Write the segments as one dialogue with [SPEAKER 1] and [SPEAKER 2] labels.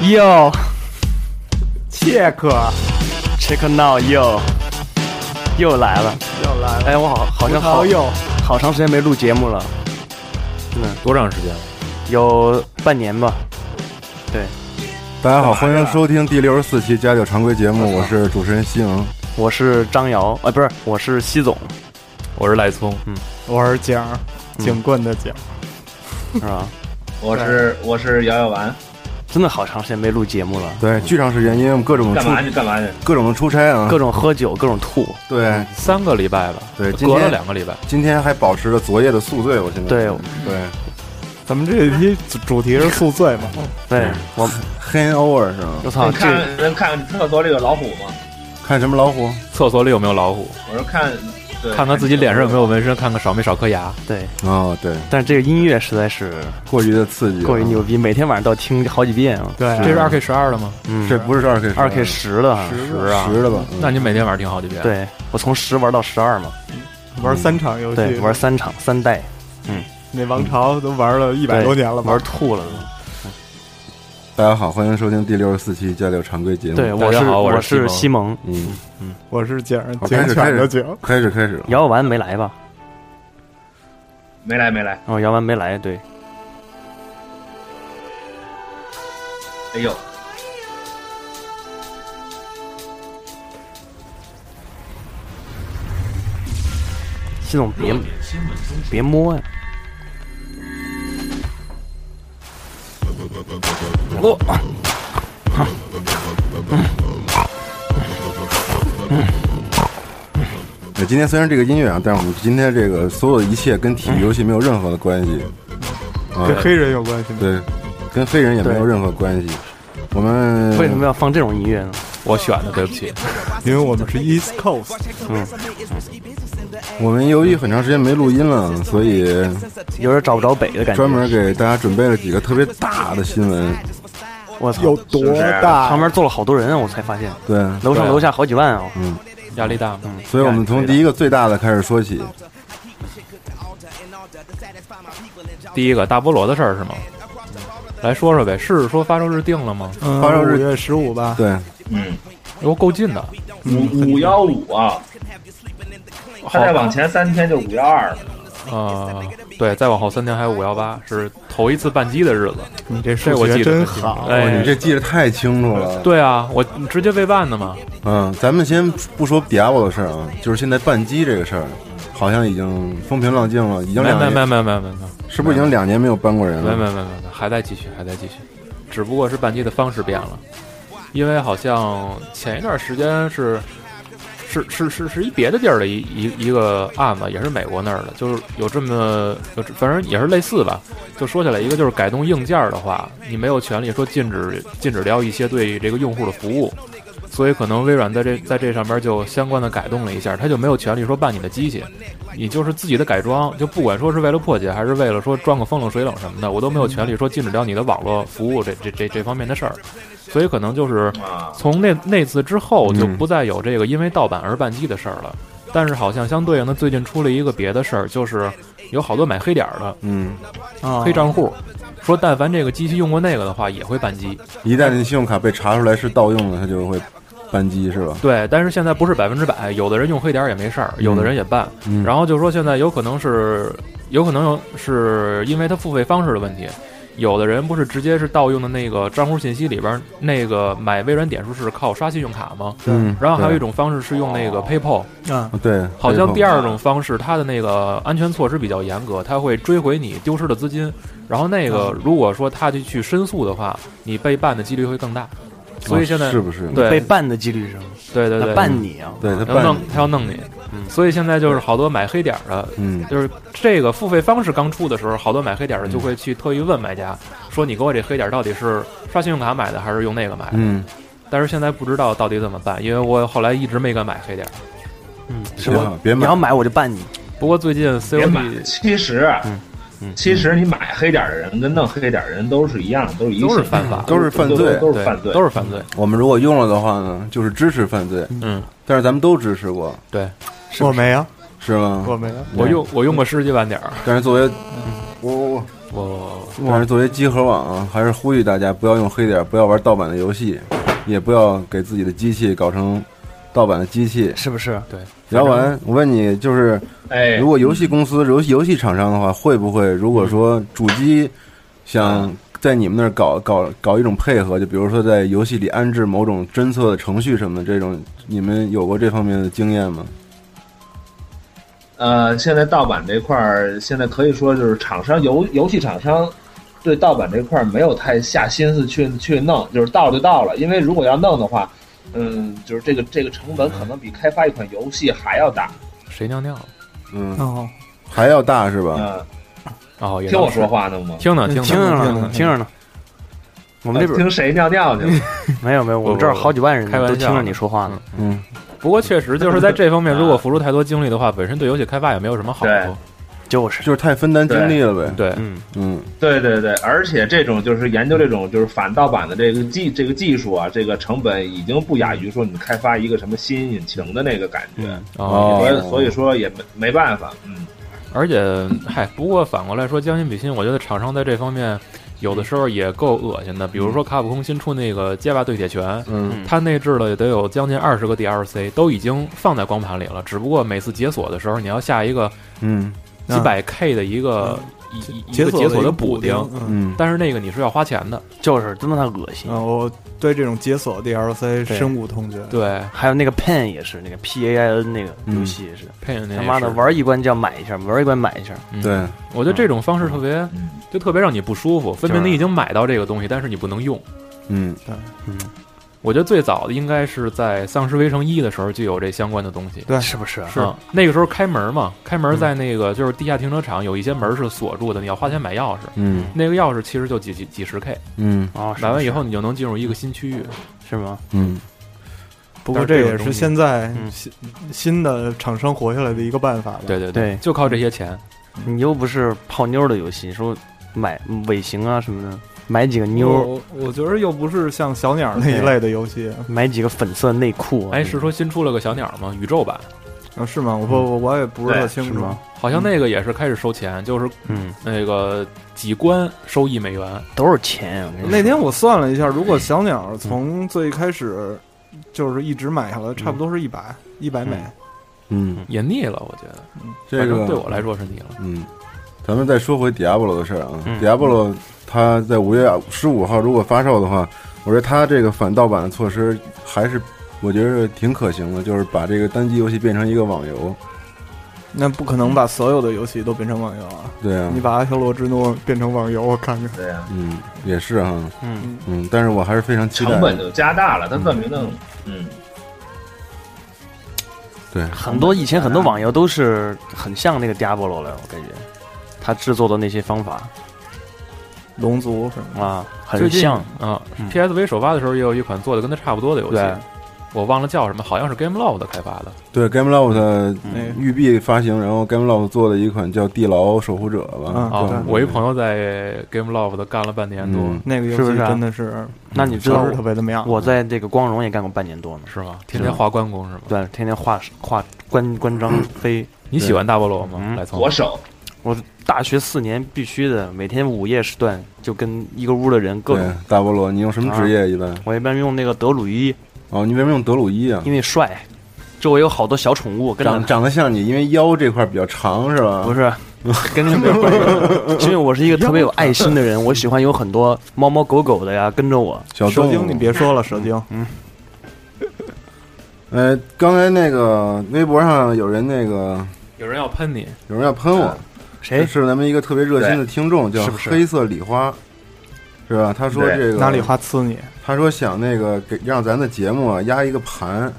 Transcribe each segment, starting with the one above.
[SPEAKER 1] Yo，切克，check now yo，又来了。
[SPEAKER 2] 要来了，
[SPEAKER 1] 哎，我好，好像好
[SPEAKER 2] 好友
[SPEAKER 1] 好长时间没录节目了，
[SPEAKER 3] 多长时间了？
[SPEAKER 1] 有半年吧。对，
[SPEAKER 4] 大家好，欢迎收听第六十四期家教常规节目，我是主持人西蒙。
[SPEAKER 1] 我是张瑶，啊，不是，我是西总，
[SPEAKER 3] 我是赖聪，
[SPEAKER 2] 我是景儿，警棍的警，
[SPEAKER 1] 是吧？
[SPEAKER 5] 我是我是瑶瑶丸，
[SPEAKER 1] 真的好长时间没录节目了，
[SPEAKER 4] 对，巨长时间，因为我们各种
[SPEAKER 5] 干
[SPEAKER 4] 出
[SPEAKER 5] 嘛去干嘛去？
[SPEAKER 4] 各种出差啊
[SPEAKER 1] 各，种喝酒，各种吐。
[SPEAKER 4] 对
[SPEAKER 3] 三个礼拜吧，
[SPEAKER 4] 对，今
[SPEAKER 3] 隔了
[SPEAKER 4] 天
[SPEAKER 3] 两个礼拜。
[SPEAKER 4] 今天还保持着昨夜的宿醉，我现在
[SPEAKER 1] 对
[SPEAKER 4] 对
[SPEAKER 2] 咱们这一期主主题是宿醉嘛？
[SPEAKER 1] 对我，
[SPEAKER 4] ，hangover 是吗？
[SPEAKER 1] 我操，
[SPEAKER 5] 你
[SPEAKER 1] 这
[SPEAKER 5] 看能看看厕所里有老虎吗？
[SPEAKER 4] 看什么老虎？
[SPEAKER 3] 厕所里有没有老虎？
[SPEAKER 5] 我说看，对
[SPEAKER 3] 看看自己脸上有没有纹身，看看少没少颗牙。
[SPEAKER 1] 对，
[SPEAKER 4] 哦，对，
[SPEAKER 1] 但是这个音乐实在是
[SPEAKER 4] 过于的刺激，
[SPEAKER 1] 过于牛，逼，每天晚上都要听好几遍啊。
[SPEAKER 2] 对，
[SPEAKER 3] 这是二 K 十二的吗？
[SPEAKER 1] 嗯，
[SPEAKER 4] 这不是二 K
[SPEAKER 1] 二 K 十了啊，
[SPEAKER 3] 十啊，
[SPEAKER 4] 十了吧？嗯
[SPEAKER 3] 那你每天晚上听好几遍。，
[SPEAKER 1] 对我从十玩到十二嘛，
[SPEAKER 2] 玩三场游戏，
[SPEAKER 1] 对，玩三场三代，
[SPEAKER 2] 那王朝都玩了一
[SPEAKER 1] 一
[SPEAKER 2] 百多年了吧？
[SPEAKER 1] 玩吐了
[SPEAKER 3] 嗯
[SPEAKER 1] 都。
[SPEAKER 4] 大家好，欢迎收听第六十四期家教常规节目。
[SPEAKER 1] 对，我
[SPEAKER 3] 大
[SPEAKER 1] 是
[SPEAKER 3] 家好我
[SPEAKER 1] 我
[SPEAKER 3] 是
[SPEAKER 1] 是
[SPEAKER 3] 西
[SPEAKER 1] 西蒙，
[SPEAKER 4] 嗯，
[SPEAKER 2] 我是景儿，
[SPEAKER 4] 好
[SPEAKER 2] 警
[SPEAKER 4] 开始开
[SPEAKER 2] 犬的
[SPEAKER 4] 始
[SPEAKER 2] 警，
[SPEAKER 4] 开始开始，
[SPEAKER 1] 姚婉没来吧？
[SPEAKER 5] 没来没来，
[SPEAKER 1] 哦，姚婉没来，对，
[SPEAKER 5] 哎呦，
[SPEAKER 1] 西总别别摸呀、
[SPEAKER 4] 对，今天虽然这个音乐啊，但是我们今天这个所有的一切跟体育游戏没有任何的关系，啊
[SPEAKER 2] 跟，黑人有关系吗？
[SPEAKER 4] 对，跟黑人也没有任何关系。我们
[SPEAKER 5] 嗯
[SPEAKER 1] 为什么要放这种音乐呢？
[SPEAKER 3] 我选的，对不起。嗯
[SPEAKER 2] 因为我们是 East Coast，
[SPEAKER 4] 我们由于很长时间没录音了，所以
[SPEAKER 1] 有点找不着北的感觉。
[SPEAKER 4] 专门给大家准备了几个特别大的新闻。啊
[SPEAKER 1] 我操
[SPEAKER 2] 有，多大？
[SPEAKER 1] 旁边坐了好多人啊，我才发现
[SPEAKER 4] 对，
[SPEAKER 1] 楼上楼下好几万啊、
[SPEAKER 3] 压力大嗯吗？
[SPEAKER 4] 所以我们从第一个最大的开始说起。
[SPEAKER 3] 第一个大菠萝的事儿是吗？来说说呗，是说发售日定了吗？
[SPEAKER 2] 嗯
[SPEAKER 4] 发售日
[SPEAKER 2] 五月十五吧？
[SPEAKER 4] 对，
[SPEAKER 5] 嗯，
[SPEAKER 3] 哟，够近的，
[SPEAKER 5] 五五幺五啊，他再往前三天就五幺二了，
[SPEAKER 3] 呃，对，再往后三天还有五幺八，是头一次办机的日子。
[SPEAKER 2] 你这
[SPEAKER 3] 这
[SPEAKER 2] 数
[SPEAKER 3] 我记
[SPEAKER 2] 学
[SPEAKER 3] 得
[SPEAKER 2] 真
[SPEAKER 3] 很清楚
[SPEAKER 2] 好，
[SPEAKER 4] 哇
[SPEAKER 3] 哎
[SPEAKER 4] 哦你这记得太清楚了。
[SPEAKER 3] 对啊，我直接被办的嘛。
[SPEAKER 4] 嗯，咱们先不说比亚 o 的事儿啊，就是现在扳机这个事儿，好像已经风平浪静了，已经
[SPEAKER 3] 没
[SPEAKER 4] 两
[SPEAKER 3] 没
[SPEAKER 4] 年，
[SPEAKER 3] 没没没没没。
[SPEAKER 4] 是不是已经两年没有搬过人
[SPEAKER 3] 没
[SPEAKER 4] 了？
[SPEAKER 3] 没没没没，还在继续，还在继续，只不过是扳机的方式变了，因为好像前一段时间是是是是是一别的地儿的一一一个案子，也是美国那儿的，就是有这么有这反正也是类似吧。就说起来一个就是改动硬件儿的话，你没有权利说禁止禁止掉一些对这个用户的服务。所以可能微软在这在这上边就相关的改动了一下，它就没有权利说办你的机器，你就是自己的改装，就不管说是为了破解，还是为了说装个风冷水冷什么的，我都没有权利说禁止掉你的网络服务这这这这方面的事儿。所以可能就是
[SPEAKER 5] 啊
[SPEAKER 3] 从那那次之后，就
[SPEAKER 4] 嗯
[SPEAKER 3] 不再有这个因为盗版而办机的事儿了。但是好像相对应的，最近出了一个别的事儿，就是有好多买黑点儿的
[SPEAKER 4] 嗯，
[SPEAKER 1] 哦
[SPEAKER 2] 啊
[SPEAKER 3] 黑账户，说但凡这个机器用过那个的话，也会办机。
[SPEAKER 4] 一旦你信用卡被查出来是盗用的，它就会扳机是吧？
[SPEAKER 3] 对，但是现在不是百分之百，有的人用黑点儿也没事儿，有的人也办。
[SPEAKER 4] 嗯
[SPEAKER 3] 然后就说现在有可能是，有可能有是因为它付费方式的问题，有的人不是直接是盗用的那个账户信息里边儿那个买微软点数是靠刷信用卡吗？
[SPEAKER 4] 嗯，
[SPEAKER 3] 然后还有一种方式是用那
[SPEAKER 4] 哦
[SPEAKER 3] 个 PayPal，
[SPEAKER 2] 啊，
[SPEAKER 4] 对，
[SPEAKER 3] 好像第
[SPEAKER 4] 二
[SPEAKER 3] 二种方式它的那个安全措施比较严格，它会追回你丢失的
[SPEAKER 4] 哦
[SPEAKER 3] 资金。然后那个如果说他去去申诉的话，你被办的几率会更大。所以现在
[SPEAKER 4] 哦嗯是不是
[SPEAKER 3] 对
[SPEAKER 1] 被办的几率是吗？
[SPEAKER 3] 对对
[SPEAKER 1] 他
[SPEAKER 3] 对，
[SPEAKER 1] 办你啊！
[SPEAKER 4] 对他
[SPEAKER 3] 要
[SPEAKER 4] 办
[SPEAKER 3] 弄，他要弄你，所以现在就是好多买黑点儿的，
[SPEAKER 4] 嗯
[SPEAKER 3] 就是这个付费方式刚出的时候，好多买黑点儿的就会去特意问买家，说你给我这黑点儿到底是刷信用卡买的还是用那个买的？
[SPEAKER 4] 嗯，
[SPEAKER 3] 但是现在不知道到底怎么办，因为我后来一直没敢买黑点儿。
[SPEAKER 1] 嗯，
[SPEAKER 4] 挺好，别
[SPEAKER 1] 你
[SPEAKER 4] 买
[SPEAKER 1] 要，买我就办你。
[SPEAKER 3] 不过最近
[SPEAKER 5] 别买。
[SPEAKER 3] COD
[SPEAKER 5] 其实啊
[SPEAKER 1] 嗯嗯，
[SPEAKER 5] 其实你买黑点儿的人跟弄黑点儿的人都是一样，都是一
[SPEAKER 3] 都是
[SPEAKER 5] 性
[SPEAKER 3] 犯法
[SPEAKER 4] 都是犯罪
[SPEAKER 5] 都是
[SPEAKER 3] 对
[SPEAKER 5] 犯罪，
[SPEAKER 3] 都是犯罪。
[SPEAKER 4] 我们如果用了的话呢，就是支持犯罪，
[SPEAKER 3] 嗯，
[SPEAKER 4] 但是咱们都支持过，
[SPEAKER 3] 对
[SPEAKER 5] 嗯
[SPEAKER 2] 我没有，
[SPEAKER 4] 是吗？
[SPEAKER 2] 我没有，啊
[SPEAKER 3] 我用我用过十几万点儿，
[SPEAKER 4] 但是作为我我我，
[SPEAKER 3] 我
[SPEAKER 4] 但是作为集合网啊，还是呼吁大家不要用黑点，不要玩盗版的游戏，也不要给自己的机器搞成盗版的机器。
[SPEAKER 1] 是不是？
[SPEAKER 3] 对
[SPEAKER 4] 聊完，我问你，就是
[SPEAKER 5] 哎
[SPEAKER 4] 如，果游戏公
[SPEAKER 3] 嗯
[SPEAKER 4] 司、游戏游戏厂商的话，会不会如果说主机
[SPEAKER 3] 嗯
[SPEAKER 4] 想在你们那儿搞搞搞一种配合，就比如说在游戏里安置某种侦测的程序什么的，这种你们有过这方面的经验吗？
[SPEAKER 5] 呃，现在盗版这块儿，现在可以说就是厂商游游戏厂商对盗版这块儿没有太下心思去去弄，就是盗就盗了，因为如果要弄的话，嗯，就是这个这个成本可能比开发一款游戏还要大。
[SPEAKER 3] 谁尿尿了？
[SPEAKER 4] 嗯，
[SPEAKER 2] 哦，
[SPEAKER 4] 还要大是吧？
[SPEAKER 5] 嗯，
[SPEAKER 3] 哦，也
[SPEAKER 5] 听我
[SPEAKER 3] 倒是
[SPEAKER 5] 说，话呢吗？
[SPEAKER 3] 听呢
[SPEAKER 1] 听
[SPEAKER 3] 啊听
[SPEAKER 1] 着
[SPEAKER 3] 呢啊
[SPEAKER 1] 呢，听着呢。我们这边
[SPEAKER 5] 听谁尿尿去了？
[SPEAKER 1] 没有没有，我们
[SPEAKER 3] 不
[SPEAKER 1] 这儿
[SPEAKER 3] 不
[SPEAKER 1] 好几万人
[SPEAKER 3] 开玩
[SPEAKER 1] 都
[SPEAKER 3] 笑
[SPEAKER 1] 听着你说话呢。
[SPEAKER 4] 嗯，
[SPEAKER 3] 不过确实就是在这 方面，
[SPEAKER 5] 啊
[SPEAKER 3] 如果付出太多精力的话，本身对游戏开发也没有什么好处。
[SPEAKER 1] 就是，
[SPEAKER 4] 就是太分担精力了呗。
[SPEAKER 3] 对，
[SPEAKER 1] 嗯，
[SPEAKER 4] 嗯，
[SPEAKER 5] 对对对，而且这种就是研究这种就是反盗版的这个技这个技术啊，这个成本已经不亚于说你开发一个什么新引擎的那个感觉，
[SPEAKER 3] 哦，
[SPEAKER 5] 所以所以说也没没办法，嗯，
[SPEAKER 3] 而且嗨，不过反过来说，将心比心，我觉得厂商在这方面有的时候也够恶心的。比如说卡普空新出那个《街霸对铁拳》，
[SPEAKER 4] 嗯，
[SPEAKER 3] 它内置了也得有将近二十个 DLC，都已经放在光盘里了。只不过每次解锁的时候，你要下一个
[SPEAKER 4] 嗯
[SPEAKER 3] 几百 K 的一个一一一个解
[SPEAKER 2] 锁
[SPEAKER 3] 锁的
[SPEAKER 2] 补
[SPEAKER 3] 补丁，
[SPEAKER 2] 嗯，
[SPEAKER 4] 嗯，
[SPEAKER 3] 但是那个你是要花钱的。
[SPEAKER 1] 就是，真的太恶心。
[SPEAKER 6] 哦
[SPEAKER 2] 嗯我对这种解锁
[SPEAKER 1] 对
[SPEAKER 2] DLC 深恶痛绝。
[SPEAKER 3] 对，
[SPEAKER 1] 还有那个 PAN 也是，那个 P A I N 那个游戏也是，
[SPEAKER 3] 配那
[SPEAKER 1] 他妈的
[SPEAKER 3] 嗯是
[SPEAKER 1] 玩一关就要买一下，玩一关买一下。
[SPEAKER 4] 对，
[SPEAKER 3] 嗯我觉得这种方式特别，就特别让你不舒服。分明
[SPEAKER 1] 就是
[SPEAKER 3] 你已经买到这个东西，但是你不能用。
[SPEAKER 4] 嗯
[SPEAKER 3] 我觉得最早的应该是在《丧尸围城一》的时候就有这相关的东西。
[SPEAKER 2] 对
[SPEAKER 1] 嗯是不是？啊
[SPEAKER 3] 是、那个时候开门嘛，开门在
[SPEAKER 1] 嗯
[SPEAKER 3] 那个就是地下停车场有一些门是锁住的，你要花钱买钥匙。
[SPEAKER 4] 嗯
[SPEAKER 3] 那个钥匙其实就几几几十 K，
[SPEAKER 4] 嗯
[SPEAKER 1] 哦，是
[SPEAKER 3] 买完以
[SPEAKER 1] 是
[SPEAKER 3] 后你就能进入一个新区域。
[SPEAKER 1] 是吗？
[SPEAKER 4] 嗯，
[SPEAKER 2] 不过
[SPEAKER 3] 但是
[SPEAKER 2] 这
[SPEAKER 3] 这
[SPEAKER 2] 也
[SPEAKER 3] 种东
[SPEAKER 2] 是
[SPEAKER 3] 西
[SPEAKER 2] 现在
[SPEAKER 1] 嗯
[SPEAKER 2] 新新的厂商活下来的一个办法吧。
[SPEAKER 3] 对对
[SPEAKER 1] 对
[SPEAKER 3] 就靠这些钱。
[SPEAKER 1] 你又不是泡妞的游戏，说买尾行啊什么的，买几个妞
[SPEAKER 6] 哦
[SPEAKER 1] 儿，
[SPEAKER 2] 我我觉得又不是像小鸟那一类的游戏，
[SPEAKER 1] 买几个粉色内裤啊。
[SPEAKER 3] 哎，是说新出了个小鸟吗？宇宙版，
[SPEAKER 2] 啊是吗？我不我我也不是特
[SPEAKER 5] 对
[SPEAKER 2] 清
[SPEAKER 1] 是
[SPEAKER 2] 楚。
[SPEAKER 1] 吗？
[SPEAKER 3] 好像那个也是开始收钱，就是
[SPEAKER 1] 嗯，
[SPEAKER 3] 那个几关收一美元。
[SPEAKER 1] 多少钱啊？
[SPEAKER 2] 那天我算了一下，如果小鸟从最开始就是一直买下来，差不多是一百一百美。
[SPEAKER 4] 嗯，
[SPEAKER 3] 也腻了，我觉得，
[SPEAKER 4] 这
[SPEAKER 3] 反正
[SPEAKER 4] 个
[SPEAKER 3] 对我来说是腻了。
[SPEAKER 4] 嗯，咱们再说回 Diablo 的事儿啊、
[SPEAKER 1] 嗯
[SPEAKER 4] d i a b l o 它在五月十五号如果发售的话，我觉得它这个反盗版的措施还是我觉得挺可行的，就是把这个单机游戏变成一个网游。
[SPEAKER 2] 那不可能把所有的游戏都变成网游啊！
[SPEAKER 4] 对啊
[SPEAKER 2] 你，把《阿修罗之怒》变成网游，我看看。
[SPEAKER 5] 对啊呀、
[SPEAKER 4] 嗯，也是哈、
[SPEAKER 1] 嗯，
[SPEAKER 4] 嗯，但是我还是非常期待
[SPEAKER 5] 成本就加大了，它分明弄，嗯，
[SPEAKER 4] 对，
[SPEAKER 1] 很多以前很多网游都是很像那个 Diablo 了，我感觉。他制作的那些方法
[SPEAKER 2] 龙族什么的，
[SPEAKER 1] 啊，
[SPEAKER 3] 最
[SPEAKER 1] 很
[SPEAKER 3] 近
[SPEAKER 1] 像，
[SPEAKER 3] 啊、
[SPEAKER 1] 嗯
[SPEAKER 3] p s v 首发的时候也有一款做的跟它差不多的游
[SPEAKER 1] 对
[SPEAKER 3] 戏，我忘了叫什么，好像是 GameLoft 开发的。
[SPEAKER 4] 对 GameLoft
[SPEAKER 2] 那个
[SPEAKER 4] 育碧发行，然后 GameLoft 做的一款叫《地牢守护者》吧
[SPEAKER 2] 嗯。
[SPEAKER 3] 啊、
[SPEAKER 4] 对
[SPEAKER 3] 我一朋友在 GameLoft 干了半年多，
[SPEAKER 4] 嗯
[SPEAKER 2] 那个游
[SPEAKER 1] 是不
[SPEAKER 2] 戏
[SPEAKER 1] 是啊
[SPEAKER 2] 真的是
[SPEAKER 1] 那你知
[SPEAKER 2] 不
[SPEAKER 1] 道
[SPEAKER 2] 是特别的妙。
[SPEAKER 1] 我在这个光荣也干过半年多呢，
[SPEAKER 3] 是吗？天天画关公是吗？
[SPEAKER 1] 对，天天画画关关张飞。
[SPEAKER 3] 你喜欢大菠萝吗？
[SPEAKER 1] 嗯
[SPEAKER 3] 来从
[SPEAKER 5] 左手
[SPEAKER 1] 我大学四年必须的，每天午夜时段就跟一个屋的人各
[SPEAKER 4] 对
[SPEAKER 1] 种。，
[SPEAKER 4] 大菠萝，你用什么职业一般？
[SPEAKER 1] 我一般用那个德鲁伊，
[SPEAKER 4] 哦，你为什么用德鲁伊啊
[SPEAKER 1] 因？为帅，周围有好多小宠物跟
[SPEAKER 4] 长
[SPEAKER 1] 着。
[SPEAKER 4] 长得像你，因为腰这块比较长是吧？
[SPEAKER 1] 不是，跟这没有关系。因为我是一个特别有爱心的人，我喜欢有很多猫猫狗狗的呀跟着我。
[SPEAKER 4] 小
[SPEAKER 2] 蛇
[SPEAKER 4] 动物
[SPEAKER 2] 精，你别说了，蛇精。
[SPEAKER 4] 呃，刚才那个微博上有人那个
[SPEAKER 3] 有人要喷你，
[SPEAKER 4] 有人要喷我，
[SPEAKER 1] 谁？
[SPEAKER 4] 是咱们一个特别热心的听众，叫
[SPEAKER 1] 哎是不是
[SPEAKER 4] 黑色礼花。是吧？他说
[SPEAKER 5] 对
[SPEAKER 4] 这个
[SPEAKER 2] 哪里话呲你？
[SPEAKER 4] 他说想那个给让咱的节目啊压一个盘，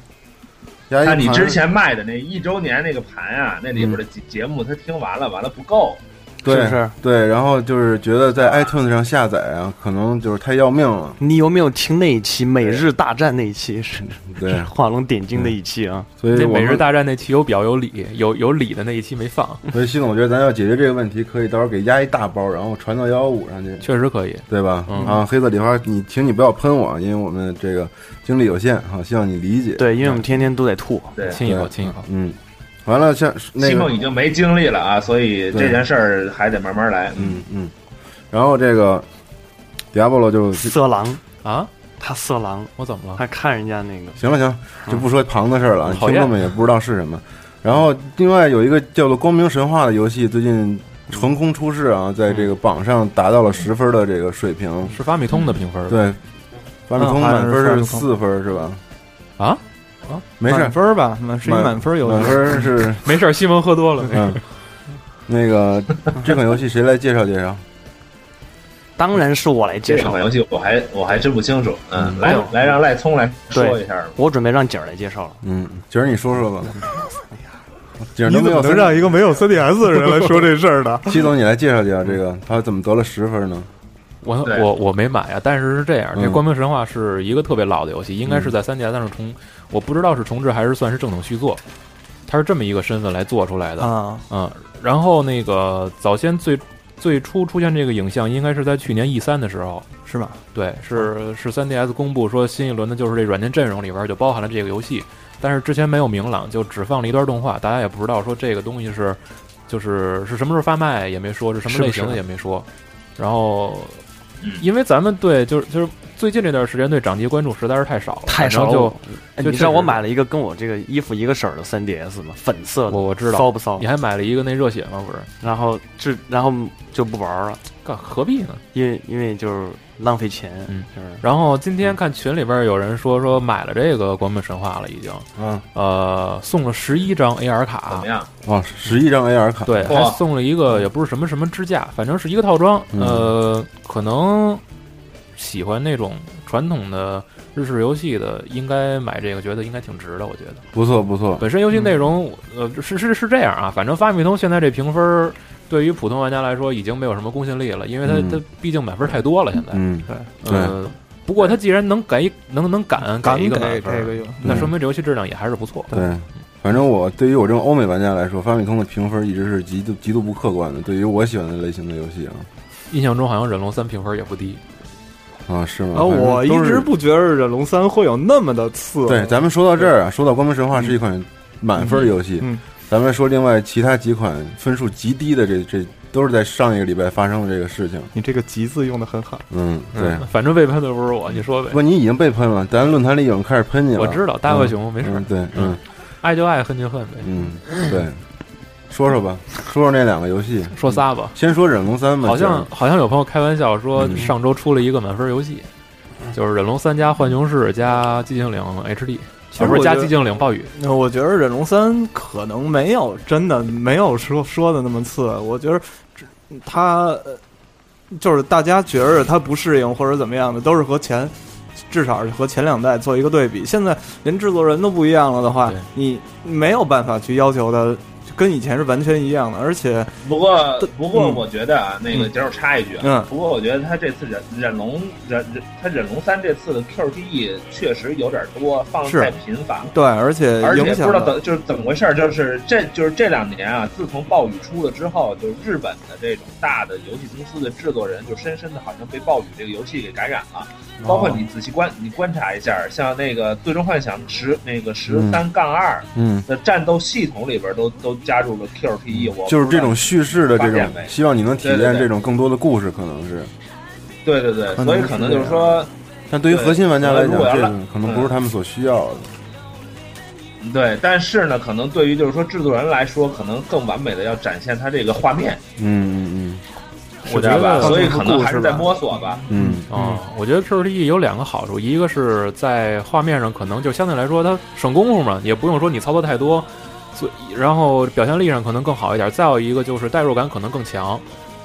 [SPEAKER 4] 压一个
[SPEAKER 5] 看
[SPEAKER 4] 盘。
[SPEAKER 5] 你之前卖的那一周年那个盘啊，那里边的节节目他听完了，完了不够，
[SPEAKER 4] 对
[SPEAKER 1] 是不是
[SPEAKER 4] 对，然后就是觉得在 iTunes 上下载啊，可能就是太要命了。
[SPEAKER 1] 你有没有听那一期《每日大战》那一期？是
[SPEAKER 4] 对，
[SPEAKER 1] 画龙点睛的一期啊！
[SPEAKER 4] 所以
[SPEAKER 3] 那
[SPEAKER 4] 我
[SPEAKER 3] 每
[SPEAKER 4] 们嗯
[SPEAKER 3] 日大战那期有表有里，有有里的那一期没放，
[SPEAKER 4] 所以系统，我觉得咱要解决这个问题，可以到时候给压一大包，然后传到幺幺五上去，
[SPEAKER 3] 确实可以。
[SPEAKER 4] 对吧？
[SPEAKER 3] 嗯
[SPEAKER 4] 啊，黑色礼花，你请你不要喷我，因为我们这个精力有限啊，希望你理解。，
[SPEAKER 1] 对，因为我们天天都在吐，
[SPEAKER 5] 对。
[SPEAKER 3] 亲一口，亲一口。
[SPEAKER 4] 嗯，完了，像那
[SPEAKER 5] 西
[SPEAKER 4] 个
[SPEAKER 5] 梦已经没精力了啊，所以这件事儿还得慢慢来。
[SPEAKER 4] 嗯嗯，然后这个 Diablo 就
[SPEAKER 1] 色狼，
[SPEAKER 3] 啊，
[SPEAKER 1] 他色狼，
[SPEAKER 3] 我怎么了？
[SPEAKER 1] 还看人家那个
[SPEAKER 4] 行了行了，就不说旁的事儿了，
[SPEAKER 3] 讨
[SPEAKER 4] 听
[SPEAKER 3] 厌
[SPEAKER 4] 众们也不知道是什么。然后另外有一个叫做《光明神话》的游戏，最近横空出世啊，在这个榜上达到了十分的这个水平。
[SPEAKER 3] 是发米通的评分吧？
[SPEAKER 4] 对，发米通
[SPEAKER 2] 嗯好像
[SPEAKER 4] 满
[SPEAKER 2] 是
[SPEAKER 4] 分是
[SPEAKER 2] 发米通
[SPEAKER 4] 四分是吧？
[SPEAKER 3] 啊啊，
[SPEAKER 4] 没事
[SPEAKER 2] 满
[SPEAKER 4] 儿，
[SPEAKER 2] 分吧，满是一
[SPEAKER 4] 满
[SPEAKER 2] 满分游
[SPEAKER 4] 满
[SPEAKER 2] 戏。
[SPEAKER 4] 分是
[SPEAKER 3] 没事儿，西蒙喝多了。
[SPEAKER 4] 嗯。那个这款游戏谁来介绍介绍？
[SPEAKER 1] 当然是我来介
[SPEAKER 5] 这
[SPEAKER 1] 绍
[SPEAKER 5] 款，游戏我还我还真不清楚，嗯，来
[SPEAKER 1] 哦
[SPEAKER 5] 来让赖聪来说一下吧。
[SPEAKER 1] 我准备让景儿来介绍了。
[SPEAKER 4] 嗯，姐儿你说说吧。姐儿
[SPEAKER 2] 你
[SPEAKER 4] 都
[SPEAKER 2] 怎
[SPEAKER 4] 没
[SPEAKER 2] 么
[SPEAKER 4] 有
[SPEAKER 2] 能让一个没有 3DS 的人来说这事 儿呢？
[SPEAKER 4] 西总你来介绍介绍这个，他怎么得了十分呢？
[SPEAKER 3] 我
[SPEAKER 5] 对
[SPEAKER 3] 我我没买啊，但是是这样，这
[SPEAKER 4] 嗯
[SPEAKER 3] 《光明神话》是一个特别老的游戏，应该是在三 DS 上重，我不知道是重置还是算是正统续作，它是这么一个身份来做出来的。
[SPEAKER 2] 啊，
[SPEAKER 3] 嗯，然后那个早先最最初出现这个影像，应该是在去年 E 三的时候，
[SPEAKER 2] 是吧？
[SPEAKER 3] 对，
[SPEAKER 1] 嗯
[SPEAKER 3] 是是 3DS 公布说新一轮的就是这软件阵容里边就包含了这个游戏，但是之前没有明朗，就只放了一段动画，大家也不知道说这个东西是就是是什么时候发卖也没说，是什么类型的也没说。然后，
[SPEAKER 1] 嗯
[SPEAKER 3] 因为咱们对就是就是最近这段时间对掌机关注实在是太少了，
[SPEAKER 1] 太少
[SPEAKER 3] 然
[SPEAKER 1] 了
[SPEAKER 3] 后
[SPEAKER 1] 哎
[SPEAKER 3] 就
[SPEAKER 1] 你知道
[SPEAKER 3] 确实
[SPEAKER 1] 我买了一个跟我这个衣服一个色儿的 3DS 吗？粉色
[SPEAKER 3] 就
[SPEAKER 1] 的，
[SPEAKER 3] 我我知道
[SPEAKER 1] 骚不骚
[SPEAKER 3] 你？还买了一个那热血吗？不是，
[SPEAKER 1] 然后就然后就不玩儿了，
[SPEAKER 3] 干何必呢？
[SPEAKER 1] 因为因为就是浪费钱，
[SPEAKER 3] 嗯
[SPEAKER 1] 就是
[SPEAKER 3] 然后今
[SPEAKER 4] 嗯
[SPEAKER 3] 天看群里边有人说说买了这个《光明神话》了，已经
[SPEAKER 4] 啊，
[SPEAKER 3] 呃送了十一张 AR 卡，
[SPEAKER 5] 怎么样？
[SPEAKER 4] 哇，哦十一张 AR 卡，
[SPEAKER 3] 对，还
[SPEAKER 5] 哇
[SPEAKER 3] 送了一个也不是什么什么支架，反正是一个套装。
[SPEAKER 4] 嗯
[SPEAKER 3] 呃，可能喜欢那种传统的日式游戏的，应该买这个，觉得应该挺值的。我觉得
[SPEAKER 4] 不错不错，
[SPEAKER 3] 本身游戏内容，
[SPEAKER 4] 嗯
[SPEAKER 3] 呃，是是是这样啊，反正发米通现在这评分儿对于普通玩家来说已经没有什么公信力了，因为它、
[SPEAKER 4] 嗯
[SPEAKER 3] 它毕竟满分太多了，现在。
[SPEAKER 4] 嗯，
[SPEAKER 3] 呃，不过它既然能给能能敢
[SPEAKER 2] 敢
[SPEAKER 3] 给一个
[SPEAKER 2] 给
[SPEAKER 3] 满
[SPEAKER 2] 这
[SPEAKER 3] 分，
[SPEAKER 2] 个游嗯戏
[SPEAKER 3] 那说明这游戏质量也还是不错。
[SPEAKER 4] 嗯对，反正我对于我这种欧美玩家来说，发米通的评分一直是极度极度不客观的。对于我喜欢的类型的游戏啊，
[SPEAKER 3] 印象中好像忍龙三评分也不低。
[SPEAKER 4] 啊是吗？
[SPEAKER 2] 啊，
[SPEAKER 4] 反正
[SPEAKER 2] 我一
[SPEAKER 4] 都是
[SPEAKER 2] 直不觉得忍龙三会有那么的次。
[SPEAKER 4] 对。咱们说到这儿啊，说到《光明神话》是一款满分游戏，
[SPEAKER 2] 嗯嗯
[SPEAKER 4] 咱们说另外其他几款分数极低的这，这都是在上一个礼拜发生的这个事情。
[SPEAKER 2] 你这个“极”字用的很好，
[SPEAKER 4] 嗯，对。
[SPEAKER 3] 反正被喷的不是我，你说呗
[SPEAKER 4] 不。过你已经被喷了，咱论坛里有人开始喷你了。
[SPEAKER 3] 我知道，大浣熊没事儿
[SPEAKER 4] 嗯，，对，嗯
[SPEAKER 3] 爱就爱，恨就恨呗。
[SPEAKER 4] 嗯，对。说说吧，说说那两个游戏。
[SPEAKER 3] 说仨吧，
[SPEAKER 4] 先说忍龙三吧，
[SPEAKER 3] 好像好像有朋友开玩笑说，
[SPEAKER 4] 嗯
[SPEAKER 3] 上周出了一个满分游戏，就是《忍龙三》加《浣熊市》加《寂静岭 HD》，
[SPEAKER 2] 其实
[SPEAKER 3] 不是
[SPEAKER 2] 我
[SPEAKER 3] 加
[SPEAKER 2] 觉
[SPEAKER 3] 《
[SPEAKER 2] 得
[SPEAKER 3] 寂静岭暴雨》。
[SPEAKER 2] 那我觉得忍龙三可能没有真的没有说说的那么次，啊我觉得只它呃就是大家觉着它不适应或者怎么样的，都是和前至少是和前两代做一个对比。现在连制作人都不一样了的话
[SPEAKER 3] 对，
[SPEAKER 2] 你没有办法去要求它跟以前是完全一样的，而且
[SPEAKER 5] 不过不过，
[SPEAKER 2] 嗯
[SPEAKER 5] 我觉得啊，那个
[SPEAKER 2] 嗯
[SPEAKER 5] 接着插一句啊，
[SPEAKER 2] 嗯
[SPEAKER 5] 不过我觉得他这次忍忍龙忍忍他忍龙三这次的 QTE 确实有点多，放
[SPEAKER 2] 是
[SPEAKER 5] 得太频繁了。
[SPEAKER 2] 对，而且
[SPEAKER 5] 而且
[SPEAKER 2] 影
[SPEAKER 5] 不
[SPEAKER 2] 响
[SPEAKER 5] 知道
[SPEAKER 2] 了
[SPEAKER 5] 怎就是怎么回事儿，就是这就是这两年啊，自从暴雨出了之后，就是日本的这种大的游戏公司的制作人，就深深的好像被暴雨这个游戏给感染了。
[SPEAKER 2] 哦
[SPEAKER 5] 包括你仔细观你观察一下，像那个《最终幻想十》那个十三杠二
[SPEAKER 4] 嗯，
[SPEAKER 5] 的战斗系统里边都都加入了 QTE，我
[SPEAKER 4] 就是
[SPEAKER 5] 不
[SPEAKER 4] 这
[SPEAKER 5] 知道
[SPEAKER 4] 种叙事的这
[SPEAKER 5] 发
[SPEAKER 4] 种
[SPEAKER 5] 现，没
[SPEAKER 4] 希望你能体
[SPEAKER 5] 对对
[SPEAKER 4] 验
[SPEAKER 5] 对
[SPEAKER 4] 这种更多的故事，可能是。
[SPEAKER 5] 对对对，
[SPEAKER 2] 能
[SPEAKER 5] 所以
[SPEAKER 2] 是
[SPEAKER 5] 可能
[SPEAKER 2] 这
[SPEAKER 5] 就是
[SPEAKER 2] 样
[SPEAKER 5] 说，
[SPEAKER 4] 但对于
[SPEAKER 5] 对
[SPEAKER 4] 核心玩家来讲，
[SPEAKER 5] 如果要
[SPEAKER 4] 这
[SPEAKER 5] 拉
[SPEAKER 4] 个可能不是他们所需要的。
[SPEAKER 5] 对，但是呢，可能对于就是说制作人来说，可能更完美的要展现它这个画面，
[SPEAKER 4] 嗯嗯
[SPEAKER 5] 我
[SPEAKER 3] 我
[SPEAKER 5] 觉
[SPEAKER 3] 觉
[SPEAKER 5] 吧？
[SPEAKER 3] 得
[SPEAKER 5] 所以
[SPEAKER 3] 这
[SPEAKER 5] 可
[SPEAKER 3] 个
[SPEAKER 5] 能
[SPEAKER 3] 故
[SPEAKER 5] 还
[SPEAKER 3] 事
[SPEAKER 5] 是在
[SPEAKER 3] 吧
[SPEAKER 5] 摸索吧。
[SPEAKER 4] 嗯
[SPEAKER 3] 啊、我觉得 QTE 有两个好处，一个是在画面上可能就相对来说它省功夫嘛，也不用说你操作太多，所以然后表现力上可能更好一点。再有一个就是代入感可能更强，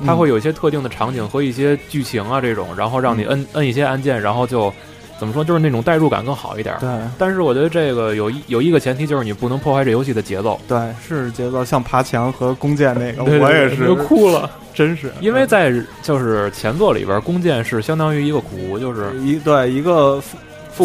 [SPEAKER 3] 它会有一些特定的场景和一些剧情啊这种，然后让你摁摁一些按键，然后就怎么说，就是那种代入感更好一点。
[SPEAKER 2] 对
[SPEAKER 3] 但是我觉得这个有一有一个前提，就是你不能破坏这游戏的节奏。
[SPEAKER 2] 对是节奏，像爬墙和弓箭那 个，
[SPEAKER 3] 对
[SPEAKER 2] 我也，
[SPEAKER 3] 就是哭了，
[SPEAKER 2] 真是
[SPEAKER 3] 因为在就是前作里边，弓箭是相当于一个苦无，就是
[SPEAKER 2] 嗯一对一个副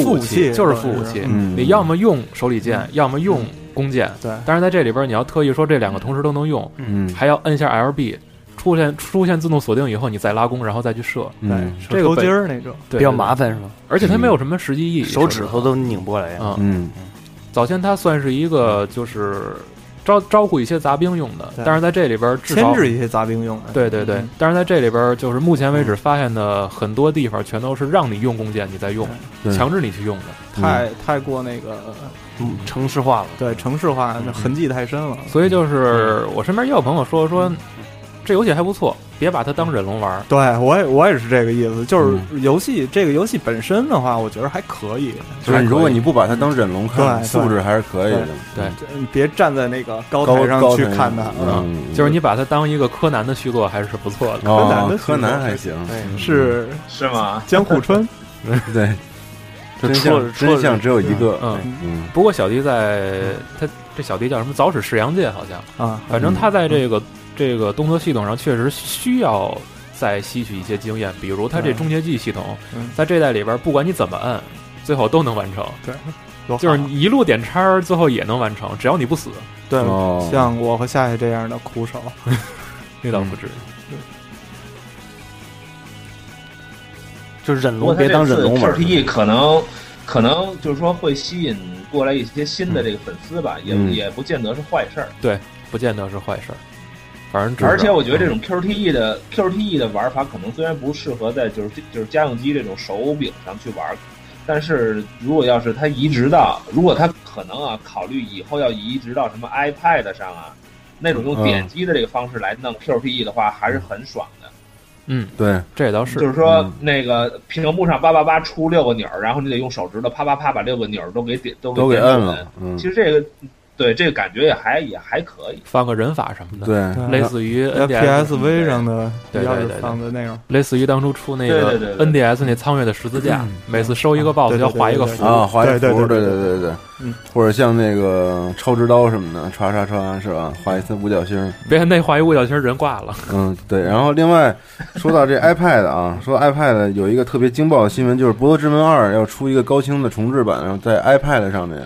[SPEAKER 3] 副武
[SPEAKER 2] 武器
[SPEAKER 3] 就是
[SPEAKER 2] 对
[SPEAKER 3] 副武器，
[SPEAKER 4] 嗯，
[SPEAKER 3] 你要么用手里剑，要么用弓箭。
[SPEAKER 2] 对
[SPEAKER 3] 但是在这里边，你要特意说这两个同时都能用，
[SPEAKER 4] 嗯
[SPEAKER 3] 还要摁下 LB，出现出现自动锁定以后，你再拉弓，然后再去射，
[SPEAKER 4] 嗯
[SPEAKER 3] 这个
[SPEAKER 2] 抽
[SPEAKER 3] 本
[SPEAKER 2] 筋儿那种，
[SPEAKER 3] 对
[SPEAKER 1] 比较麻，烦是吗？
[SPEAKER 3] 对而且它没有什么实际意义，
[SPEAKER 1] 手指头
[SPEAKER 3] 的。
[SPEAKER 1] 都拧不过来呀。
[SPEAKER 3] 嗯，
[SPEAKER 4] 嗯
[SPEAKER 3] 早先它算是一个就是招招呼一些杂兵用的，
[SPEAKER 2] 对
[SPEAKER 3] 但是在这里边至
[SPEAKER 2] 牵
[SPEAKER 3] 少
[SPEAKER 2] 制一些杂兵用的。
[SPEAKER 3] 对对对
[SPEAKER 2] 嗯，
[SPEAKER 3] 但是在这里边就是目前为止发现的很多地方全都是让你用弓箭，你再用，
[SPEAKER 4] 对
[SPEAKER 3] 强制你去用的。
[SPEAKER 2] 太太过那个
[SPEAKER 1] 嗯，城市化了，
[SPEAKER 2] 对城市
[SPEAKER 3] 嗯
[SPEAKER 2] 化，那痕迹太深了。
[SPEAKER 3] 所以就是
[SPEAKER 2] 嗯
[SPEAKER 3] 我身边也有朋友说说，这游戏还不错，别把它当忍龙玩儿。
[SPEAKER 2] 对我也我也是这个意思，
[SPEAKER 3] 嗯
[SPEAKER 2] 就是游戏、这个游戏本身的话，我觉得还可以，
[SPEAKER 4] 就是如果你不把它当忍龙看，
[SPEAKER 2] 对
[SPEAKER 4] 素质还是可以的。
[SPEAKER 3] 对
[SPEAKER 2] 就你别站在那个高
[SPEAKER 4] 高
[SPEAKER 2] 台上
[SPEAKER 4] 高
[SPEAKER 2] 去
[SPEAKER 4] 台
[SPEAKER 2] 看它。嗯，
[SPEAKER 4] 嗯，
[SPEAKER 3] 就是你把它当一个柯南的续作还是不错的。
[SPEAKER 4] 哦
[SPEAKER 2] 柯南的
[SPEAKER 4] 柯南还
[SPEAKER 2] 行
[SPEAKER 4] 行，
[SPEAKER 3] 嗯
[SPEAKER 2] 对，是
[SPEAKER 5] 是吗？
[SPEAKER 2] 江 户川，
[SPEAKER 4] 对，真
[SPEAKER 1] 戳着
[SPEAKER 4] 相
[SPEAKER 1] 戳
[SPEAKER 4] 真
[SPEAKER 1] 着
[SPEAKER 4] 相只有一个，
[SPEAKER 3] 嗯，
[SPEAKER 4] 嗯
[SPEAKER 3] 不过小迪在他这小迪叫什么？早史世阳介好像，
[SPEAKER 2] 啊，
[SPEAKER 3] 反正他在这个这个动作系统上确实需要再吸取一些经验，比如他这
[SPEAKER 2] 嗯
[SPEAKER 3] 终结技系统
[SPEAKER 2] 嗯，
[SPEAKER 3] 在这代里边不管你怎么摁，最后都能完成，
[SPEAKER 2] 有
[SPEAKER 3] 就是
[SPEAKER 2] 好
[SPEAKER 3] 你一路点叉儿，最后也能完成，只要你不死，
[SPEAKER 2] 对，
[SPEAKER 4] 哦，
[SPEAKER 2] 嗯像我和夏夏这样的苦手，
[SPEAKER 3] 那
[SPEAKER 2] 嗯
[SPEAKER 3] 倒不至于。
[SPEAKER 1] 就是忍
[SPEAKER 5] 不过
[SPEAKER 1] 龙别当忍龙玩
[SPEAKER 5] T。E 可能可能就是说会吸引过来一些新的这个粉丝吧，也
[SPEAKER 4] 嗯
[SPEAKER 5] 也不见得是坏事儿。
[SPEAKER 3] 不见得是坏事儿，反正至少
[SPEAKER 5] 而且我觉得这种 QTE E 的 QTE 的玩法，可能虽然不适合在就是就是家用机这种手柄上去玩，但是如果要是它移植到，如果它可能啊，考虑以后要移植到什么 iPad 上啊，那种用
[SPEAKER 4] 嗯
[SPEAKER 5] 点击的这个方式来弄 QTE E 的话，还是很爽的。
[SPEAKER 4] 对，
[SPEAKER 3] 这也倒是
[SPEAKER 5] 就，是说
[SPEAKER 4] 嗯，
[SPEAKER 5] 那个屏幕上叭叭叭出六个钮儿，然后你得用手指头啪啪啪把六个钮儿都给点都
[SPEAKER 4] 都给
[SPEAKER 5] 给
[SPEAKER 4] 摁
[SPEAKER 5] 点准
[SPEAKER 4] 了。，嗯
[SPEAKER 5] 其，实这个对这个感觉也还也还可以。
[SPEAKER 3] 放个人法什么的，
[SPEAKER 4] 对，
[SPEAKER 2] 嗯
[SPEAKER 6] 啊
[SPEAKER 2] 啊
[SPEAKER 3] 类似于
[SPEAKER 2] 在
[SPEAKER 3] NDS，
[SPEAKER 2] PSV 上的
[SPEAKER 3] 对对
[SPEAKER 2] 要是
[SPEAKER 3] 对对
[SPEAKER 2] 放的那种，
[SPEAKER 3] 类似于当初出那
[SPEAKER 5] 对
[SPEAKER 3] 个
[SPEAKER 5] 对对对
[SPEAKER 3] NDS 那苍月的十字架，每次收一个 BOSS
[SPEAKER 2] 对对对
[SPEAKER 3] 要画一个
[SPEAKER 2] 对对
[SPEAKER 3] 符，
[SPEAKER 4] 啊，华一
[SPEAKER 2] 对对
[SPEAKER 4] 服，
[SPEAKER 2] 对
[SPEAKER 4] 对
[SPEAKER 2] 对
[SPEAKER 4] 对对
[SPEAKER 2] 嗯，
[SPEAKER 4] 或者像那个超直刀什么的，唰唰唰是吧？画一次五角星儿，
[SPEAKER 3] 别那画一五角星人挂了，
[SPEAKER 4] 嗯，对。然后另外说到这 iPad 啊，说到 iPad 有一个特别惊爆的新闻，就是《博德之门二》要出一个高清的重制版，然后在 iPad 上面。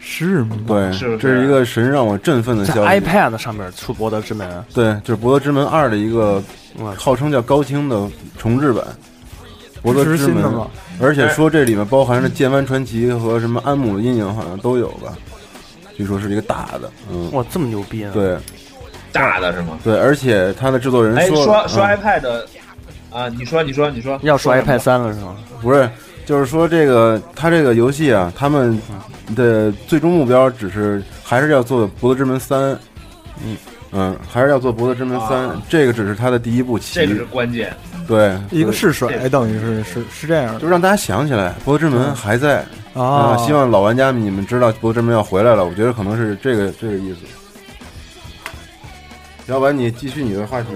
[SPEAKER 2] 是吗？
[SPEAKER 4] 对，
[SPEAKER 5] 是
[SPEAKER 4] 这是一个神让我振奋的
[SPEAKER 1] 在
[SPEAKER 4] 消息。
[SPEAKER 1] iPad 上面出《博德之门》啊，
[SPEAKER 4] 对，就是《博德之门二》的一个
[SPEAKER 1] 哇
[SPEAKER 4] 号称叫高清的重制版。博德
[SPEAKER 2] 是
[SPEAKER 4] 之
[SPEAKER 2] 新的
[SPEAKER 4] 门
[SPEAKER 2] 吗，？
[SPEAKER 4] 而且说这里面包含着《剑湾传奇》和什么《安姆的阴影》，好像都有吧？据说是一个大的，嗯，
[SPEAKER 1] 哇，这么牛逼啊！
[SPEAKER 4] 对
[SPEAKER 5] 大的是吗？
[SPEAKER 4] 对，而且它的制作人
[SPEAKER 5] 哎，
[SPEAKER 4] 说
[SPEAKER 5] 说
[SPEAKER 4] 了
[SPEAKER 5] 说
[SPEAKER 4] 嗯
[SPEAKER 5] iPad 的啊，你说你说你说，
[SPEAKER 1] 要说
[SPEAKER 5] 什么
[SPEAKER 1] iPad 三了是吗？
[SPEAKER 4] 不是，就是说这个他这个游戏啊，他们的最终目标只是还是要做《博德之门三》。
[SPEAKER 1] 嗯
[SPEAKER 4] 嗯，还是要做《博德之门三》
[SPEAKER 5] 啊
[SPEAKER 4] 这个只是他的第一步棋。
[SPEAKER 5] 这个是关键。
[SPEAKER 4] 对，
[SPEAKER 2] 一个
[SPEAKER 4] 所
[SPEAKER 2] 试水，等于是是是这样
[SPEAKER 4] 以就让大家想起来，《博德之门》还在
[SPEAKER 2] 的啊。
[SPEAKER 4] 希望老玩家们你们知道《博德之门》要回来了。我觉得可能是这个这个意思。要不然你继续你的话题。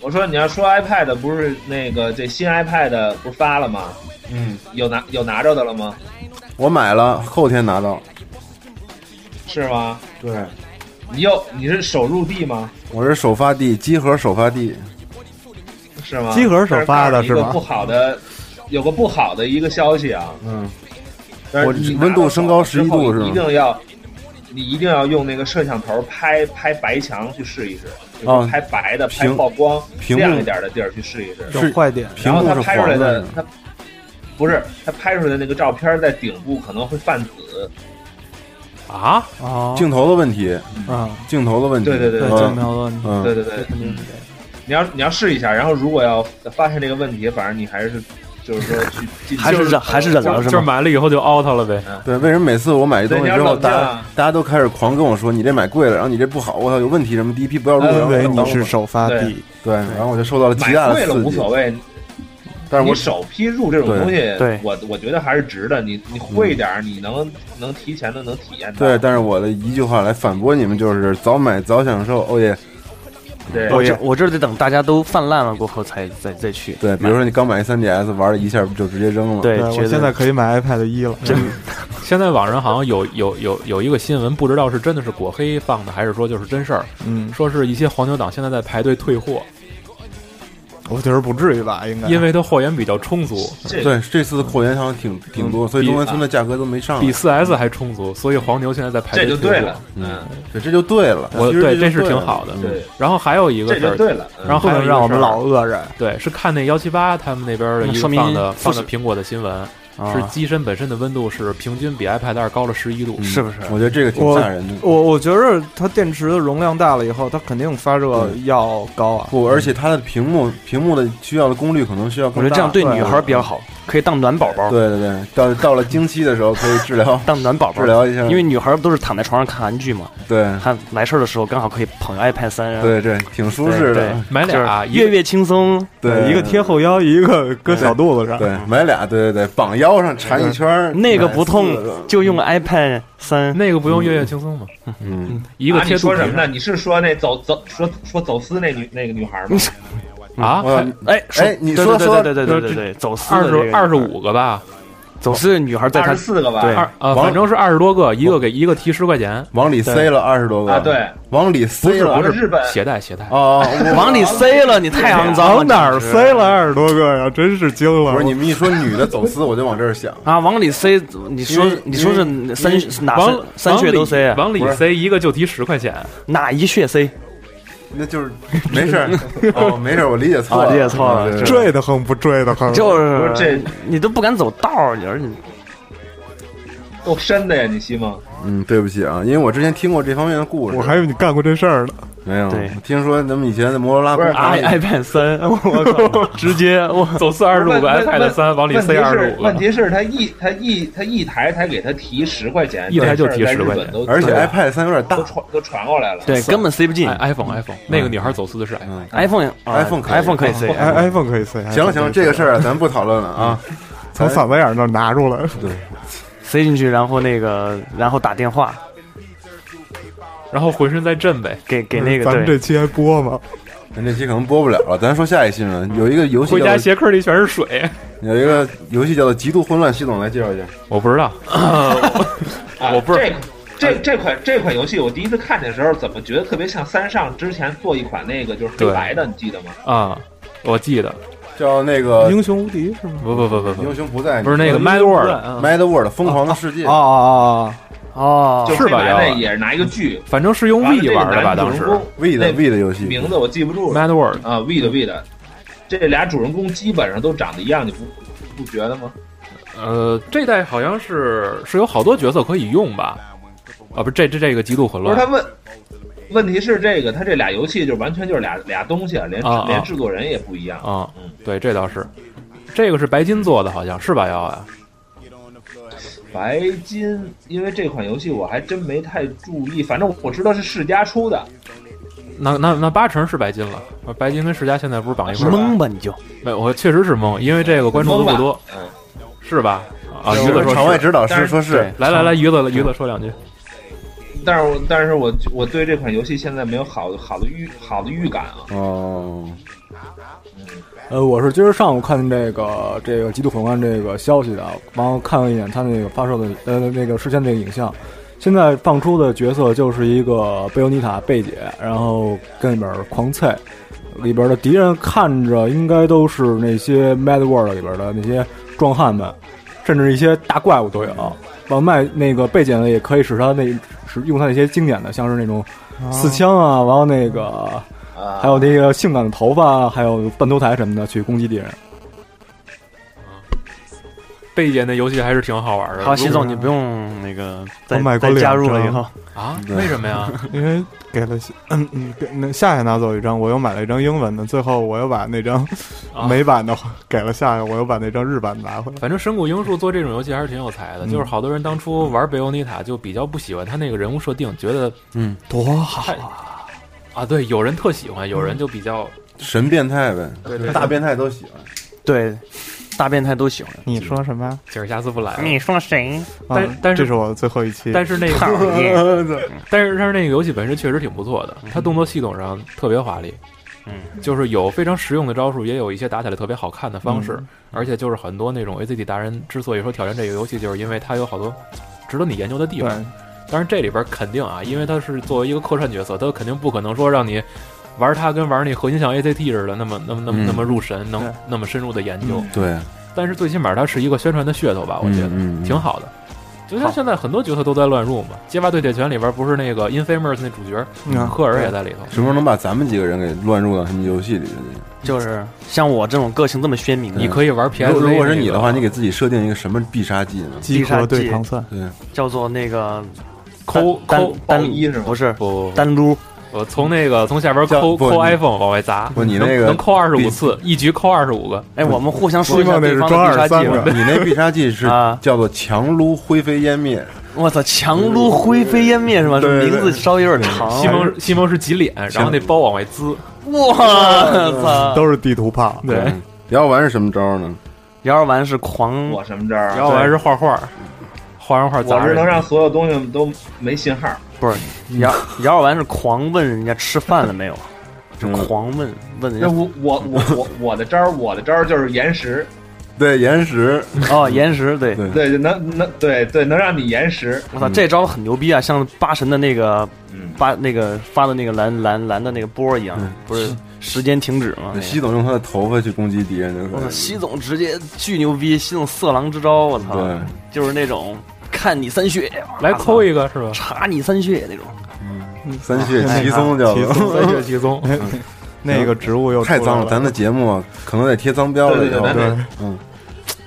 [SPEAKER 5] 我说你要说 iPad 不是那个这新 iPad 不是发了吗？
[SPEAKER 4] 嗯，
[SPEAKER 5] 有拿有拿着的了吗？
[SPEAKER 4] 我买了，后天拿到。
[SPEAKER 5] 是吗？
[SPEAKER 4] 对，
[SPEAKER 5] 你又你是手入地吗？
[SPEAKER 4] 我是首发地，集合首发地。
[SPEAKER 5] 是吗？
[SPEAKER 2] 集合首发的
[SPEAKER 5] 但
[SPEAKER 2] 是
[SPEAKER 5] 告诉你一
[SPEAKER 2] 吗
[SPEAKER 5] 个不好的，有个不好的一个消息啊，
[SPEAKER 4] 嗯，
[SPEAKER 5] 但
[SPEAKER 4] 我
[SPEAKER 5] 是你拿到
[SPEAKER 4] 温度升高
[SPEAKER 5] 手之后
[SPEAKER 4] 11度是吗
[SPEAKER 5] 一定要你一定要用那个摄像头拍拍白墙去试一试，就是
[SPEAKER 4] 啊
[SPEAKER 5] 拍白的、拍
[SPEAKER 4] 屏
[SPEAKER 5] 曝光、
[SPEAKER 4] 屏
[SPEAKER 5] 亮
[SPEAKER 4] 幕
[SPEAKER 5] 一点的地儿去试一试。
[SPEAKER 2] 有坏点，
[SPEAKER 4] 屏
[SPEAKER 5] 然后
[SPEAKER 4] 幕
[SPEAKER 5] 他
[SPEAKER 4] 是
[SPEAKER 5] 拍出来
[SPEAKER 4] 黄
[SPEAKER 5] 的
[SPEAKER 4] 的，，
[SPEAKER 5] 他不是他拍出来的那个照片，在顶部可能会泛紫。
[SPEAKER 3] 啊，
[SPEAKER 2] 啊
[SPEAKER 4] 镜头的问题，
[SPEAKER 2] 啊，
[SPEAKER 4] 镜头的问题，
[SPEAKER 5] 对对对
[SPEAKER 2] 对，
[SPEAKER 4] 嗯
[SPEAKER 2] 镜头的问题，
[SPEAKER 4] 嗯，
[SPEAKER 5] 对对对，
[SPEAKER 2] 肯定是
[SPEAKER 5] 你要你要试一下，然后如果要发现这个问题，反正你还是就是说去 进
[SPEAKER 1] 还是忍还是忍了
[SPEAKER 3] 就是是
[SPEAKER 1] 吗？
[SPEAKER 3] 买了以后就 out 了呗。
[SPEAKER 4] 对，为什么每次我买一东西之后，
[SPEAKER 5] 对你要冷静
[SPEAKER 4] 大家
[SPEAKER 5] 啊
[SPEAKER 4] 大家都开始狂跟我说你这买贵了，然后你这不好，我操有问题什么，第一批不要入，
[SPEAKER 5] 呃
[SPEAKER 4] 然
[SPEAKER 2] 因
[SPEAKER 4] 后
[SPEAKER 2] 为
[SPEAKER 6] 嗯
[SPEAKER 4] 等
[SPEAKER 2] 你
[SPEAKER 4] 我
[SPEAKER 2] 是首发地
[SPEAKER 4] 对，
[SPEAKER 5] 对，
[SPEAKER 4] 然后我就受到了极
[SPEAKER 5] 买
[SPEAKER 4] 大的
[SPEAKER 5] 贵了
[SPEAKER 4] 刺
[SPEAKER 5] 无
[SPEAKER 4] 激。
[SPEAKER 5] 所谓，
[SPEAKER 4] 但是
[SPEAKER 5] 你
[SPEAKER 4] 我
[SPEAKER 5] 首批入这种东西，
[SPEAKER 1] 对
[SPEAKER 5] 我我觉得还是值的。你你会
[SPEAKER 4] 嗯
[SPEAKER 5] 一点儿，你能能提前的能体验到。
[SPEAKER 4] 对，但是我的一句话来反驳你们，就是早买早享受，哦耶，
[SPEAKER 5] 对，
[SPEAKER 1] 我这我这得等大家都泛滥了过后才再再去。
[SPEAKER 4] 对，比如说你刚买一 3DS，玩了一下就直接扔了。
[SPEAKER 1] 对，
[SPEAKER 2] 我
[SPEAKER 1] 觉得
[SPEAKER 2] 现在可以买 iPad 一了， 真
[SPEAKER 3] 现在网上好像有有有有一个新闻，不知道是真的是果黑放的，还是说就是真事儿，
[SPEAKER 2] 嗯，
[SPEAKER 3] 说是一些黄牛党现在在排队退货，
[SPEAKER 2] 我觉得不至于吧，应该
[SPEAKER 3] 因为它货源比较充足，
[SPEAKER 5] 这
[SPEAKER 4] 对，这次货源好像挺挺多，所以中关村的价格都没上
[SPEAKER 3] 比
[SPEAKER 4] 来。
[SPEAKER 3] 4 S 还充足，所以黄牛现在在排
[SPEAKER 5] 这
[SPEAKER 3] 队
[SPEAKER 5] 就
[SPEAKER 3] 退货。
[SPEAKER 5] 对了，
[SPEAKER 4] 嗯，对，这就对了。
[SPEAKER 3] 我
[SPEAKER 4] 其实
[SPEAKER 3] 对
[SPEAKER 4] 就
[SPEAKER 3] 这是
[SPEAKER 4] 对
[SPEAKER 3] 挺
[SPEAKER 4] 了
[SPEAKER 3] 好的。
[SPEAKER 5] 对，
[SPEAKER 3] 然后还有一个
[SPEAKER 5] 这
[SPEAKER 3] 事
[SPEAKER 5] 就
[SPEAKER 3] 儿，
[SPEAKER 5] 对了。嗯
[SPEAKER 3] 然后
[SPEAKER 2] 不
[SPEAKER 3] 还有
[SPEAKER 2] 能
[SPEAKER 3] 一个
[SPEAKER 2] 让我们
[SPEAKER 3] 事儿
[SPEAKER 2] 老饿着。
[SPEAKER 3] 对，是看那幺七八他们那边的
[SPEAKER 1] 那
[SPEAKER 3] 一
[SPEAKER 1] 说
[SPEAKER 3] 个
[SPEAKER 1] 明
[SPEAKER 3] 放的
[SPEAKER 1] 不
[SPEAKER 3] 放
[SPEAKER 1] 是
[SPEAKER 3] 的苹果的新闻，是
[SPEAKER 1] 啊
[SPEAKER 3] 机身本身的温度是平均比 iPad 二高了十一度，
[SPEAKER 4] 嗯
[SPEAKER 1] 是不是
[SPEAKER 4] 我觉得这个挺
[SPEAKER 2] 我
[SPEAKER 4] 吓人的。
[SPEAKER 2] 我我觉得它电池的容量大了以后，它肯定发热要高啊。
[SPEAKER 4] 不，而且它的屏幕屏幕的需要的功率可能需要
[SPEAKER 1] 嗯我
[SPEAKER 4] 更大。
[SPEAKER 1] 觉得这样对
[SPEAKER 2] 对
[SPEAKER 1] 女孩比较好，可以当暖宝宝，
[SPEAKER 4] 对对对，到到了经期的时候可以治 疗
[SPEAKER 1] 当暖宝宝
[SPEAKER 4] 治。疗一下，
[SPEAKER 1] 啊因为女孩不都是躺在床上看韩剧嘛，
[SPEAKER 4] 对
[SPEAKER 1] 她来事儿的时候刚好可以捧 iPad 三，啊然后
[SPEAKER 4] 对对，挺舒适
[SPEAKER 1] 对
[SPEAKER 4] 的。
[SPEAKER 3] 买俩
[SPEAKER 1] 就是
[SPEAKER 3] 一个
[SPEAKER 1] 月月轻松，
[SPEAKER 4] 对，
[SPEAKER 2] 一个贴后腰，一个搁小肚子上。
[SPEAKER 4] 对，买俩，对对对，绑腰上缠一圈儿，
[SPEAKER 1] 那个
[SPEAKER 4] 买
[SPEAKER 1] 不
[SPEAKER 4] 四个
[SPEAKER 1] 痛就用 iPad 三。
[SPEAKER 3] 那个不用月月轻松吗？
[SPEAKER 4] 嗯，
[SPEAKER 3] 一个
[SPEAKER 5] 啊
[SPEAKER 3] 贴
[SPEAKER 5] 你
[SPEAKER 3] 肚
[SPEAKER 5] 说
[SPEAKER 3] 皮
[SPEAKER 5] 什么呢？你是说那走走说说走私那女那个女孩吗？
[SPEAKER 3] 啊，
[SPEAKER 4] 我
[SPEAKER 3] 还
[SPEAKER 1] 哎，
[SPEAKER 4] 哎你说
[SPEAKER 1] 对
[SPEAKER 4] 说
[SPEAKER 1] 对对对对对对，走私的
[SPEAKER 3] 二
[SPEAKER 1] 这个女
[SPEAKER 3] 十
[SPEAKER 1] 孩
[SPEAKER 3] 二十，五个吧，
[SPEAKER 1] 走私的女孩在
[SPEAKER 5] 二
[SPEAKER 1] 她
[SPEAKER 5] 十四个吧？
[SPEAKER 1] 对
[SPEAKER 3] 二呃，
[SPEAKER 4] 王
[SPEAKER 3] 反正是二十多个，一个给一个提十块钱，
[SPEAKER 4] 往里塞了二十多个
[SPEAKER 5] 啊，，对，
[SPEAKER 4] 往里塞了
[SPEAKER 5] 不是
[SPEAKER 4] 20，
[SPEAKER 5] 日本
[SPEAKER 3] 携带携带。
[SPEAKER 4] 哦，我
[SPEAKER 1] 往里塞了，你太肮脏了，
[SPEAKER 2] 往哦哪儿
[SPEAKER 1] 啊简直
[SPEAKER 2] 塞了二十多个呀？真是惊了！
[SPEAKER 4] 哦不是你们一说女的走私，我就往这儿想，
[SPEAKER 1] 啊？往里塞，你说
[SPEAKER 4] 因为
[SPEAKER 1] 你说是
[SPEAKER 4] 因
[SPEAKER 1] 三
[SPEAKER 4] 为
[SPEAKER 1] 哪
[SPEAKER 3] 往
[SPEAKER 1] 三三穴都塞啊？嗯
[SPEAKER 3] 往里
[SPEAKER 4] 不
[SPEAKER 3] 往
[SPEAKER 4] 是
[SPEAKER 3] 里塞一个就提十块钱，
[SPEAKER 1] 哪一穴塞？
[SPEAKER 4] 那就是没 事儿，哦，没事儿，我理解错了，
[SPEAKER 1] 啊理解错了
[SPEAKER 4] 对对对
[SPEAKER 2] 坠得很不坠得很？
[SPEAKER 1] 就是
[SPEAKER 5] 不是这
[SPEAKER 1] 你都不敢走道儿，你说你
[SPEAKER 5] 够深的呀，你西蒙。
[SPEAKER 4] 嗯，对不起啊，因为我之前听过这方面的故事，
[SPEAKER 2] 我还以为你干过这事儿呢。
[SPEAKER 4] 没有
[SPEAKER 1] 对
[SPEAKER 4] 听说咱们以前在摩托拉
[SPEAKER 5] 不是
[SPEAKER 3] 哎
[SPEAKER 4] 工厂里
[SPEAKER 1] i iPad 三，我靠，直接我
[SPEAKER 3] 走私二十五个
[SPEAKER 5] 问问
[SPEAKER 3] iPad 三，往里塞二十
[SPEAKER 5] 问
[SPEAKER 3] 五
[SPEAKER 5] 题是，
[SPEAKER 3] 个
[SPEAKER 5] 问，题是他一他一他一台才给他提十块钱，
[SPEAKER 3] 一台就提
[SPEAKER 5] 这事儿
[SPEAKER 3] 10块钱
[SPEAKER 5] 在日本都
[SPEAKER 4] 而且 iPad 三有点大
[SPEAKER 5] 都传都传过来了。
[SPEAKER 1] 对根本塞不进
[SPEAKER 3] 哎 iPhone iPhone 那个女孩走私的是 iPhone，
[SPEAKER 4] 嗯
[SPEAKER 1] iPhone 啊
[SPEAKER 4] iPhone 可以
[SPEAKER 1] iPhone 可以塞，
[SPEAKER 2] i iPhone 可以塞。
[SPEAKER 4] 行了行了，这个事
[SPEAKER 2] 儿
[SPEAKER 4] 儿啊咱不讨论了啊。
[SPEAKER 2] 从嗓子眼儿那儿拿出来。
[SPEAKER 1] 塞进去，然后那个然后打电话嗯
[SPEAKER 3] 然后浑身在震呗，
[SPEAKER 1] 给给那个
[SPEAKER 2] 咱们
[SPEAKER 1] 对
[SPEAKER 2] 这期还播吗？
[SPEAKER 4] 咱这期可能播不了了，咱说下一新闻。有一个游戏
[SPEAKER 3] 回
[SPEAKER 4] 叫
[SPEAKER 3] 家
[SPEAKER 4] 做
[SPEAKER 3] 鞋壳里全是水，
[SPEAKER 4] 有一个游戏叫做《极度混乱》，系统来介绍一下。
[SPEAKER 3] 我不知 道，
[SPEAKER 5] 啊
[SPEAKER 3] 我不是
[SPEAKER 5] 这这这款这款游戏，我第一次看的时候，怎么觉得特别像三上之前做一款那个就是黑
[SPEAKER 3] 对
[SPEAKER 5] 白的，你记得吗？
[SPEAKER 3] 啊，我记得，
[SPEAKER 4] 叫那个
[SPEAKER 2] 英雄无敌是吗？
[SPEAKER 3] 不不不不不
[SPEAKER 4] 英，雄不在，
[SPEAKER 3] 不是那个 Mad World，
[SPEAKER 4] 《Mad World》疯狂的世界
[SPEAKER 2] 啊啊啊！
[SPEAKER 1] 哦
[SPEAKER 5] 就，
[SPEAKER 3] 是
[SPEAKER 5] 黑
[SPEAKER 3] 吧
[SPEAKER 5] 白
[SPEAKER 3] 要
[SPEAKER 5] 那也是拿一个剧，
[SPEAKER 3] 反正是用
[SPEAKER 5] 完了
[SPEAKER 3] V
[SPEAKER 5] 这个
[SPEAKER 3] 玩的吧，
[SPEAKER 5] 男主
[SPEAKER 3] 当
[SPEAKER 5] 人
[SPEAKER 3] 时
[SPEAKER 5] 公
[SPEAKER 4] V 的
[SPEAKER 5] 那
[SPEAKER 4] V 的游戏，
[SPEAKER 5] 名字我记不住了
[SPEAKER 3] Mad World
[SPEAKER 5] 啊，V 的 V 的，这俩主人公基本上都长得一样，你不不觉得吗？
[SPEAKER 3] 呃，这代好像是是有好多角色可以用吧？啊，不是，这这这个极度混
[SPEAKER 5] 不是他
[SPEAKER 3] 乱，
[SPEAKER 5] 问，问题是这个，他这俩游戏就完全就是俩俩东西，啊，连
[SPEAKER 3] 啊啊
[SPEAKER 5] 连制作人也不一样。
[SPEAKER 3] 啊，对，这倒是，这个是白金做的，好像是吧？要啊，
[SPEAKER 5] 白金，因为这款游戏我还真没太注意，反正我知道是世嘉出的，
[SPEAKER 3] 那那那八成是白金了，白金跟世嘉现在不是绑一块儿吗？
[SPEAKER 1] 蒙吧你就
[SPEAKER 3] 没有，我确实是懵，因为这个关注度不多，
[SPEAKER 5] 嗯，
[SPEAKER 3] 是吧？啊，
[SPEAKER 4] 就是
[SPEAKER 3] 鱼子
[SPEAKER 4] 场
[SPEAKER 3] 说
[SPEAKER 4] 外
[SPEAKER 3] 是，
[SPEAKER 4] 指导师说
[SPEAKER 3] 对
[SPEAKER 4] 是，
[SPEAKER 3] 来来来，鱼子鱼子说两句，
[SPEAKER 5] 但是我但是我我对这款游戏现在没有好好的预好的预感啊，
[SPEAKER 4] 哦，
[SPEAKER 6] 呃，我是今儿上午看见这个这个《极度混乱》这个消息的，啊然后看了一眼他那个发售的呃那个事先那个影像，现在放出的角色就是一个贝欧妮塔贝姐，然后跟里边儿狂菜，里边儿的敌人看着应该都是那些 Mad World 里边儿的那些壮汉们，甚至一些大怪物都有。往卖那个贝姐呢，也可以使他那使用他那些经典的，像是那种刺枪啊，然后那个。
[SPEAKER 5] 啊
[SPEAKER 6] 还有那个性感的头发，还有半头台什么的去攻击敌人。
[SPEAKER 3] 贝姐那游戏还是挺好玩的。
[SPEAKER 1] 好，
[SPEAKER 3] 如
[SPEAKER 1] 习总你不用那个再
[SPEAKER 2] 我买过
[SPEAKER 1] 再加入
[SPEAKER 2] 两
[SPEAKER 1] 了以
[SPEAKER 2] 张
[SPEAKER 1] 后，
[SPEAKER 3] 啊？为什么呀？
[SPEAKER 2] 因为给了嗯嗯，给那夏夏拿走一张，我又买了一张英文的，最后我又把那张
[SPEAKER 3] 啊
[SPEAKER 2] 美版的给了夏夏，我又把那张日版拿回来。
[SPEAKER 3] 反正神谷英树做这种游戏还是挺有才的，就是
[SPEAKER 2] 嗯
[SPEAKER 3] 好多人当初玩贝欧妮塔就比较不喜欢他那个人物设定，觉得
[SPEAKER 2] 嗯多好！
[SPEAKER 3] 啊，对，有人特喜欢，有人就比较
[SPEAKER 4] 神变态呗，大变态都喜欢。
[SPEAKER 1] 对，大变态都喜欢。
[SPEAKER 2] 你说什么？
[SPEAKER 3] 吉尔加斯不来了。
[SPEAKER 1] 说谁？
[SPEAKER 2] 但
[SPEAKER 3] 但但是
[SPEAKER 2] 这是我最后一期，
[SPEAKER 3] 但是那
[SPEAKER 1] 讨
[SPEAKER 3] 个，
[SPEAKER 1] 厌。
[SPEAKER 3] 但是但是那个游戏本身确实挺不错的，它动作系统上特别华丽，
[SPEAKER 1] 嗯，
[SPEAKER 3] 就是有非常实用的招数，也有一些打起来特别好看的方式，而且就是很多那种 ACD 达人之所以说挑战这个游戏，就是因为它有好多值得你研究的地
[SPEAKER 2] 对
[SPEAKER 3] 方。当然这里边肯定啊，因为它是作为一个客串角色，它肯定不可能说让你玩它跟玩那核心像 ACT 似的那么那么那么
[SPEAKER 4] 嗯
[SPEAKER 3] 那么入神，
[SPEAKER 2] 对
[SPEAKER 3] 能那么深入的研究。
[SPEAKER 2] 嗯
[SPEAKER 4] 对，
[SPEAKER 3] 但是最起码它是一个宣传的噱头啊吧，我觉得。
[SPEAKER 4] 嗯
[SPEAKER 3] 挺。好的。就像现在很多角色都在乱入嘛，《街霸对铁拳》里边不是那个 Infamous 那主角
[SPEAKER 2] 嗯
[SPEAKER 3] 科尔也在里头，
[SPEAKER 4] 什么时候能把咱们几个人给乱入到他们游戏里去？
[SPEAKER 1] 就是像我这种个性这么鲜明，
[SPEAKER 3] 你
[SPEAKER 1] 你
[SPEAKER 3] 可以玩 PS。
[SPEAKER 4] 如果如果是你的话，你给自己设定一个什么必杀技呢？
[SPEAKER 2] 饥渴对糖蒜，
[SPEAKER 4] 对，
[SPEAKER 1] 叫做那个
[SPEAKER 3] 抠
[SPEAKER 1] 单
[SPEAKER 3] 抠
[SPEAKER 1] 单
[SPEAKER 5] 暴衣是吗
[SPEAKER 1] 不是
[SPEAKER 3] 不，
[SPEAKER 1] 单撸，
[SPEAKER 3] 我从那个从下边
[SPEAKER 4] 叫
[SPEAKER 3] 抠
[SPEAKER 4] 不
[SPEAKER 3] 抠
[SPEAKER 4] 你
[SPEAKER 3] iPhone 往外砸，
[SPEAKER 4] 不你
[SPEAKER 3] 能
[SPEAKER 4] 那个
[SPEAKER 3] 能抠二十
[SPEAKER 4] 必
[SPEAKER 3] 五次，一局抠二十五个，
[SPEAKER 1] 哎，我们互相说一
[SPEAKER 2] 嗯希
[SPEAKER 1] 下
[SPEAKER 2] 望那
[SPEAKER 1] 对
[SPEAKER 2] 是
[SPEAKER 1] 方
[SPEAKER 2] 抓
[SPEAKER 1] 的必
[SPEAKER 2] 二
[SPEAKER 1] 杀技
[SPEAKER 2] 三
[SPEAKER 1] 吧
[SPEAKER 2] 个。
[SPEAKER 4] 你那必杀技是
[SPEAKER 1] 啊
[SPEAKER 4] 叫做强撸灰飞烟灭，
[SPEAKER 1] 我操，强撸灰飞烟灭是吗？这
[SPEAKER 4] 对对
[SPEAKER 1] 名字稍微有点长。
[SPEAKER 4] 哦
[SPEAKER 3] 西
[SPEAKER 4] 哎
[SPEAKER 3] 蒙西蒙是挤脸，然后那包往外滋，
[SPEAKER 1] 我操！
[SPEAKER 2] 都是地图炮。
[SPEAKER 3] 对，
[SPEAKER 4] 姚丸是什么招呢？
[SPEAKER 1] 姚二丸是狂，
[SPEAKER 5] 我什么招儿
[SPEAKER 3] 然？后完是画画，画完画
[SPEAKER 5] 我
[SPEAKER 3] 砸
[SPEAKER 5] 是
[SPEAKER 3] 人
[SPEAKER 5] 能。让所有东西都没信号。
[SPEAKER 1] 不是姚姚二丸是狂问人家吃饭了没有，就
[SPEAKER 4] 嗯
[SPEAKER 1] 狂问问
[SPEAKER 5] 那
[SPEAKER 1] 人
[SPEAKER 5] 我我我我我的招儿，我的招儿就是延时，
[SPEAKER 4] 对，岩石，
[SPEAKER 5] 哎
[SPEAKER 1] 家哦，岩石对。
[SPEAKER 4] 对
[SPEAKER 5] 对，就能能对对能让你延时。
[SPEAKER 1] 我操，这招很牛逼啊，像八神的那个
[SPEAKER 5] 嗯，
[SPEAKER 1] 八那个发的那个蓝蓝蓝的那个波一样
[SPEAKER 4] 嗯，
[SPEAKER 1] 不是时间停止吗？那个
[SPEAKER 4] 西总用他的头发去攻击敌人就
[SPEAKER 1] 我
[SPEAKER 4] 可以
[SPEAKER 1] 操，
[SPEAKER 4] 了。
[SPEAKER 1] 西总直接巨牛逼，西总色狼之招，我操
[SPEAKER 5] 啊
[SPEAKER 4] 对，
[SPEAKER 1] 就是那种看你三血，
[SPEAKER 3] 来抠
[SPEAKER 1] 一
[SPEAKER 3] 一个是 吧？
[SPEAKER 1] 查你三血那种。
[SPEAKER 4] 三血齐松叫
[SPEAKER 2] 齐
[SPEAKER 4] 做，
[SPEAKER 2] 松
[SPEAKER 3] 三血齐松，
[SPEAKER 2] 那个植物又出来
[SPEAKER 4] 太脏了。咱的节目可能得贴脏标了，
[SPEAKER 5] 对
[SPEAKER 4] 以
[SPEAKER 5] 对
[SPEAKER 4] 后
[SPEAKER 5] 对，咱得
[SPEAKER 4] 嗯，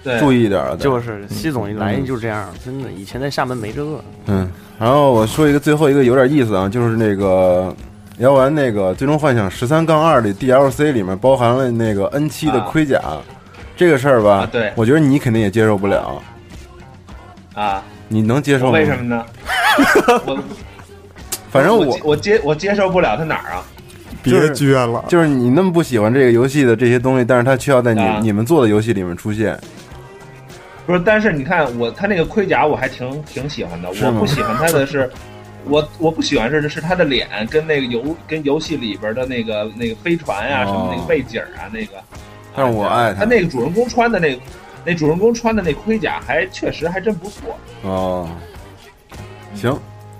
[SPEAKER 5] 对，
[SPEAKER 4] 注意一点儿。
[SPEAKER 1] 就是是西总一来就是这样，真的，以前在厦门没这个。
[SPEAKER 4] 嗯，然后我说一个最后一个有点意思啊，就是那个。要玩那个《最终幻想十三杠二》的 DLC 里面包含了那个 N 七的盔甲，这个事儿吧，
[SPEAKER 5] 啊对
[SPEAKER 4] 我觉得你肯定也接受不了，
[SPEAKER 5] 啊，
[SPEAKER 4] 你能接受
[SPEAKER 5] 我
[SPEAKER 4] 吗？
[SPEAKER 5] 为什么呢？我
[SPEAKER 4] 反正
[SPEAKER 5] 我
[SPEAKER 4] 我
[SPEAKER 5] 接我接我接受不了他哪儿啊？
[SPEAKER 2] 别撅了，
[SPEAKER 4] 就是你那么不喜欢这个游戏的这些东西，但是它却要在你、
[SPEAKER 5] 啊
[SPEAKER 4] 你们做的游戏里面出现，
[SPEAKER 5] 不是，但是你看我他那个盔甲我还挺挺喜欢的，
[SPEAKER 4] 是吗
[SPEAKER 5] 我不喜欢他的是。我我不喜欢是是他的脸跟那个游跟游戏里边的那个那个飞船啊、
[SPEAKER 4] 哦
[SPEAKER 5] 什么那个背景啊那个，
[SPEAKER 4] 但是我爱它
[SPEAKER 5] 他那个主人公穿的那个，那主人公穿的那盔甲还确实还真不错，
[SPEAKER 4] 哦，行，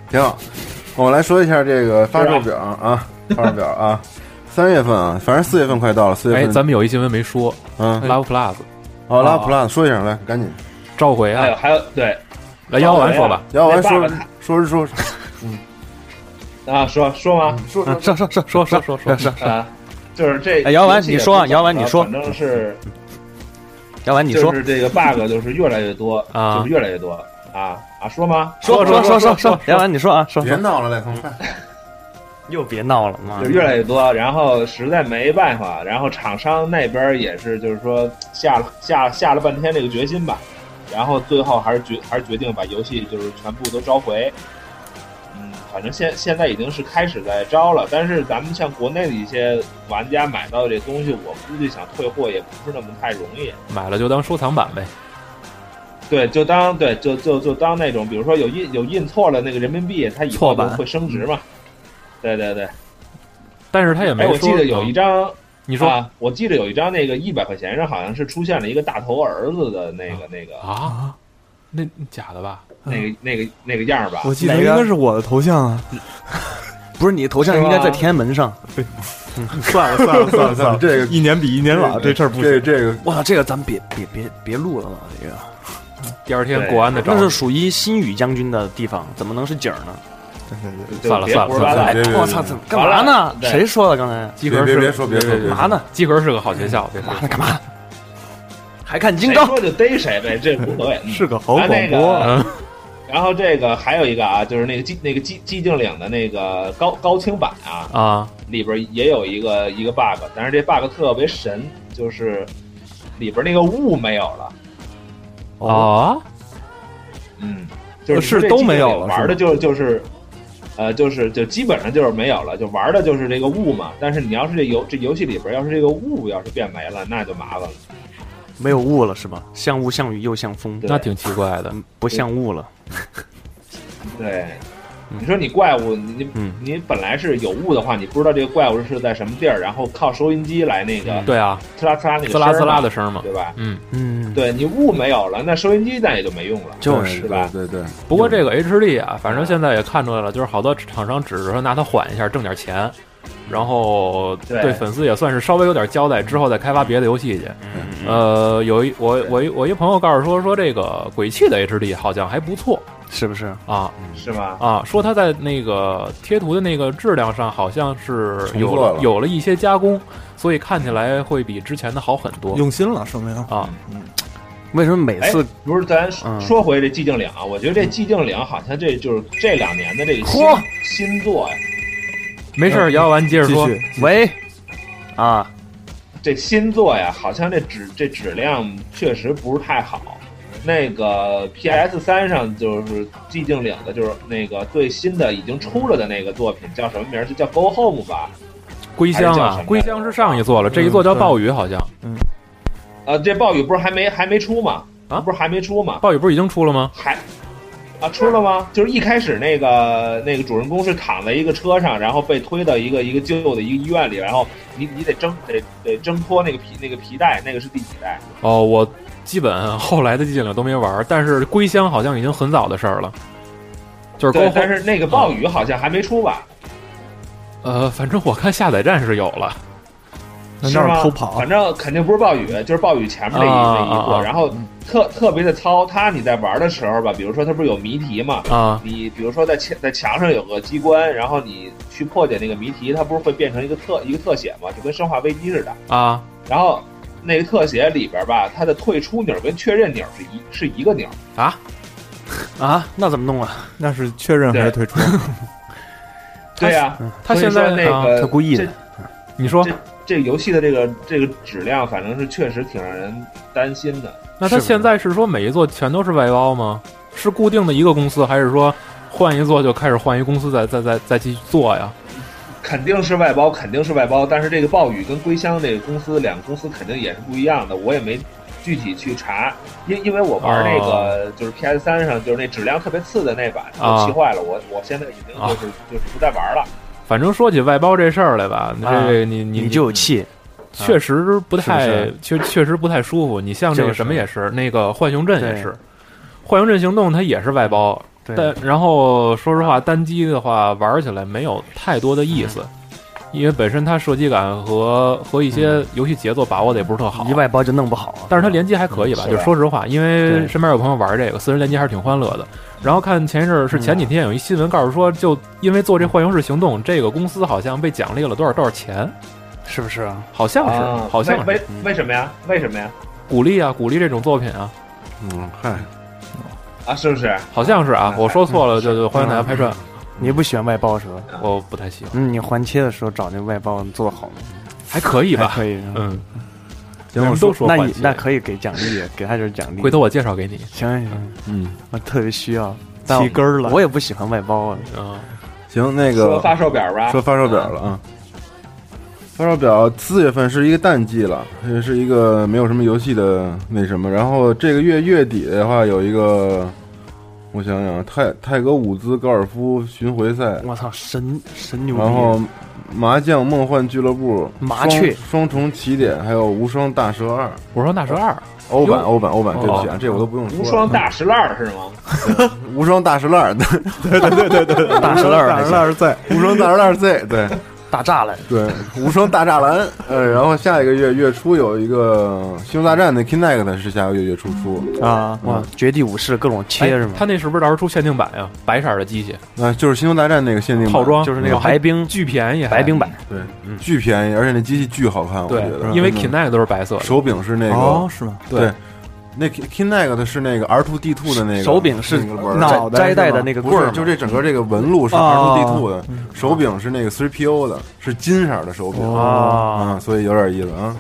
[SPEAKER 4] 挺好。我们来说一下这个发售表啊，发售表啊，三月份啊，反正四月份快到了，四月
[SPEAKER 3] 哎，
[SPEAKER 4] 份，
[SPEAKER 3] 咱哎们有一新闻没说
[SPEAKER 4] 嗯，
[SPEAKER 3] ，Love Plus
[SPEAKER 4] 哦，拉
[SPEAKER 3] 哦
[SPEAKER 4] plus 说一下来，赶紧，
[SPEAKER 3] 召回
[SPEAKER 5] 还有
[SPEAKER 3] 啊，
[SPEAKER 5] 还有对
[SPEAKER 3] 来幺
[SPEAKER 5] 啊
[SPEAKER 3] 丸说吧。
[SPEAKER 4] 要完说
[SPEAKER 5] 那爸爸
[SPEAKER 4] 说是说
[SPEAKER 5] 啊，说说吗？
[SPEAKER 4] 说啊说
[SPEAKER 1] 说说说
[SPEAKER 3] 说说说说说，
[SPEAKER 5] 啊，就是这。
[SPEAKER 1] 哎姚丸
[SPEAKER 5] 游戏也
[SPEAKER 1] 你说啊
[SPEAKER 5] 不早
[SPEAKER 1] 姚丸你说
[SPEAKER 5] 反正是
[SPEAKER 1] 要不然你
[SPEAKER 5] 就
[SPEAKER 1] 说
[SPEAKER 5] 是这个 bug 就是越来越多
[SPEAKER 3] 啊
[SPEAKER 5] 就是越来越多啊啊，说吗？
[SPEAKER 1] 说
[SPEAKER 3] 说
[SPEAKER 1] 说说
[SPEAKER 3] 说说
[SPEAKER 1] 说
[SPEAKER 3] 说，
[SPEAKER 1] 要不然你说啊说
[SPEAKER 4] 别
[SPEAKER 1] 说，
[SPEAKER 4] 闹了，来，很快，
[SPEAKER 1] 又别闹了嘛
[SPEAKER 5] 就。越来越多，然后实在没办法，然后厂商那边也是，就是说下了下下了半天这个决心吧，然后最后还是决还是决定把游戏就是全部都召回。嗯，反正现现在已经是开始在招了，但是咱们像国内的一些玩家买到这东西，我估计想退货也不是那么太容易。
[SPEAKER 3] 买了就当收藏版呗。
[SPEAKER 5] 对，就当对，就就就当那种，比如说有印有印错了那个人民币，它以
[SPEAKER 1] 错
[SPEAKER 5] 后就
[SPEAKER 1] 版
[SPEAKER 5] 会升值嘛。对对对，
[SPEAKER 3] 但是他也
[SPEAKER 5] 哎，
[SPEAKER 3] 嗯没说
[SPEAKER 5] 我
[SPEAKER 3] 嗯
[SPEAKER 5] 记得有一张。
[SPEAKER 3] 你说
[SPEAKER 5] 啊，我记得有一张那个一百块钱上好像是出现了一个大头儿子的那个、那个、
[SPEAKER 3] 啊，那假的吧？
[SPEAKER 5] 那个那个那个样儿吧？
[SPEAKER 3] 嗯
[SPEAKER 2] 我记得
[SPEAKER 1] 哪
[SPEAKER 2] 应
[SPEAKER 1] 个
[SPEAKER 2] 该是我的头像啊。
[SPEAKER 1] 不是你的头像应该在天安门上。
[SPEAKER 2] 算了算了算了算了，
[SPEAKER 4] 这个
[SPEAKER 2] 一年比一年晚，这事儿不
[SPEAKER 4] 这
[SPEAKER 2] 行。
[SPEAKER 4] 这个
[SPEAKER 1] 我操，这个咱们别别别别录了吧，这个
[SPEAKER 3] 第二天
[SPEAKER 5] 对
[SPEAKER 3] 国安的招
[SPEAKER 1] 那，是属于新宇将军的地方，怎么能是景儿呢？
[SPEAKER 5] 就
[SPEAKER 3] 算了
[SPEAKER 5] 别
[SPEAKER 3] 算了
[SPEAKER 5] 胡说八
[SPEAKER 3] 算
[SPEAKER 5] 道
[SPEAKER 3] 了
[SPEAKER 1] 哎，
[SPEAKER 4] 对对对
[SPEAKER 1] 我操，怎么干嘛呢？
[SPEAKER 5] 对
[SPEAKER 1] 谁说的刚才？
[SPEAKER 3] 集合
[SPEAKER 4] 别
[SPEAKER 3] 是
[SPEAKER 4] 别别说别说别
[SPEAKER 1] 干嘛呢？
[SPEAKER 3] 集合是个好学 校，别说
[SPEAKER 1] 干嘛呢？干嘛呢？还看金
[SPEAKER 5] 谁
[SPEAKER 1] 刚？
[SPEAKER 5] 说就逮谁呗，这 无所谓。嗯
[SPEAKER 2] 是个好
[SPEAKER 5] 啊那
[SPEAKER 2] 广播
[SPEAKER 5] 个，
[SPEAKER 3] 嗯
[SPEAKER 5] 然后这个还有一个啊，就是那个寂那个寂寂静岭的那个高高清版啊，
[SPEAKER 3] 啊，
[SPEAKER 5] 里边也有一个一个 bug，但是这 bug 特别神，就是里边那个雾没有了。
[SPEAKER 1] 哦
[SPEAKER 3] 啊，
[SPEAKER 5] 嗯，就是
[SPEAKER 2] 是
[SPEAKER 5] 说这
[SPEAKER 2] 都没有了
[SPEAKER 5] 机子里玩的就就是，呃，就是就基本上就是没有了，就玩的就是这个雾嘛。但是你要是这游这游戏里边要是这个雾要是变没了，那就麻烦了。
[SPEAKER 1] 没有雾了是吧？像雾像雨又像风，
[SPEAKER 5] 对
[SPEAKER 3] 那挺奇怪的。
[SPEAKER 1] 嗯不像雾了。
[SPEAKER 5] 对，
[SPEAKER 3] 嗯
[SPEAKER 5] 你说你怪物，你你、
[SPEAKER 1] 嗯
[SPEAKER 5] 你本来是有雾的话，你不知道这个怪物是在什么地儿，然后靠收音机来那个
[SPEAKER 3] 对啊，
[SPEAKER 5] 呲啦呲啦那个
[SPEAKER 3] 呲啦
[SPEAKER 5] 声
[SPEAKER 3] 呲
[SPEAKER 5] 儿
[SPEAKER 3] 啦
[SPEAKER 4] 啊
[SPEAKER 5] 嘛
[SPEAKER 3] 的声儿嘛。
[SPEAKER 5] 对吧？
[SPEAKER 3] 嗯，
[SPEAKER 1] 嗯，
[SPEAKER 5] 对你雾没有了，那收音机那也就没用了。
[SPEAKER 4] 就是
[SPEAKER 5] 是吧
[SPEAKER 4] 对对，对
[SPEAKER 3] 不过这个 H D 啊，反正现在也看出来了，就是好多厂商只是说拿它缓一下，挣点钱，然后
[SPEAKER 5] 对
[SPEAKER 3] 对粉丝也算是稍微有点交代，之后再开发别的游戏去。呃，有一我我一我一朋友告诉说说这个鬼泣的 H D 好像还不错
[SPEAKER 1] 是不是？
[SPEAKER 3] 啊
[SPEAKER 5] 是吗？
[SPEAKER 3] 啊，说它在那个贴图的那个质量上好像是
[SPEAKER 4] 重
[SPEAKER 3] 有
[SPEAKER 4] 做了
[SPEAKER 3] 有了一些加工，所以看起来会比之前的好很多
[SPEAKER 2] 用心了，说明
[SPEAKER 3] 啊。
[SPEAKER 1] 为什么每次
[SPEAKER 5] 不是，咱
[SPEAKER 1] 嗯
[SPEAKER 5] 说回这寂静岭啊，我觉得这寂静岭好像这就是这两年的这个
[SPEAKER 3] 嗯
[SPEAKER 5] 新
[SPEAKER 3] 嚯
[SPEAKER 5] 新作呀，
[SPEAKER 3] 没事儿，姚完接着
[SPEAKER 2] 继
[SPEAKER 3] 说。
[SPEAKER 2] 续
[SPEAKER 1] 喂啊？
[SPEAKER 5] 这新作呀，好像这质这质量确实不是太好。那个 PS 三上就是寂静岭的，就是那个最新的已经出了的那个作品叫什么名儿？就叫 Go Home 吧。
[SPEAKER 3] 归乡
[SPEAKER 5] 还是叫什
[SPEAKER 3] 啊
[SPEAKER 5] 么，
[SPEAKER 3] 归乡是上一座了，这一座叫
[SPEAKER 2] 嗯
[SPEAKER 3] 暴雨，好像
[SPEAKER 5] 啊，这暴雨不是还没还没出吗？
[SPEAKER 3] 啊
[SPEAKER 5] 不是还没出吗？
[SPEAKER 3] 暴雨不是已经出了吗？
[SPEAKER 5] 还啊，出了吗？就是一开始那个那个主人公是躺在一个车上，然后被推到一个一个旧的一个医院里，然后你你得挣得得挣脱那个皮那个皮带，那个是第几代？
[SPEAKER 3] 哦，我基本后来的寂静岭都没玩儿，但是归乡好像已经很早的事儿了，就是
[SPEAKER 5] 对
[SPEAKER 3] 高，
[SPEAKER 5] 但是那个暴雨好像还没出吧？
[SPEAKER 3] 呃，反正我看下载站是有了，
[SPEAKER 2] 在
[SPEAKER 5] 是
[SPEAKER 2] 那
[SPEAKER 5] 吗？
[SPEAKER 2] 儿偷跑
[SPEAKER 5] 反，正肯定不是暴雨，就是暴雨前面那一、
[SPEAKER 3] 啊
[SPEAKER 5] 那一
[SPEAKER 3] 啊
[SPEAKER 5] 步，
[SPEAKER 3] 啊
[SPEAKER 5] 然后特特别的糙。它你在玩的时候吧，比如说它不是有谜题嘛，
[SPEAKER 3] 啊
[SPEAKER 5] 你比如说在墙在墙上有个机关，然后你去破解那个谜题，它不是会变成一个特一个特写嘛，就跟生化危机似的。
[SPEAKER 3] 啊
[SPEAKER 5] 然后那个特写里边吧，它的退出钮跟确认钮是一是一个钮，
[SPEAKER 1] 啊，那怎么弄啊？
[SPEAKER 2] 那是确认还是退出？
[SPEAKER 5] 对呀、
[SPEAKER 3] 他
[SPEAKER 5] 所以
[SPEAKER 3] 现在
[SPEAKER 5] 说那
[SPEAKER 3] 啊
[SPEAKER 5] 个、
[SPEAKER 1] 他故意的
[SPEAKER 5] 这
[SPEAKER 3] 你说
[SPEAKER 5] 这，这个游戏的这个这个质量，反正是确实挺让人担心的。
[SPEAKER 3] 那
[SPEAKER 1] 是
[SPEAKER 3] 他
[SPEAKER 1] 不是
[SPEAKER 3] 现在是说每一座全都是外包吗？是固定的一个公司，还是说换一座就开始换一公司再再再再继续做呀？
[SPEAKER 5] 肯定是外包，肯定是外包。但是这个暴雨跟归乡这个公司，两个公司肯定也是不一样的。我也没具体去查，因因为我玩那
[SPEAKER 3] 哦
[SPEAKER 5] 个、就是 PS 三上就是那质量特别次的那版，
[SPEAKER 3] 啊
[SPEAKER 5] 我气坏了。我我现在已经
[SPEAKER 3] 哦
[SPEAKER 5] 就是、就是不再玩了。
[SPEAKER 3] 反正说起外包这事儿来吧，
[SPEAKER 1] 啊
[SPEAKER 3] 这你你
[SPEAKER 1] 你就有气，
[SPEAKER 3] 确实不太，
[SPEAKER 1] 是
[SPEAKER 3] 确确实不太舒服。你像这
[SPEAKER 1] 就
[SPEAKER 3] 个
[SPEAKER 1] 是
[SPEAKER 3] 什么也是，那个浣熊镇也
[SPEAKER 1] 对
[SPEAKER 3] 是，浣熊镇行动它也是外包，
[SPEAKER 1] 对
[SPEAKER 3] 但然后说实话，单机的话玩起来没有太多的意思，
[SPEAKER 1] 嗯
[SPEAKER 3] 因为本身它射击感和和一些游戏节奏把握的也不是特好
[SPEAKER 1] 一。外包就弄不好啊。
[SPEAKER 3] 但是它联机还可以吧，
[SPEAKER 5] 嗯
[SPEAKER 3] 就是说实话，因为
[SPEAKER 1] 对
[SPEAKER 3] 身边有朋友玩这个，私人联机还是挺欢乐的。然后看前一阵儿
[SPEAKER 1] 嗯
[SPEAKER 3] 是前几天有一新闻告诉说，就因为做这浣熊式行动，这个公司好像被奖励了多少多少钱，
[SPEAKER 1] 是不是啊？
[SPEAKER 3] 好像哦是，
[SPEAKER 5] 啊
[SPEAKER 3] 好像是嗯
[SPEAKER 5] 为为为什么呀？为什么呀？
[SPEAKER 3] 鼓励啊，鼓励这种作品啊，
[SPEAKER 4] 嗯，嗨，
[SPEAKER 5] 啊，是不是？
[SPEAKER 3] 好像是
[SPEAKER 1] 嗯
[SPEAKER 3] 啊，我说错了，就就欢迎大家拍砖，
[SPEAKER 1] 你不喜欢外包是吧？
[SPEAKER 3] 我不太喜欢，
[SPEAKER 1] 嗯，你还切的时候找那外包做的好吗？
[SPEAKER 3] 还可以
[SPEAKER 1] 还
[SPEAKER 3] 吧，
[SPEAKER 1] 可以是吧。
[SPEAKER 3] 嗯，
[SPEAKER 1] 行
[SPEAKER 3] 我们都说
[SPEAKER 1] 那
[SPEAKER 3] 换
[SPEAKER 1] 你
[SPEAKER 3] 鞋
[SPEAKER 1] 那可以给奖励，给他点奖励。
[SPEAKER 3] 回头我介绍给你，
[SPEAKER 1] 行行行，
[SPEAKER 4] 嗯，
[SPEAKER 1] 我特别需要。但
[SPEAKER 2] 起根儿了，
[SPEAKER 1] 我也不喜欢外包啊。
[SPEAKER 3] 嗯，
[SPEAKER 4] 行，那
[SPEAKER 5] 说
[SPEAKER 4] 个
[SPEAKER 5] 发售表吧。
[SPEAKER 4] 说发售表了啊，发售表四月份是一个淡季了，也是一个没有什么游戏的那什么。然后这个月月底的话，有一个我想想，泰泰格伍兹高尔夫巡回赛，
[SPEAKER 1] 我操，神神牛逼！
[SPEAKER 4] 然后麻将梦幻俱乐部、
[SPEAKER 1] 麻雀
[SPEAKER 4] 双双重起点，还有无双大蛇二
[SPEAKER 3] 我说那是二，
[SPEAKER 4] 欧版
[SPEAKER 3] 哟
[SPEAKER 4] 欧版欧版，对不起啊
[SPEAKER 3] 哦，
[SPEAKER 4] 这我都不用说了。
[SPEAKER 5] 无双大石烂儿是吗？
[SPEAKER 4] 无双大石烂，
[SPEAKER 1] 大石烂
[SPEAKER 2] 但
[SPEAKER 1] 儿
[SPEAKER 2] 是
[SPEAKER 1] 那
[SPEAKER 2] 那
[SPEAKER 1] 些
[SPEAKER 2] 是在
[SPEAKER 4] 无双大石烂 Z，对。
[SPEAKER 1] 大栅栏，
[SPEAKER 4] 对，无双大栅栏，呃，然后下一个月月初有一个《星球大战》那 Kinect 是下个月月初出，
[SPEAKER 2] 啊，
[SPEAKER 1] 哇，绝地武士各种切是
[SPEAKER 3] 哎
[SPEAKER 1] 吗，？
[SPEAKER 3] 他那是不是到时候出限定版呀？白色儿的机器
[SPEAKER 4] 那、就是《星球大战》那个限定版
[SPEAKER 3] 套装，
[SPEAKER 1] 就是那个
[SPEAKER 3] 哇还
[SPEAKER 1] 白冰
[SPEAKER 3] 巨便宜，还
[SPEAKER 1] 白冰版，
[SPEAKER 4] 对，巨便宜，而且那机器巨好啊看，我觉
[SPEAKER 3] 对
[SPEAKER 4] 得，，嗯
[SPEAKER 3] 因为
[SPEAKER 4] 真
[SPEAKER 3] Kinect 都是白色
[SPEAKER 4] 的
[SPEAKER 3] 的，
[SPEAKER 4] 手柄是那个，
[SPEAKER 2] 哦，是吗？
[SPEAKER 4] 对，那 Kinect 是那个 R two D two 的那个
[SPEAKER 1] 手柄是
[SPEAKER 4] 那个纹儿
[SPEAKER 2] 脑袋
[SPEAKER 1] 摘摘带
[SPEAKER 2] 是吗
[SPEAKER 1] 的那个
[SPEAKER 4] 不
[SPEAKER 1] 棍
[SPEAKER 4] 是
[SPEAKER 1] 儿，，
[SPEAKER 4] 就这整个这个纹路是 R
[SPEAKER 2] 哦
[SPEAKER 4] two D two 的，手柄是那个 c p o 的，是金色的手柄
[SPEAKER 1] 啊
[SPEAKER 4] 啊，所以有点意思啊。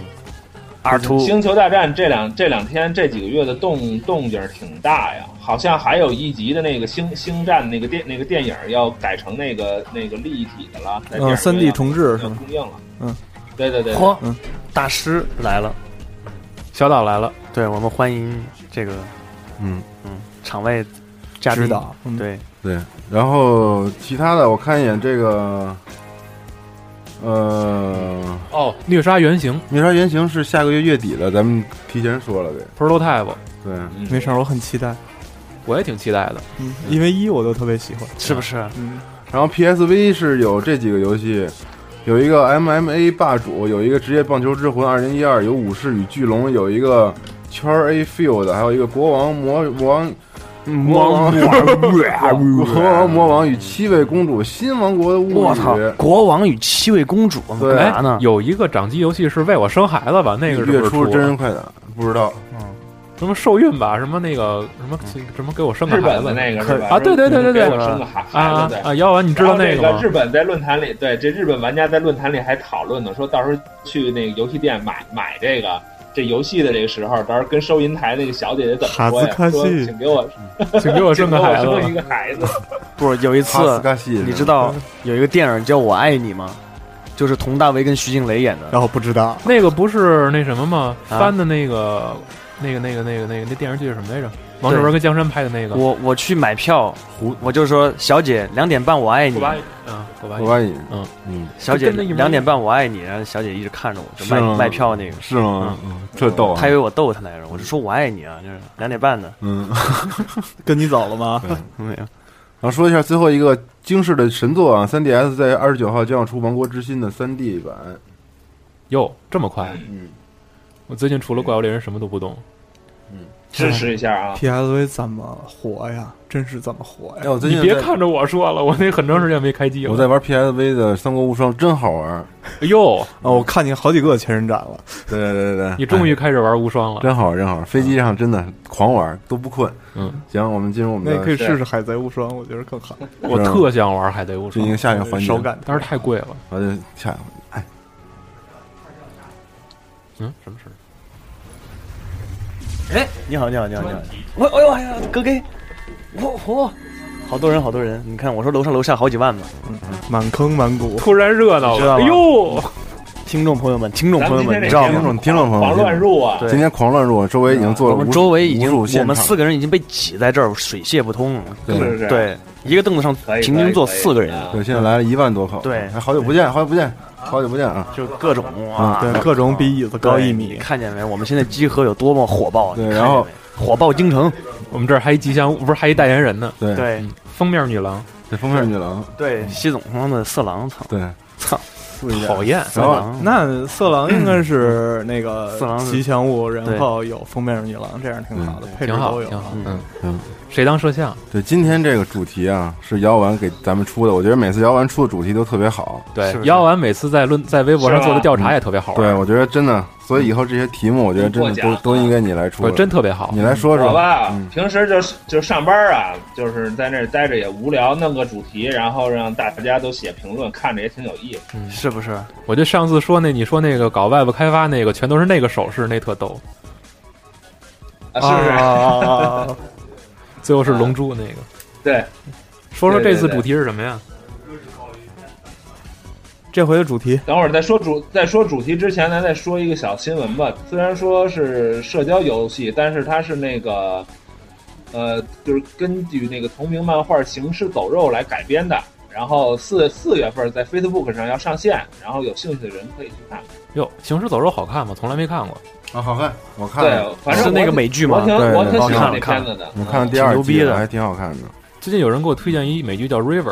[SPEAKER 1] ，R two
[SPEAKER 5] 星球大战这两这两天这几个月的动动静儿挺大呀，好像还有一集的那个星星战那个电那个电影儿要改成那个那个立体的了，在电影啊
[SPEAKER 2] 嗯，
[SPEAKER 5] 院
[SPEAKER 2] 三 D 重置是
[SPEAKER 5] 要
[SPEAKER 2] 吗？
[SPEAKER 5] 供应了。
[SPEAKER 2] 嗯，
[SPEAKER 5] 对对对，
[SPEAKER 1] 嚯
[SPEAKER 2] 嗯，
[SPEAKER 1] 大师来了，
[SPEAKER 3] 小岛来了，
[SPEAKER 1] 对我们欢迎这个
[SPEAKER 4] 嗯，
[SPEAKER 1] 嗯场外嘉宾
[SPEAKER 2] 指，导，嗯，
[SPEAKER 1] 对，
[SPEAKER 4] 对。然后其他的，我看一眼这个，呃，
[SPEAKER 3] 哦，虐杀原型
[SPEAKER 4] 《灭杀原型》是下个月月底的，咱们提前说了得。
[SPEAKER 3] prototype，
[SPEAKER 4] 对，
[SPEAKER 2] 没事儿，我很期待，
[SPEAKER 3] 我也挺期待的。
[SPEAKER 2] 嗯，因为一我都特别喜欢，
[SPEAKER 1] 是不是？
[SPEAKER 2] 嗯，
[SPEAKER 4] 然后 PSV 是有这几个游戏，有一个 MMA 霸主，有一个职业棒球之魂二零一二，有武士与巨龙，有一个圈 A Field，还有一个国王魔魔王魔王国王魔王与七位公主新王国的物
[SPEAKER 1] 我操
[SPEAKER 4] 语，，
[SPEAKER 1] 国王与七位公主，我们
[SPEAKER 4] 对啊
[SPEAKER 1] 干嘛
[SPEAKER 3] 哎
[SPEAKER 1] 呢，？
[SPEAKER 3] 有一个掌机游戏是为我生孩子吧？那个是
[SPEAKER 4] 月
[SPEAKER 3] 不是
[SPEAKER 4] 初
[SPEAKER 3] 出
[SPEAKER 4] 真
[SPEAKER 3] 了
[SPEAKER 4] 人快打，不知道
[SPEAKER 3] 什么受孕吧？什么那个什么什么给我生个
[SPEAKER 5] 日
[SPEAKER 3] 孩
[SPEAKER 5] 本
[SPEAKER 3] 子
[SPEAKER 5] 的那个
[SPEAKER 3] 可
[SPEAKER 5] 是吧？
[SPEAKER 3] 啊？对对对对对
[SPEAKER 5] 给我生个孩孩
[SPEAKER 3] 啊
[SPEAKER 5] 子对
[SPEAKER 3] 啊！姚文，你知道那
[SPEAKER 5] 然
[SPEAKER 3] 吗
[SPEAKER 5] 后这？日本在论坛里，对这日本玩家在论坛里还讨论呢，说到时候去那个游戏店买买这个这游戏的这个时候，到时候跟收银台那个小姐姐怎么说
[SPEAKER 2] 哈兹卡
[SPEAKER 5] 呀？
[SPEAKER 2] 西
[SPEAKER 5] 说请给我
[SPEAKER 3] 请给我
[SPEAKER 5] 请
[SPEAKER 3] 生
[SPEAKER 5] 给
[SPEAKER 3] 个
[SPEAKER 5] 我
[SPEAKER 3] 孩子吧
[SPEAKER 5] 生一个孩子，
[SPEAKER 1] 不是有一
[SPEAKER 4] 哈斯
[SPEAKER 1] 次，
[SPEAKER 4] 卡西，
[SPEAKER 1] 你知道有一个电影叫《我爱你》吗？就是佟大为跟徐静蕾演的。
[SPEAKER 2] 然哦后不知 道，
[SPEAKER 3] 那个不是那什么吗？
[SPEAKER 1] 啊
[SPEAKER 3] 翻的那个、那个、那个、那个、那个，那电视剧是什么来着？王志文跟江山拍的那个。
[SPEAKER 1] 我我去买票，我就说小姐两点半我爱你
[SPEAKER 3] 狗，巴瘾，嗯，狗
[SPEAKER 1] 哎
[SPEAKER 3] 巴
[SPEAKER 4] 我
[SPEAKER 3] 瘾，
[SPEAKER 4] 把你
[SPEAKER 3] 嗯
[SPEAKER 4] 嗯
[SPEAKER 1] 小姐
[SPEAKER 3] 就跟那一模一样
[SPEAKER 1] 两点半我爱你，然后小姐一直看着我，就是卖
[SPEAKER 4] 吗
[SPEAKER 1] 卖票那个，
[SPEAKER 4] 是吗？嗯特逗啊
[SPEAKER 1] 她以，为我逗她来着，我就说我爱你啊，就是两点半的，
[SPEAKER 4] 嗯。
[SPEAKER 2] 跟你走了吗？
[SPEAKER 1] 没有，
[SPEAKER 4] 然后说一下最后一个惊世的神作啊，3DS 在二十九号将要出《王国之心》的 3D 版，
[SPEAKER 3] 哟，这么快！
[SPEAKER 4] 嗯，
[SPEAKER 3] 我最近除了怪物猎人什么都不懂。
[SPEAKER 5] 支持一下
[SPEAKER 3] 嗯
[SPEAKER 5] 啊！
[SPEAKER 2] PSV 怎么活呀？真是怎么活
[SPEAKER 4] 哎，
[SPEAKER 2] 呀？
[SPEAKER 4] 我最
[SPEAKER 3] 你
[SPEAKER 4] 近
[SPEAKER 3] 别
[SPEAKER 4] 在
[SPEAKER 3] 看着我说了，我 那很长时间没开机了。
[SPEAKER 4] 我在玩 PSV 的《三国无双》，真好玩。
[SPEAKER 3] 哎呦，
[SPEAKER 2] 啊，我看见好几个千人斩了，
[SPEAKER 4] 对对对对，
[SPEAKER 3] 你终于
[SPEAKER 4] 哎
[SPEAKER 3] 开始玩无双了。
[SPEAKER 4] 真好玩真好玩，飞机上真的狂玩都不困。
[SPEAKER 3] 嗯，
[SPEAKER 4] 行，我们进入我们
[SPEAKER 2] 那也可以
[SPEAKER 4] 的
[SPEAKER 2] 试试海贼无双，我觉得更好，
[SPEAKER 3] 我特想玩海贼无
[SPEAKER 4] 进
[SPEAKER 3] 双
[SPEAKER 4] 行，下一个环节，
[SPEAKER 2] 手感。
[SPEAKER 3] 但是太贵了。
[SPEAKER 4] 好的，下一个。哎，
[SPEAKER 3] 嗯，什么事儿？
[SPEAKER 1] 你好，你好，你好，你好！我，哎呦，哎呀，哥哥，我我，好多人，好多人！你看，我说楼上楼下好几万吧。
[SPEAKER 2] 满坑满 谷，
[SPEAKER 3] 突然热闹
[SPEAKER 1] 你知道嗯
[SPEAKER 3] 了。
[SPEAKER 1] 吗
[SPEAKER 3] 哎呦，
[SPEAKER 1] 听众朋友们，听众
[SPEAKER 5] 咱
[SPEAKER 1] 朋
[SPEAKER 5] 们
[SPEAKER 1] 友
[SPEAKER 5] 今
[SPEAKER 1] 们，你
[SPEAKER 5] 天这
[SPEAKER 1] 知道
[SPEAKER 4] 听
[SPEAKER 1] 吗？
[SPEAKER 4] 众听众朋友
[SPEAKER 5] 狂
[SPEAKER 4] 们，
[SPEAKER 5] 乱入啊！
[SPEAKER 1] 对
[SPEAKER 4] 今天狂乱入，周围已经做了
[SPEAKER 1] 我
[SPEAKER 4] 无
[SPEAKER 1] 们
[SPEAKER 4] 数
[SPEAKER 1] 周围已经，
[SPEAKER 4] 无数现
[SPEAKER 1] 我们
[SPEAKER 4] 场
[SPEAKER 1] 四个人已经被挤在这儿，水泄不通。
[SPEAKER 4] 对
[SPEAKER 5] 是不是？，
[SPEAKER 1] 对，一个凳子上
[SPEAKER 5] 可以
[SPEAKER 1] 平均坐四个人，
[SPEAKER 4] 对，现在来了一万多口，
[SPEAKER 1] 对
[SPEAKER 4] 哎好久不见，好久不见，好久不见啊！
[SPEAKER 1] 就各种哇，
[SPEAKER 2] 对，各种比椅子高一
[SPEAKER 1] 对你
[SPEAKER 2] 米，
[SPEAKER 1] 看见没？我们现在集合有多么火爆？啊
[SPEAKER 4] 对
[SPEAKER 1] 你看
[SPEAKER 4] 然后
[SPEAKER 1] 见没火爆京城，
[SPEAKER 3] 我们这儿还一吉祥，不是还一代言人呢？
[SPEAKER 4] 对，
[SPEAKER 1] 对
[SPEAKER 3] 封面女郎，
[SPEAKER 4] 这封面女郎，
[SPEAKER 1] 对，西总他妈的色狼，操，
[SPEAKER 4] 对，
[SPEAKER 1] 操，
[SPEAKER 3] 讨厌。
[SPEAKER 1] 色
[SPEAKER 4] 然后
[SPEAKER 1] 狼，
[SPEAKER 2] 那色狼应该是那个
[SPEAKER 1] 嗯色狼是
[SPEAKER 2] 吉祥物，
[SPEAKER 1] 对
[SPEAKER 2] 然后有封面女郎，这样挺好的，配置
[SPEAKER 3] 挺好
[SPEAKER 2] 都，有
[SPEAKER 3] 挺。好。
[SPEAKER 1] 嗯
[SPEAKER 3] 嗯
[SPEAKER 4] 嗯，
[SPEAKER 3] 谁当摄像？
[SPEAKER 4] 对，今天这个主题啊，是姚丸给咱们出的。我觉得每次姚丸出的主题都特别好。
[SPEAKER 3] 对
[SPEAKER 1] 是不，是
[SPEAKER 3] 姚丸每次在论在微博上
[SPEAKER 5] 是吧
[SPEAKER 3] 做的调查也特别好啊玩
[SPEAKER 4] 对，，我觉得真的，所以以后这些题目，我觉得真的
[SPEAKER 5] 获
[SPEAKER 4] 都
[SPEAKER 5] 奖
[SPEAKER 4] 都应该你来出
[SPEAKER 3] 不，。真特别好
[SPEAKER 4] 你。来说
[SPEAKER 5] 我
[SPEAKER 4] 说，
[SPEAKER 5] 吧
[SPEAKER 4] 嗯，
[SPEAKER 5] 平时就是就上班啊，就是在那儿待着也无聊，弄个主题，然后让大家都写评论，看着也挺有意思。
[SPEAKER 1] 是不是？
[SPEAKER 3] 我就上次说那你说那个搞外部开发那个，全都是那个手势，那特逗。
[SPEAKER 5] 啊，是不是？
[SPEAKER 2] 啊，
[SPEAKER 3] 最后是龙珠那个。
[SPEAKER 5] 对，
[SPEAKER 3] 说说
[SPEAKER 5] 对对
[SPEAKER 3] 这次
[SPEAKER 5] 对
[SPEAKER 3] 主题是什么呀？
[SPEAKER 2] 这回的主题
[SPEAKER 5] 等会儿在说主在说主题之前，咱再说一个小新闻吧。虽然说是社交游戏，但是它是那个，呃，就是根据那个同名漫画《行尸走肉》来改编的。然后四四月份在 Facebook 上要上线，然后有兴趣的人可以去看。
[SPEAKER 3] 哟，《行尸走肉》好看吗？从来没看过。
[SPEAKER 4] 啊，好看，我看了，
[SPEAKER 5] 对，反正
[SPEAKER 1] 是那
[SPEAKER 5] 我
[SPEAKER 1] 个美剧吗
[SPEAKER 5] 我挺
[SPEAKER 4] 对
[SPEAKER 5] 我挺
[SPEAKER 4] 对
[SPEAKER 5] 喜欢
[SPEAKER 1] 我
[SPEAKER 5] 这
[SPEAKER 1] 看了
[SPEAKER 5] 片子的。
[SPEAKER 4] 我看了第二
[SPEAKER 1] 挺
[SPEAKER 4] 季
[SPEAKER 1] 牛逼的
[SPEAKER 4] 还挺好看的。
[SPEAKER 3] 最近有人给我推荐一美剧叫《River》，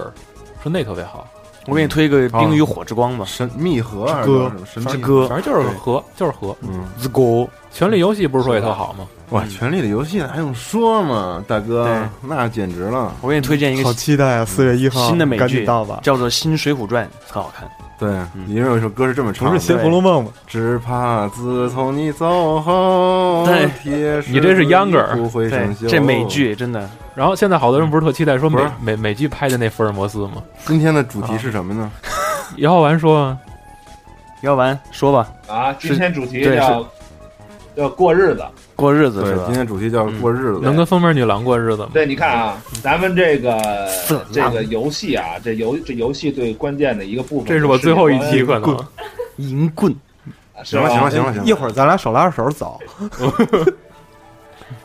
[SPEAKER 3] 说那特别好，
[SPEAKER 1] 我给你推个《
[SPEAKER 4] 好
[SPEAKER 1] 冰与火之光》吧。
[SPEAKER 4] 神秘盒还是
[SPEAKER 2] 之歌
[SPEAKER 4] 叫什么神秘
[SPEAKER 1] 之歌
[SPEAKER 3] 反正就是和就是和。
[SPEAKER 4] 嗯，
[SPEAKER 1] 之歌，
[SPEAKER 3] 权力游戏不是说也特好吗？
[SPEAKER 4] 哇，《权力的游戏》还用说吗，大哥
[SPEAKER 1] 对？嗯
[SPEAKER 4] 那简直了。
[SPEAKER 1] 我给你推荐一
[SPEAKER 2] 好
[SPEAKER 1] 个
[SPEAKER 2] 期待啊！四月一号
[SPEAKER 1] 新的美
[SPEAKER 2] 赶
[SPEAKER 1] 剧
[SPEAKER 2] 紧到吧，
[SPEAKER 1] 叫做《新水浒传》，很好看。
[SPEAKER 4] 对，
[SPEAKER 1] 嗯
[SPEAKER 4] 因为有一首歌是这么
[SPEAKER 2] 不
[SPEAKER 4] 唱
[SPEAKER 2] 是
[SPEAKER 4] 的：
[SPEAKER 2] 新《红楼梦》吗？
[SPEAKER 4] 只怕自从你走后
[SPEAKER 1] 对，
[SPEAKER 4] 铁石
[SPEAKER 3] 你这是秧歌儿
[SPEAKER 4] 不会
[SPEAKER 1] 对
[SPEAKER 4] 生，锈。
[SPEAKER 1] 这美剧真的
[SPEAKER 3] 然后现在好多人不是特期待说美
[SPEAKER 4] 不是
[SPEAKER 3] 美美剧拍的那福尔摩斯吗？
[SPEAKER 4] 今天的主题是什么呢？
[SPEAKER 3] 姚浩然说
[SPEAKER 1] 要不然说吧，
[SPEAKER 5] 啊，今天主题
[SPEAKER 1] 对是
[SPEAKER 5] 叫叫过日子。
[SPEAKER 1] 过日子
[SPEAKER 4] 对
[SPEAKER 1] 是，吧
[SPEAKER 4] 今？天主题叫过日子。
[SPEAKER 3] 能跟封面女郎过日子吗？
[SPEAKER 5] 对，你看啊，咱们这个
[SPEAKER 1] 色狼
[SPEAKER 5] 这个游戏啊，这游这游戏最关键的一个部分，
[SPEAKER 3] 这是我最后一期可能。
[SPEAKER 1] 银棍，
[SPEAKER 5] 是
[SPEAKER 4] 行了，行了，
[SPEAKER 5] 吧
[SPEAKER 4] 行了，行了，
[SPEAKER 2] 一会儿咱俩手拉着手走，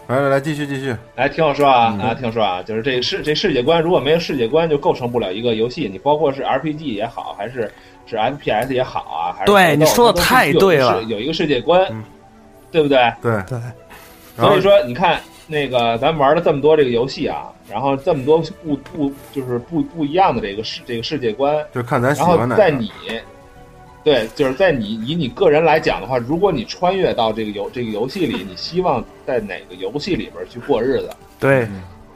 [SPEAKER 4] 来来来，继续继续，
[SPEAKER 5] 哎，听我说
[SPEAKER 1] 嗯
[SPEAKER 5] 啊，啊，听我说啊，就是这个世这世界观，如果没有世界观，就构成不了一个游戏。你包括是 RPG 也好，还是是 FPS 也好啊，还是
[SPEAKER 1] 对
[SPEAKER 5] 格斗
[SPEAKER 1] 你说得
[SPEAKER 5] 它都是
[SPEAKER 1] 太
[SPEAKER 5] 有
[SPEAKER 1] 对
[SPEAKER 5] 一个
[SPEAKER 1] 了
[SPEAKER 5] 世有一个世界观，
[SPEAKER 1] 嗯
[SPEAKER 5] 对不对？
[SPEAKER 4] 对，
[SPEAKER 2] 对，
[SPEAKER 4] 然
[SPEAKER 5] 所
[SPEAKER 4] 后
[SPEAKER 5] 以说，你看那个咱玩了这么多这个游戏啊，然后这么多不不就是不不一样的这个世这个世界观，
[SPEAKER 4] 就看咱喜
[SPEAKER 5] 然后
[SPEAKER 4] 欢嗯哪
[SPEAKER 5] 在
[SPEAKER 4] 个。
[SPEAKER 5] 你，对，就是在你以你个人来讲的话，如果你穿越到这个游这个游戏里，你希望在哪个游戏里边去过日子？
[SPEAKER 1] 对，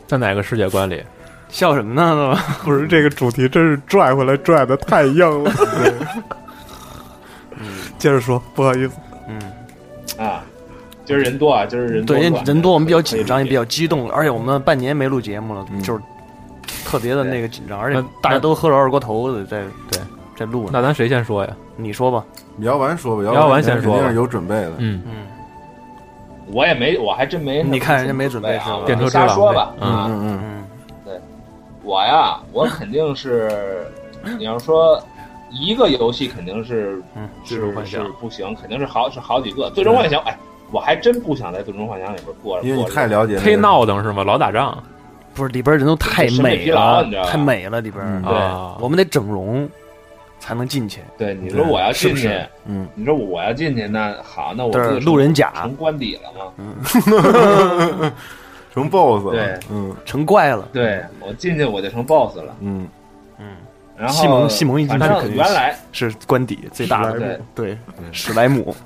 [SPEAKER 3] 在哪个世界观里？
[SPEAKER 1] 笑什么呢？
[SPEAKER 2] 不是这个主题真是拽回来拽的太硬了。接着说，不好意思，
[SPEAKER 1] 嗯，
[SPEAKER 5] 啊，今儿人多啊，今儿人多
[SPEAKER 1] 对，因为
[SPEAKER 5] 乱
[SPEAKER 1] 人多，我们比较紧张，
[SPEAKER 5] 可以
[SPEAKER 1] 也比较激动，而且我们半年没录节目了，就是特别的那个紧张，而且
[SPEAKER 3] 那
[SPEAKER 1] 大家都喝了二锅头的，在对在录呢。
[SPEAKER 3] 那咱谁先说呀？
[SPEAKER 1] 你说吧，
[SPEAKER 4] 姚完说吧，
[SPEAKER 3] 姚
[SPEAKER 4] 完
[SPEAKER 3] 完先说吧
[SPEAKER 4] 肯定是有准备的。
[SPEAKER 3] 嗯，
[SPEAKER 1] 嗯，
[SPEAKER 5] 我也没，我还真没。
[SPEAKER 1] 你看人家没准备
[SPEAKER 5] 备
[SPEAKER 1] 是吧
[SPEAKER 5] 啊，
[SPEAKER 3] 电车之
[SPEAKER 5] 瞎
[SPEAKER 3] 狼
[SPEAKER 5] 说
[SPEAKER 3] 呗
[SPEAKER 5] 吧。
[SPEAKER 3] 嗯
[SPEAKER 5] 啊，
[SPEAKER 4] 嗯嗯，
[SPEAKER 5] 我呀，我肯定是，你要说一个游戏肯定是
[SPEAKER 1] 嗯
[SPEAKER 3] 最终
[SPEAKER 5] 是
[SPEAKER 3] 幻
[SPEAKER 5] 是
[SPEAKER 3] 想
[SPEAKER 5] 不行，肯定是好是好几个。最终幻想，哎，我还真不想在最终幻想里边过，
[SPEAKER 4] 因为你
[SPEAKER 5] 过日子
[SPEAKER 4] 太了解
[SPEAKER 3] 忒
[SPEAKER 4] 那个
[SPEAKER 3] 嗯闹腾是吗？老打仗
[SPEAKER 1] 不是里边人都太
[SPEAKER 5] 审美
[SPEAKER 1] 美
[SPEAKER 5] 疲劳
[SPEAKER 1] 了
[SPEAKER 5] 你知道，吧
[SPEAKER 1] 太美了里边，
[SPEAKER 4] 嗯
[SPEAKER 5] 对
[SPEAKER 3] 啊！
[SPEAKER 1] 我们得整容才能进去，
[SPEAKER 5] 对，你说我要进去，
[SPEAKER 1] 是不是
[SPEAKER 4] 嗯，
[SPEAKER 5] 你说我要进去，那好，那我
[SPEAKER 1] 但
[SPEAKER 5] 不
[SPEAKER 1] 是
[SPEAKER 5] 就
[SPEAKER 1] 路人甲
[SPEAKER 5] 成官邸了吗？
[SPEAKER 4] 成 BOSS 了
[SPEAKER 5] 对。
[SPEAKER 4] 嗯
[SPEAKER 1] 成怪了。
[SPEAKER 5] 对我进去我就成 boss 了。
[SPEAKER 4] 嗯，
[SPEAKER 1] 嗯，
[SPEAKER 5] 然后
[SPEAKER 1] 西蒙西蒙一进
[SPEAKER 5] 反
[SPEAKER 1] 去
[SPEAKER 5] 正
[SPEAKER 1] 肯定
[SPEAKER 5] 原来
[SPEAKER 1] 是官邸最大
[SPEAKER 5] 史莱
[SPEAKER 1] 的
[SPEAKER 5] 姆，
[SPEAKER 1] 对，史莱姆，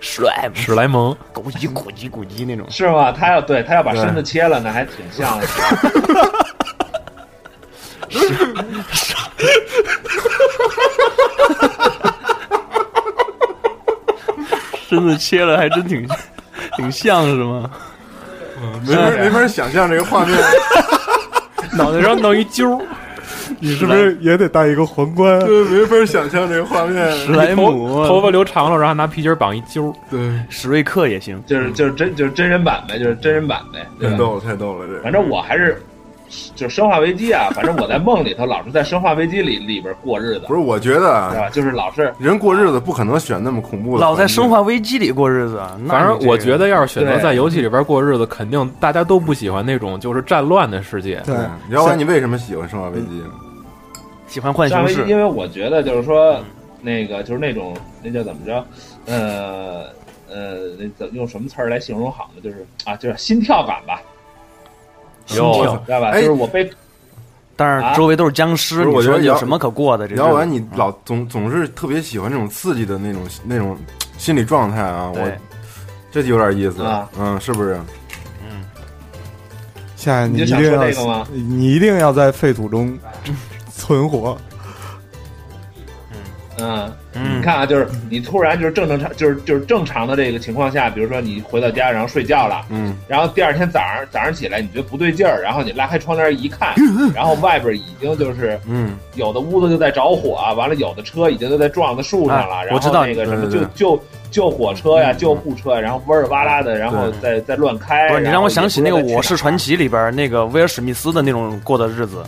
[SPEAKER 1] 史莱姆，
[SPEAKER 3] 史莱蒙，
[SPEAKER 1] 狗叽咕叽咕叽那种。
[SPEAKER 5] 是吧？他要对他要把
[SPEAKER 4] 对
[SPEAKER 5] 身子切了，那还挺像的。
[SPEAKER 1] 身子切了还真挺 挺像是吗？
[SPEAKER 4] 没法没法想象这个画面，
[SPEAKER 3] 脑袋 上弄一揪儿，
[SPEAKER 2] 你是不是也得戴一个皇冠啊？
[SPEAKER 4] 对，没法想象这个画面。
[SPEAKER 1] 史莱
[SPEAKER 3] 头头
[SPEAKER 1] 姆、啊
[SPEAKER 3] 发留长了，然后拿皮筋儿绑一揪儿，
[SPEAKER 4] 对，
[SPEAKER 1] 史瑞克也行。
[SPEAKER 5] 就是就是真就是真人版呗，就是真人版呗，对
[SPEAKER 4] 太
[SPEAKER 1] 嗯
[SPEAKER 5] 吧？
[SPEAKER 4] 逗了，太逗了，这个
[SPEAKER 5] 反正我还是就是《生化危机》啊，反正我在梦里头老是在《生化危机里》里边 过日子，
[SPEAKER 4] 不是，我觉得
[SPEAKER 5] 对
[SPEAKER 4] 啊，
[SPEAKER 5] 吧？就是老是
[SPEAKER 4] 人过日子不可能选那么恐怖的环境，
[SPEAKER 1] 老在《生化危机》里过日子，啊那
[SPEAKER 3] 反正
[SPEAKER 1] 你这个
[SPEAKER 3] 我觉得，要是选择
[SPEAKER 5] 对
[SPEAKER 3] 在游戏里边过日子，肯定大家都不喜欢那种就是战乱的世界。
[SPEAKER 4] 对。
[SPEAKER 2] 对，
[SPEAKER 4] 嗯姚完，你为什么喜欢《生化危机》呢？
[SPEAKER 5] 嗯
[SPEAKER 1] 喜欢浣
[SPEAKER 5] 上
[SPEAKER 1] 熊
[SPEAKER 5] 回
[SPEAKER 1] 市，
[SPEAKER 5] 因为我觉得就是说，那个就是那种那叫怎么着，呃呃，那怎用什么词儿来形容好呢？就是啊，就是心跳感吧，
[SPEAKER 3] 有
[SPEAKER 5] 知道吧？
[SPEAKER 4] 哎
[SPEAKER 5] 就是我被
[SPEAKER 1] 但是周围都是僵
[SPEAKER 4] 不
[SPEAKER 1] 尸，
[SPEAKER 4] 是
[SPEAKER 1] 你
[SPEAKER 4] 我觉得
[SPEAKER 1] 说有
[SPEAKER 4] 姚
[SPEAKER 1] 什么可过的？这
[SPEAKER 4] 姚完，
[SPEAKER 1] 日子
[SPEAKER 4] 你老总总是特别喜欢这种刺激的那种那种心理状态啊，
[SPEAKER 1] 对
[SPEAKER 4] 我这就有点意思
[SPEAKER 5] 啊，
[SPEAKER 4] 嗯，是不是？
[SPEAKER 2] 夏夏，
[SPEAKER 5] 你就
[SPEAKER 2] 一
[SPEAKER 5] 想
[SPEAKER 2] 定
[SPEAKER 5] 说
[SPEAKER 2] 要
[SPEAKER 5] 这个吗
[SPEAKER 2] 你一定要在废土中存活。
[SPEAKER 5] 嗯。
[SPEAKER 1] 嗯
[SPEAKER 5] 你，看啊，就是你突然就是正正常，就是就是正常的这个情况下，比如说你回到家然后睡觉了，
[SPEAKER 4] 嗯，
[SPEAKER 5] 然后第二天早上早上起来你觉得不对劲儿，然后你拉开窗帘一看，然后外边已经就是
[SPEAKER 4] 嗯，
[SPEAKER 5] 有的屋子就在着火、啊，完了有的车已经都在撞到树上了，
[SPEAKER 1] 哎
[SPEAKER 5] 然
[SPEAKER 1] 我知
[SPEAKER 5] 后
[SPEAKER 1] 道
[SPEAKER 5] 那个什么
[SPEAKER 4] 对对
[SPEAKER 5] 救
[SPEAKER 4] 对
[SPEAKER 5] 救救火车呀、救护车呀，然后哇啦哇啦的，然后
[SPEAKER 4] 对
[SPEAKER 5] 再再乱开。
[SPEAKER 1] 不是你让我想起那个
[SPEAKER 5] 然
[SPEAKER 1] 《
[SPEAKER 5] 后也
[SPEAKER 1] 我
[SPEAKER 5] 不知
[SPEAKER 1] 是
[SPEAKER 5] 道
[SPEAKER 1] 传奇》里边那个威尔史密斯的那种过的日子，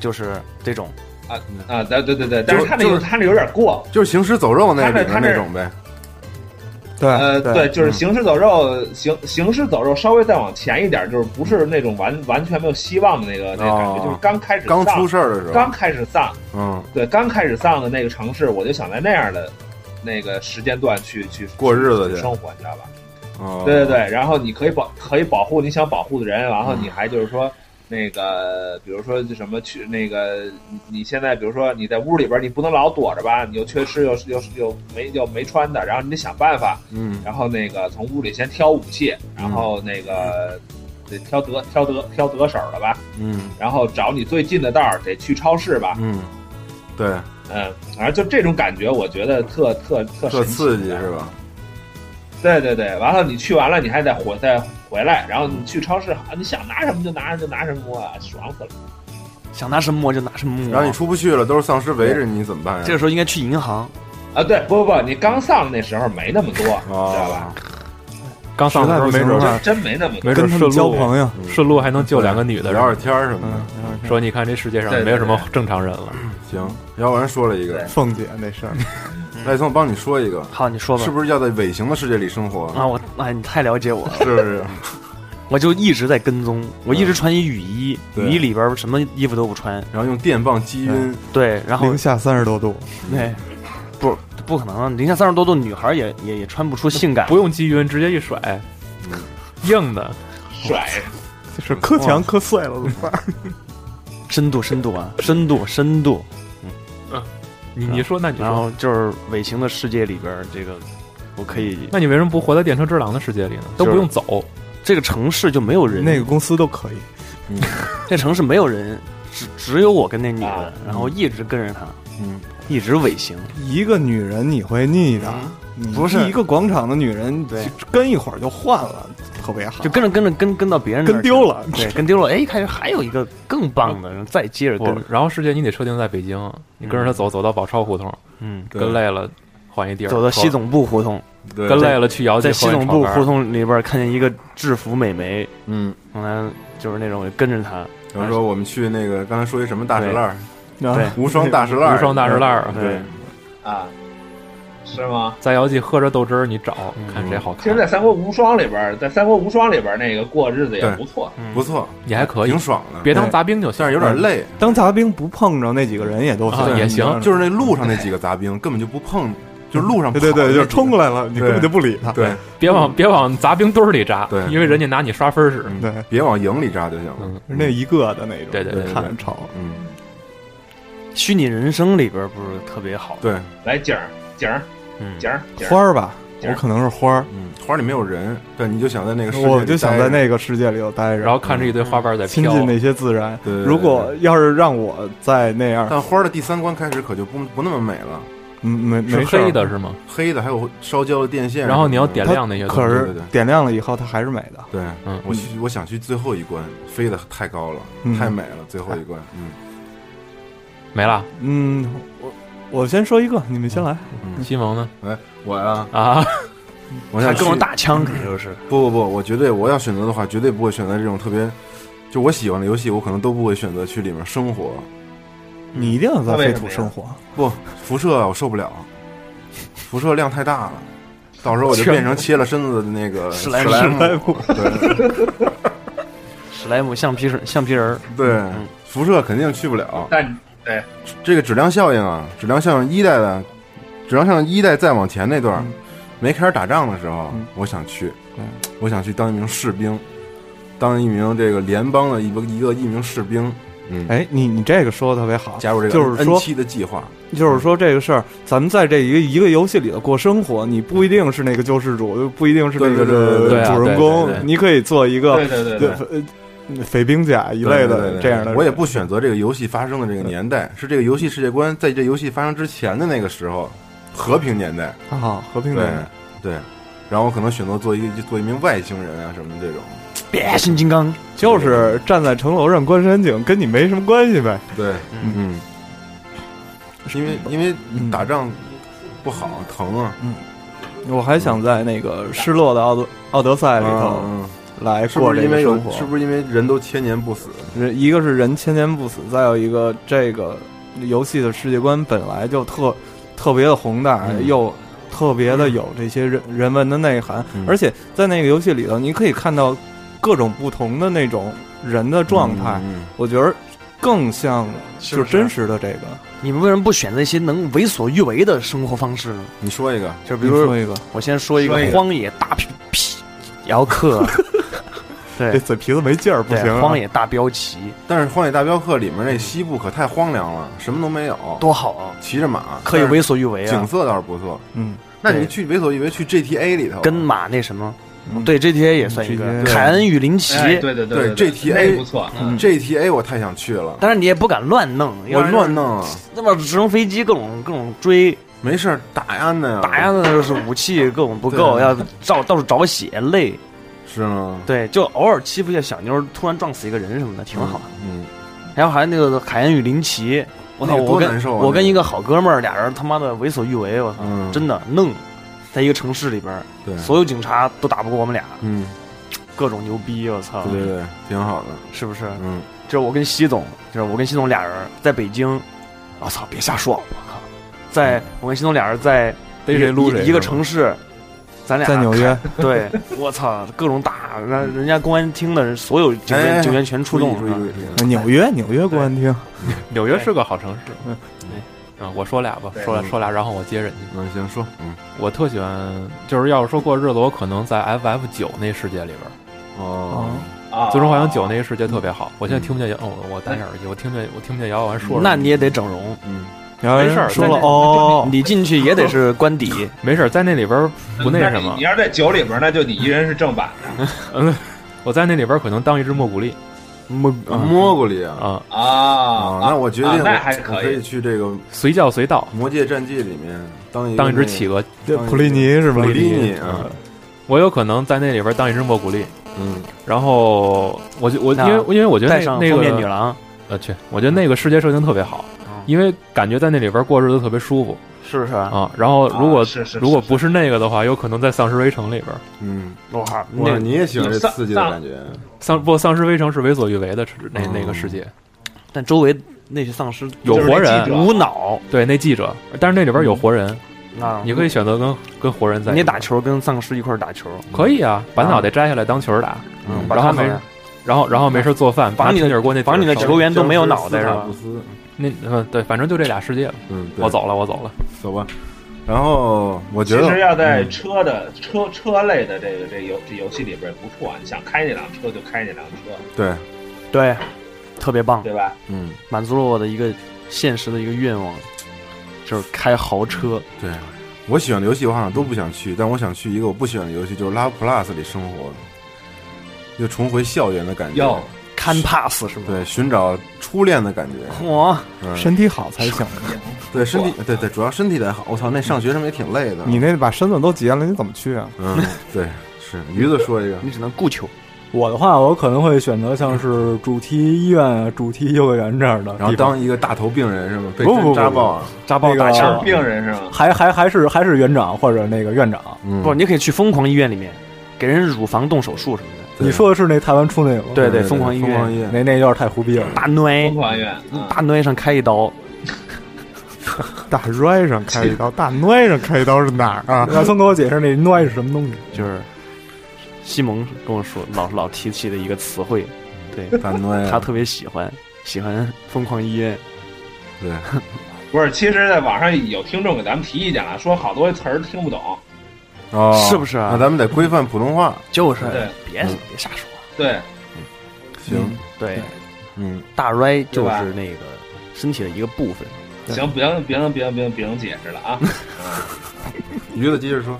[SPEAKER 1] 就是这种。
[SPEAKER 5] 啊，对对对对，但
[SPEAKER 4] 就是是
[SPEAKER 5] 他那
[SPEAKER 4] 就
[SPEAKER 5] 个
[SPEAKER 4] 是
[SPEAKER 5] 他那有点过，
[SPEAKER 4] 就是行尸走肉那
[SPEAKER 5] 他那
[SPEAKER 4] 里面
[SPEAKER 5] 他那
[SPEAKER 4] 那种呗，
[SPEAKER 2] 对，
[SPEAKER 6] 啊
[SPEAKER 5] 呃，对，
[SPEAKER 2] 对，
[SPEAKER 5] 就是行尸走肉，行行尸走肉稍微再往前一点，就是不是那种完完全没有希望的那个那个感觉，
[SPEAKER 4] 哦
[SPEAKER 5] 就是刚开始
[SPEAKER 4] 刚
[SPEAKER 5] 丧
[SPEAKER 4] 出事儿的时候
[SPEAKER 5] 刚，开始丧，
[SPEAKER 4] 嗯，
[SPEAKER 5] 对，刚开始丧的那个城市，我就想在那样的那个时间段去去
[SPEAKER 4] 过日子去
[SPEAKER 5] 去生活，你知道吧？
[SPEAKER 4] 哦
[SPEAKER 5] 对对，对，然后你可以保可以保护你想保护的人，然后你还就是说。那个，比如说就什么去那个，你你现在比如说你在屋里边，你不能老躲着吧，你又缺吃又又又没又没穿的，然后你得想办法，
[SPEAKER 4] 嗯，
[SPEAKER 5] 然后那个从屋里先挑武器，然后那个得挑得挑得挑得手的吧，
[SPEAKER 4] 嗯
[SPEAKER 5] 然后找你最近的道儿，得去超市吧，
[SPEAKER 4] 嗯，对，
[SPEAKER 5] 嗯，反正就这种感觉，我觉得特特特
[SPEAKER 4] 特
[SPEAKER 5] 神
[SPEAKER 4] 刺激
[SPEAKER 5] 奇啊
[SPEAKER 4] 是吧？
[SPEAKER 5] 对对对，完了你去完了，你还得回再回来，然后你去超市啊，你想拿什么就拿就拿什么啊，爽死了。
[SPEAKER 1] 想拿什么魔就拿什
[SPEAKER 5] 嗯
[SPEAKER 1] 么魔。
[SPEAKER 4] 然后你出不去了，都是丧尸围着你，怎么办呀？
[SPEAKER 1] 这个时候应该去银行，
[SPEAKER 5] 啊，对，不不不，你刚上那时候没那么多，你知道吧？
[SPEAKER 4] 啊，
[SPEAKER 3] 刚上
[SPEAKER 2] 实在
[SPEAKER 3] 的时候
[SPEAKER 2] 不
[SPEAKER 3] 没
[SPEAKER 2] 行
[SPEAKER 3] 准
[SPEAKER 2] 的
[SPEAKER 3] 儿
[SPEAKER 2] 话，
[SPEAKER 5] 真没那么多。
[SPEAKER 3] 没准儿
[SPEAKER 2] 跟他
[SPEAKER 3] 顺
[SPEAKER 2] 们交
[SPEAKER 3] 路
[SPEAKER 2] 朋友。
[SPEAKER 3] 顺路还能救两个女
[SPEAKER 4] 聊
[SPEAKER 3] 的，然
[SPEAKER 4] 会
[SPEAKER 3] 后
[SPEAKER 4] 天儿什么
[SPEAKER 2] 嗯
[SPEAKER 4] 的，，
[SPEAKER 3] 说你看这世界上
[SPEAKER 5] 对对
[SPEAKER 3] 没有什么正常人了。
[SPEAKER 4] 行。姚完说了一个
[SPEAKER 5] 对，
[SPEAKER 2] 凤姐那事儿，
[SPEAKER 4] 赖聪帮你说一个，
[SPEAKER 1] 好，你说吧啊
[SPEAKER 4] 是。不是要在伪型的世界里生活？
[SPEAKER 1] 啊，我哎，你太了解我了。
[SPEAKER 4] 是不是？
[SPEAKER 1] 我就一直在跟踪，我一直穿一雨衣，
[SPEAKER 4] 对
[SPEAKER 1] 雨衣里边儿什么衣服都不穿，
[SPEAKER 4] 然后用电棒击晕，
[SPEAKER 1] 对，然后
[SPEAKER 2] 零下三十多度，
[SPEAKER 1] 对，不不可能啊，零下三十多度，女孩儿也也也穿不出性感
[SPEAKER 3] 不，用击晕，直接一甩，硬的。
[SPEAKER 5] 甩
[SPEAKER 2] 就是磕墙磕碎了怎么办？
[SPEAKER 1] 深度深度啊，深度深度。
[SPEAKER 3] 你你说，那你
[SPEAKER 1] 然
[SPEAKER 3] 说，
[SPEAKER 1] 后就是伪情的世界里边儿，这个我可以，
[SPEAKER 3] 那你为什么不活在电车之狼的世界里呢？都不用走，
[SPEAKER 1] 这个城市就没有人，
[SPEAKER 2] 那个公司都可以，
[SPEAKER 1] 这城市没有人，只只有我跟那女的，
[SPEAKER 5] 啊
[SPEAKER 1] 然后一直跟着她，
[SPEAKER 4] 嗯，
[SPEAKER 1] 一直尾行。
[SPEAKER 2] 一个女人你会腻的，你
[SPEAKER 1] 不是
[SPEAKER 2] 一个广场的女人，
[SPEAKER 1] 对，
[SPEAKER 2] 跟一会儿就换了，特别好，
[SPEAKER 1] 就跟着跟着跟跟到别人那儿
[SPEAKER 2] 跟丢了
[SPEAKER 1] 去对，跟丢了。哎，一开始还有一个更棒的，然后再接着
[SPEAKER 3] 不
[SPEAKER 1] 跟，，
[SPEAKER 3] 然后世界你得设定在北京，你跟着他走，走到宝钞胡同，
[SPEAKER 1] 嗯，
[SPEAKER 4] 对
[SPEAKER 3] 跟累了换一地儿，
[SPEAKER 1] 走到西，总部胡同，
[SPEAKER 4] 对，
[SPEAKER 3] 跟累了去姚记
[SPEAKER 1] 在
[SPEAKER 3] 喝
[SPEAKER 1] 西
[SPEAKER 3] 一
[SPEAKER 1] 总
[SPEAKER 3] 炒
[SPEAKER 1] 部
[SPEAKER 3] 肝儿
[SPEAKER 1] 胡同里边看见一个制服美眉，
[SPEAKER 4] 嗯，
[SPEAKER 1] 后来就是那种我就跟着她，
[SPEAKER 4] 比方说我们去那个刚才说一什么大石烂儿，
[SPEAKER 2] 对
[SPEAKER 4] 无双大石烂儿，
[SPEAKER 3] 无双大石烂儿
[SPEAKER 4] 对，
[SPEAKER 5] 啊，是吗？
[SPEAKER 3] 在姚记喝着豆汁儿，你找看谁好
[SPEAKER 5] 其实，
[SPEAKER 3] 看
[SPEAKER 5] 在，《三国无双》里边儿，在《三国无双》里边儿那个过日子也
[SPEAKER 4] 对
[SPEAKER 5] 不错，
[SPEAKER 4] 不错，
[SPEAKER 3] 你还可以
[SPEAKER 4] 挺，爽的，
[SPEAKER 3] 别当杂兵就行，
[SPEAKER 4] 但是有点累，
[SPEAKER 2] 当杂兵不碰着那几个人也都
[SPEAKER 3] 啊
[SPEAKER 2] 行，
[SPEAKER 3] 也行
[SPEAKER 4] 就是那路上那几个杂兵根本就不碰，就是路上
[SPEAKER 2] 嗯 对对
[SPEAKER 4] 跑的
[SPEAKER 2] 对，
[SPEAKER 4] 那
[SPEAKER 2] 就
[SPEAKER 4] 几
[SPEAKER 2] 是
[SPEAKER 4] 个
[SPEAKER 2] 冲过来了，你根本就不理他，
[SPEAKER 4] 对
[SPEAKER 3] 别往别往杂兵堆儿里扎，
[SPEAKER 4] 对
[SPEAKER 3] 因为人家拿你刷分儿使。
[SPEAKER 2] 对，
[SPEAKER 4] 别往营里扎就行了
[SPEAKER 3] 嗯，
[SPEAKER 2] 是那一个的那种，
[SPEAKER 3] 对对
[SPEAKER 4] 对
[SPEAKER 2] 看
[SPEAKER 4] 对
[SPEAKER 2] 着吵。
[SPEAKER 4] 嗯，
[SPEAKER 1] 虚拟人生里边不是特别好，
[SPEAKER 4] 对，
[SPEAKER 5] 来景儿景儿
[SPEAKER 1] 嗯，
[SPEAKER 5] 景儿景
[SPEAKER 2] 花
[SPEAKER 5] 儿，
[SPEAKER 2] 儿吧，
[SPEAKER 5] 景
[SPEAKER 2] 我
[SPEAKER 5] 儿
[SPEAKER 2] 可能是花儿，
[SPEAKER 4] 嗯，花儿里没有人，对，你就想在那个世界里
[SPEAKER 2] 我就想在
[SPEAKER 4] 待着
[SPEAKER 2] 那个世界里头待着，
[SPEAKER 3] 然后看着一堆花瓣在
[SPEAKER 2] 亲
[SPEAKER 3] 飘，
[SPEAKER 2] 近那些自然。
[SPEAKER 4] 对对对
[SPEAKER 2] 如果要是让我再那样，
[SPEAKER 4] 但花儿的第三关开始可就不不那么美了，
[SPEAKER 2] 嗯，没
[SPEAKER 3] 是
[SPEAKER 2] 没事儿
[SPEAKER 3] 黑的，是吗？
[SPEAKER 4] 黑的还有烧焦的电线，
[SPEAKER 3] 然后你要点亮那些东西，
[SPEAKER 2] 可
[SPEAKER 4] 对
[SPEAKER 2] 是
[SPEAKER 4] 对对
[SPEAKER 2] 点亮了以后，它还是美的。
[SPEAKER 4] 对，
[SPEAKER 3] 嗯
[SPEAKER 4] 我去，我想去最后一关，飞得太高了，
[SPEAKER 2] 嗯
[SPEAKER 4] 太美了，最后一关，嗯，
[SPEAKER 3] 没了。
[SPEAKER 2] 嗯，我我先说一个，你们先来。
[SPEAKER 3] 西蒙呢？
[SPEAKER 4] 来，我呀，
[SPEAKER 3] 啊，
[SPEAKER 4] 我
[SPEAKER 1] 他
[SPEAKER 4] 想
[SPEAKER 1] 跟我
[SPEAKER 4] 去
[SPEAKER 1] 打枪，肯定就是
[SPEAKER 4] 不不不，我绝对我要选择的话，绝对不会选择这种特别，就我喜欢的游戏，我可能都不会选择去里面生活。嗯
[SPEAKER 2] 你一定要在废土生活，
[SPEAKER 4] 不，辐射啊我受不了，辐射量太大了，到时候我就变成切了身子的那个史
[SPEAKER 1] 史莱姆
[SPEAKER 4] 莱姆。
[SPEAKER 1] 史莱姆橡皮人橡皮人儿，
[SPEAKER 4] 对，辐射肯定去不了。
[SPEAKER 5] 但
[SPEAKER 4] 这个质量效应啊，质量效应一代的，质量效应一代再往前那段，
[SPEAKER 2] 嗯
[SPEAKER 4] 没开始打仗的时候，
[SPEAKER 2] 嗯
[SPEAKER 4] 我想去
[SPEAKER 2] 嗯，
[SPEAKER 4] 我想去当一名士兵，当一名这个联邦的一个一个一名士兵。嗯，
[SPEAKER 2] 哎，你你这个说的特别好，
[SPEAKER 4] 加入这个
[SPEAKER 2] 哦就是说
[SPEAKER 4] N 七的计划。
[SPEAKER 2] 就是说这个事儿，咱们在这一个一个游戏里头过生活，你不一定是那个救世主，不一定是那
[SPEAKER 4] 对
[SPEAKER 2] 个
[SPEAKER 4] 对对对
[SPEAKER 3] 对啊
[SPEAKER 2] 主人公
[SPEAKER 3] 对对，对
[SPEAKER 2] 你可以做一个
[SPEAKER 5] 对对对对，
[SPEAKER 2] 呃匪兵甲一类
[SPEAKER 4] 对对
[SPEAKER 2] 的
[SPEAKER 4] 对
[SPEAKER 2] 这样的人。
[SPEAKER 4] 我也不选择这个游戏发生的这个年代，是这个游戏世界观在这游戏发生之前的那个时候，和平年代。
[SPEAKER 2] 啊，和平
[SPEAKER 4] 对
[SPEAKER 2] 人
[SPEAKER 4] 对，然后我可能选择做一个做一名外星人啊什么这种。
[SPEAKER 1] 变形金刚，
[SPEAKER 2] 就是站在城楼上观山景，跟你没什么关系呗。
[SPEAKER 4] 对，嗯，因为因为
[SPEAKER 2] 嗯
[SPEAKER 4] 打仗不好疼啊，
[SPEAKER 2] 我还想在那个失落的奥德奥德
[SPEAKER 6] 哎
[SPEAKER 2] 赛里头
[SPEAKER 4] 嗯，
[SPEAKER 2] 来
[SPEAKER 4] 是
[SPEAKER 2] 过
[SPEAKER 4] 不是
[SPEAKER 2] 这
[SPEAKER 4] 因
[SPEAKER 2] 个
[SPEAKER 4] 为有
[SPEAKER 2] 生活，
[SPEAKER 4] 是不是因为人都千年不死？
[SPEAKER 2] 人一个是人千年不死，再有一个这个游戏的世界观本来就特特别的宏大，
[SPEAKER 4] 嗯
[SPEAKER 2] 又特别的有这些人人文的内涵，
[SPEAKER 4] 嗯
[SPEAKER 2] 而且在那个游戏里头，你可以看到各种不同的那种人的状态，
[SPEAKER 4] 嗯
[SPEAKER 2] 我觉得更像
[SPEAKER 1] 是
[SPEAKER 2] 就
[SPEAKER 1] 不
[SPEAKER 2] 是
[SPEAKER 1] 是
[SPEAKER 2] 真实的这个。
[SPEAKER 1] 你们为什么不选择一些能为所欲为的生活方式呢？
[SPEAKER 4] 你说一个，
[SPEAKER 1] 就比
[SPEAKER 2] 你
[SPEAKER 1] 如说
[SPEAKER 2] 说一个，
[SPEAKER 1] 我先说一个
[SPEAKER 5] 说一个
[SPEAKER 1] 荒野大皮皮姚 克，
[SPEAKER 2] 这
[SPEAKER 1] 对
[SPEAKER 2] 嘴皮子没劲儿，不行
[SPEAKER 1] 对，
[SPEAKER 2] 啊。
[SPEAKER 1] 荒野大镖骑
[SPEAKER 4] 但是《荒野大镖客》里面那西部可太荒凉了，什么都没有，
[SPEAKER 1] 多好啊，
[SPEAKER 4] 骑着马，
[SPEAKER 1] 可以为所欲为
[SPEAKER 4] 景
[SPEAKER 1] 啊，
[SPEAKER 4] 色倒是不错。
[SPEAKER 2] 嗯，
[SPEAKER 4] 那
[SPEAKER 1] 对
[SPEAKER 4] 你去为所欲为去 GTA 里头
[SPEAKER 1] 跟马那什么，
[SPEAKER 2] 嗯
[SPEAKER 1] 对 GTA 也算一个
[SPEAKER 4] 嗯
[SPEAKER 2] GTA
[SPEAKER 1] 凯恩与林奇，
[SPEAKER 5] 哎对对
[SPEAKER 4] 对
[SPEAKER 5] 对对
[SPEAKER 4] GTA
[SPEAKER 5] 那不错，
[SPEAKER 2] 嗯
[SPEAKER 4] GTA 我太想去了，
[SPEAKER 1] 但是你也不敢乱弄，要
[SPEAKER 4] 我
[SPEAKER 1] 是
[SPEAKER 4] 乱，弄嗯啊，
[SPEAKER 1] 那么直升飞机各种各种追，
[SPEAKER 4] 没事儿打呀呢，
[SPEAKER 1] 打呀那就是武器各种不够，
[SPEAKER 4] 对
[SPEAKER 1] 要照到处找血累，
[SPEAKER 4] 是吗？
[SPEAKER 1] 对，就偶尔欺负一下小妞，突然撞死一个人什么的，挺好。
[SPEAKER 4] 嗯，
[SPEAKER 1] 然后还有那个凯恩与林奇，我操，
[SPEAKER 4] 那个多
[SPEAKER 1] 我
[SPEAKER 4] 难
[SPEAKER 1] 跟
[SPEAKER 4] 受啊
[SPEAKER 1] 我
[SPEAKER 4] 那个
[SPEAKER 1] 跟一个好哥们儿，俩人他妈的为所欲为，我操，
[SPEAKER 4] 嗯
[SPEAKER 1] 真的弄，在一个城市里边儿，
[SPEAKER 4] 嗯对，
[SPEAKER 1] 所有警察都打不过我们俩，
[SPEAKER 4] 嗯，
[SPEAKER 1] 各种牛逼，我操，
[SPEAKER 4] 对对对，挺好的，
[SPEAKER 1] 是不是？
[SPEAKER 4] 嗯，
[SPEAKER 1] 就是我跟西总，就是我跟西总俩人在北京，我操，别瞎说，我靠，在我跟西总俩人在
[SPEAKER 3] 逮谁
[SPEAKER 1] 一
[SPEAKER 3] 撸谁
[SPEAKER 1] 一一个
[SPEAKER 3] 是吧
[SPEAKER 1] 城市，咱俩
[SPEAKER 2] 在纽约，
[SPEAKER 1] 对， 我操，各种打，那人家公安厅的人所有警
[SPEAKER 4] 哎哎
[SPEAKER 1] 员
[SPEAKER 4] 哎
[SPEAKER 1] 警员全出动啊
[SPEAKER 4] 注意注意注
[SPEAKER 6] 啊
[SPEAKER 4] 意！
[SPEAKER 2] 纽约，纽约公安厅，
[SPEAKER 3] 纽约是个好城市。
[SPEAKER 2] 嗯
[SPEAKER 3] 嗯，我说俩吧，
[SPEAKER 5] 对
[SPEAKER 3] 说俩说俩，然后我接着你。
[SPEAKER 4] 嗯，行，说，嗯，
[SPEAKER 3] 我特喜欢，就是要是说过日子，我可能在 FF 九那世界里边儿，
[SPEAKER 4] 哦，
[SPEAKER 5] 啊，
[SPEAKER 3] 《最终幻想九》那个世界特别好。我现在听不见摇，哦我戴上耳机，我听不见，我听不见摇完说。
[SPEAKER 1] 那你也得整容，
[SPEAKER 4] 嗯，
[SPEAKER 2] 然后
[SPEAKER 3] 没事儿
[SPEAKER 2] 人说了
[SPEAKER 3] 在 那
[SPEAKER 2] 哦，
[SPEAKER 1] 你进去也得是官邸，
[SPEAKER 3] 没事儿，在那里边儿不那什
[SPEAKER 5] 你
[SPEAKER 3] 么
[SPEAKER 5] 你，要是在酒里边，那就你一人是正版的
[SPEAKER 3] 我在那里边儿可能当一只蘑菇力
[SPEAKER 1] 摸
[SPEAKER 4] 蘑菇里啊，
[SPEAKER 3] 啊，
[SPEAKER 5] 啊啊
[SPEAKER 4] 啊，那我决定
[SPEAKER 5] 啊
[SPEAKER 4] 我，
[SPEAKER 5] 那还
[SPEAKER 4] 我
[SPEAKER 5] 可
[SPEAKER 4] 可
[SPEAKER 5] 以
[SPEAKER 4] 以去这个《
[SPEAKER 3] 随叫随到，
[SPEAKER 4] 魔界战记》里面当一
[SPEAKER 3] 当一只企
[SPEAKER 4] 企
[SPEAKER 3] 鹅。
[SPEAKER 2] 这普利尼是吧？
[SPEAKER 4] 普利尼啊，
[SPEAKER 3] 我有可能在那里边儿当一只蘑菇力，
[SPEAKER 4] 嗯，
[SPEAKER 3] 然后我就我因
[SPEAKER 1] 那
[SPEAKER 3] 为因为我觉得
[SPEAKER 1] 带
[SPEAKER 3] 那
[SPEAKER 1] 上
[SPEAKER 3] 那
[SPEAKER 1] 封面女
[SPEAKER 3] 个
[SPEAKER 1] 郎，
[SPEAKER 3] 呃去，我觉得那个世界设定特别好，因为感觉在那里边儿过日子特别舒服
[SPEAKER 1] 是不是？
[SPEAKER 3] 啊。然后如
[SPEAKER 5] 啊
[SPEAKER 3] 果
[SPEAKER 5] 是是是
[SPEAKER 3] 如果不是那个的话，有可能在丧尸围城里边儿。
[SPEAKER 4] 嗯，
[SPEAKER 1] 我靠，
[SPEAKER 4] 哇，
[SPEAKER 1] 那
[SPEAKER 4] 你也喜欢这刺激的感觉，
[SPEAKER 3] 丧不丧尸围城是为所欲为的那那个
[SPEAKER 4] 嗯
[SPEAKER 3] 世界，
[SPEAKER 1] 但周围那些丧尸
[SPEAKER 3] 有
[SPEAKER 5] 就是那
[SPEAKER 3] 活
[SPEAKER 5] 记
[SPEAKER 3] 人
[SPEAKER 5] 者
[SPEAKER 1] 无脑
[SPEAKER 3] 对，那记者，但是那里边有活人，
[SPEAKER 1] 啊，
[SPEAKER 3] 你可以选择跟跟活人在一起，
[SPEAKER 1] 你打球跟丧尸一块儿打球，
[SPEAKER 3] 可以啊，把脑袋摘下来当球儿打，
[SPEAKER 4] 嗯
[SPEAKER 1] 把
[SPEAKER 3] 然
[SPEAKER 1] 他
[SPEAKER 3] 后
[SPEAKER 1] 们
[SPEAKER 3] 没事，然后然后没事做饭，
[SPEAKER 1] 把
[SPEAKER 3] 拿
[SPEAKER 1] 你的
[SPEAKER 3] 铁锅那
[SPEAKER 1] 把你的
[SPEAKER 3] 球
[SPEAKER 1] 球员都没有脑袋是
[SPEAKER 4] 是
[SPEAKER 1] 吧
[SPEAKER 4] 吧？？
[SPEAKER 3] 那嗯对，反正就这俩世界吧，
[SPEAKER 4] 嗯，对
[SPEAKER 3] 我，走了，我走了，
[SPEAKER 4] 走吧。然后我觉
[SPEAKER 5] 其实
[SPEAKER 4] 得，
[SPEAKER 5] 要在车的车车类的这个这游这游戏里边不错，你想开那辆车就开那辆车，
[SPEAKER 4] 对，
[SPEAKER 1] 对，特别棒，
[SPEAKER 5] 对吧？
[SPEAKER 4] 嗯，
[SPEAKER 1] 满足了我的一个现实的一个愿望，就是开豪车。
[SPEAKER 4] 对，我喜欢的游戏我好像都不想去，但我想去一个我不喜欢的游戏，就是《Love Plus》里生活，又重回校园的感
[SPEAKER 5] 哟
[SPEAKER 4] 觉，，
[SPEAKER 1] Can pass 是吗？
[SPEAKER 4] 对，寻找初恋的感 觉，
[SPEAKER 1] 哇，
[SPEAKER 4] 嗯，
[SPEAKER 2] 身体好才行。
[SPEAKER 4] 对，身体，对对，主要身体得好。我操，那上学什么也挺累的。
[SPEAKER 2] 你那把身子都截了，你怎么去啊？
[SPEAKER 4] 嗯，对，是鱼子说一 个，
[SPEAKER 1] 你只能顾求。
[SPEAKER 6] 我的话，我可能会选择像是主题医院啊、主题幼儿园这样的地方，
[SPEAKER 4] 然后当一个大头病人是吗？被
[SPEAKER 6] 不
[SPEAKER 4] 针
[SPEAKER 6] 不不
[SPEAKER 4] 扎爆啊！
[SPEAKER 1] 扎爆
[SPEAKER 6] 那个
[SPEAKER 1] 打气儿
[SPEAKER 5] 是病人是吗？
[SPEAKER 6] 还还还是还是园长或者那个院长。
[SPEAKER 4] 嗯，
[SPEAKER 1] 不，你可以去疯狂医院里面给人乳房动手术什么的。
[SPEAKER 4] 对
[SPEAKER 6] 你说的是那台湾出那个吗？
[SPEAKER 1] 对
[SPEAKER 4] 对
[SPEAKER 1] 疯狂医
[SPEAKER 4] 疯狂
[SPEAKER 1] 院，
[SPEAKER 4] 医院，
[SPEAKER 6] 那那有点太胡逼了。
[SPEAKER 1] 大奶
[SPEAKER 5] 疯狂医院，嗯
[SPEAKER 1] 大奶上开一刀，
[SPEAKER 2] 大 r 上开一刀，大 r 上开一刀是哪儿啊？
[SPEAKER 6] 老孙给我解释那 “noi” 是什么东西？
[SPEAKER 1] 就是西蒙跟我说老老提起的一个词汇，对
[SPEAKER 4] 大暖
[SPEAKER 1] 他特别喜欢喜欢疯狂医院。
[SPEAKER 4] 对，
[SPEAKER 5] 不是，其实在网上有听众给咱们提意见了，说好多词儿听不懂。
[SPEAKER 4] 哦，
[SPEAKER 1] 是不是啊
[SPEAKER 4] 那咱们得规范普通话。
[SPEAKER 1] 就是
[SPEAKER 5] 对
[SPEAKER 1] 别别瞎说。
[SPEAKER 5] 对，
[SPEAKER 4] 行，
[SPEAKER 1] 对，
[SPEAKER 4] 嗯，
[SPEAKER 1] 大 r 就
[SPEAKER 5] 对吧
[SPEAKER 1] 是那个身体的一个部分。
[SPEAKER 5] 行，别别别别别能解释了啊！
[SPEAKER 4] 鱼子接着说，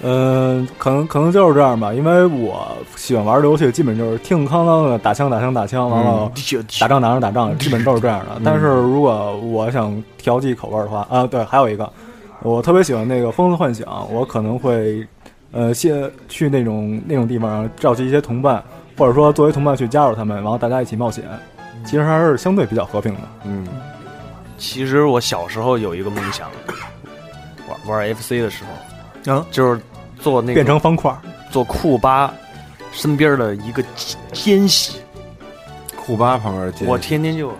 [SPEAKER 6] 嗯，可能可能就是这样吧，因为我喜欢玩的游戏，基本就是听康当的打枪打枪打枪，
[SPEAKER 1] 嗯
[SPEAKER 6] 完了打仗打仗打仗，基本都是这样的。但是如果我想调剂口味儿的话，啊，对，还有一个，我特别喜欢那个《疯子幻想》，我可能会呃先去那种那种地方召集一些同伴，或者说作为同伴去加入他们，然后大家一起冒险，其实还是相对比较和平的。
[SPEAKER 4] 嗯，
[SPEAKER 1] 其实我小时候有一个梦想，玩玩 FC 的时候，
[SPEAKER 2] 啊
[SPEAKER 1] 就是做那个
[SPEAKER 6] 变成方块儿，
[SPEAKER 1] 做库巴身边的一个奸细，
[SPEAKER 4] 库巴旁边接，
[SPEAKER 1] 我天天就，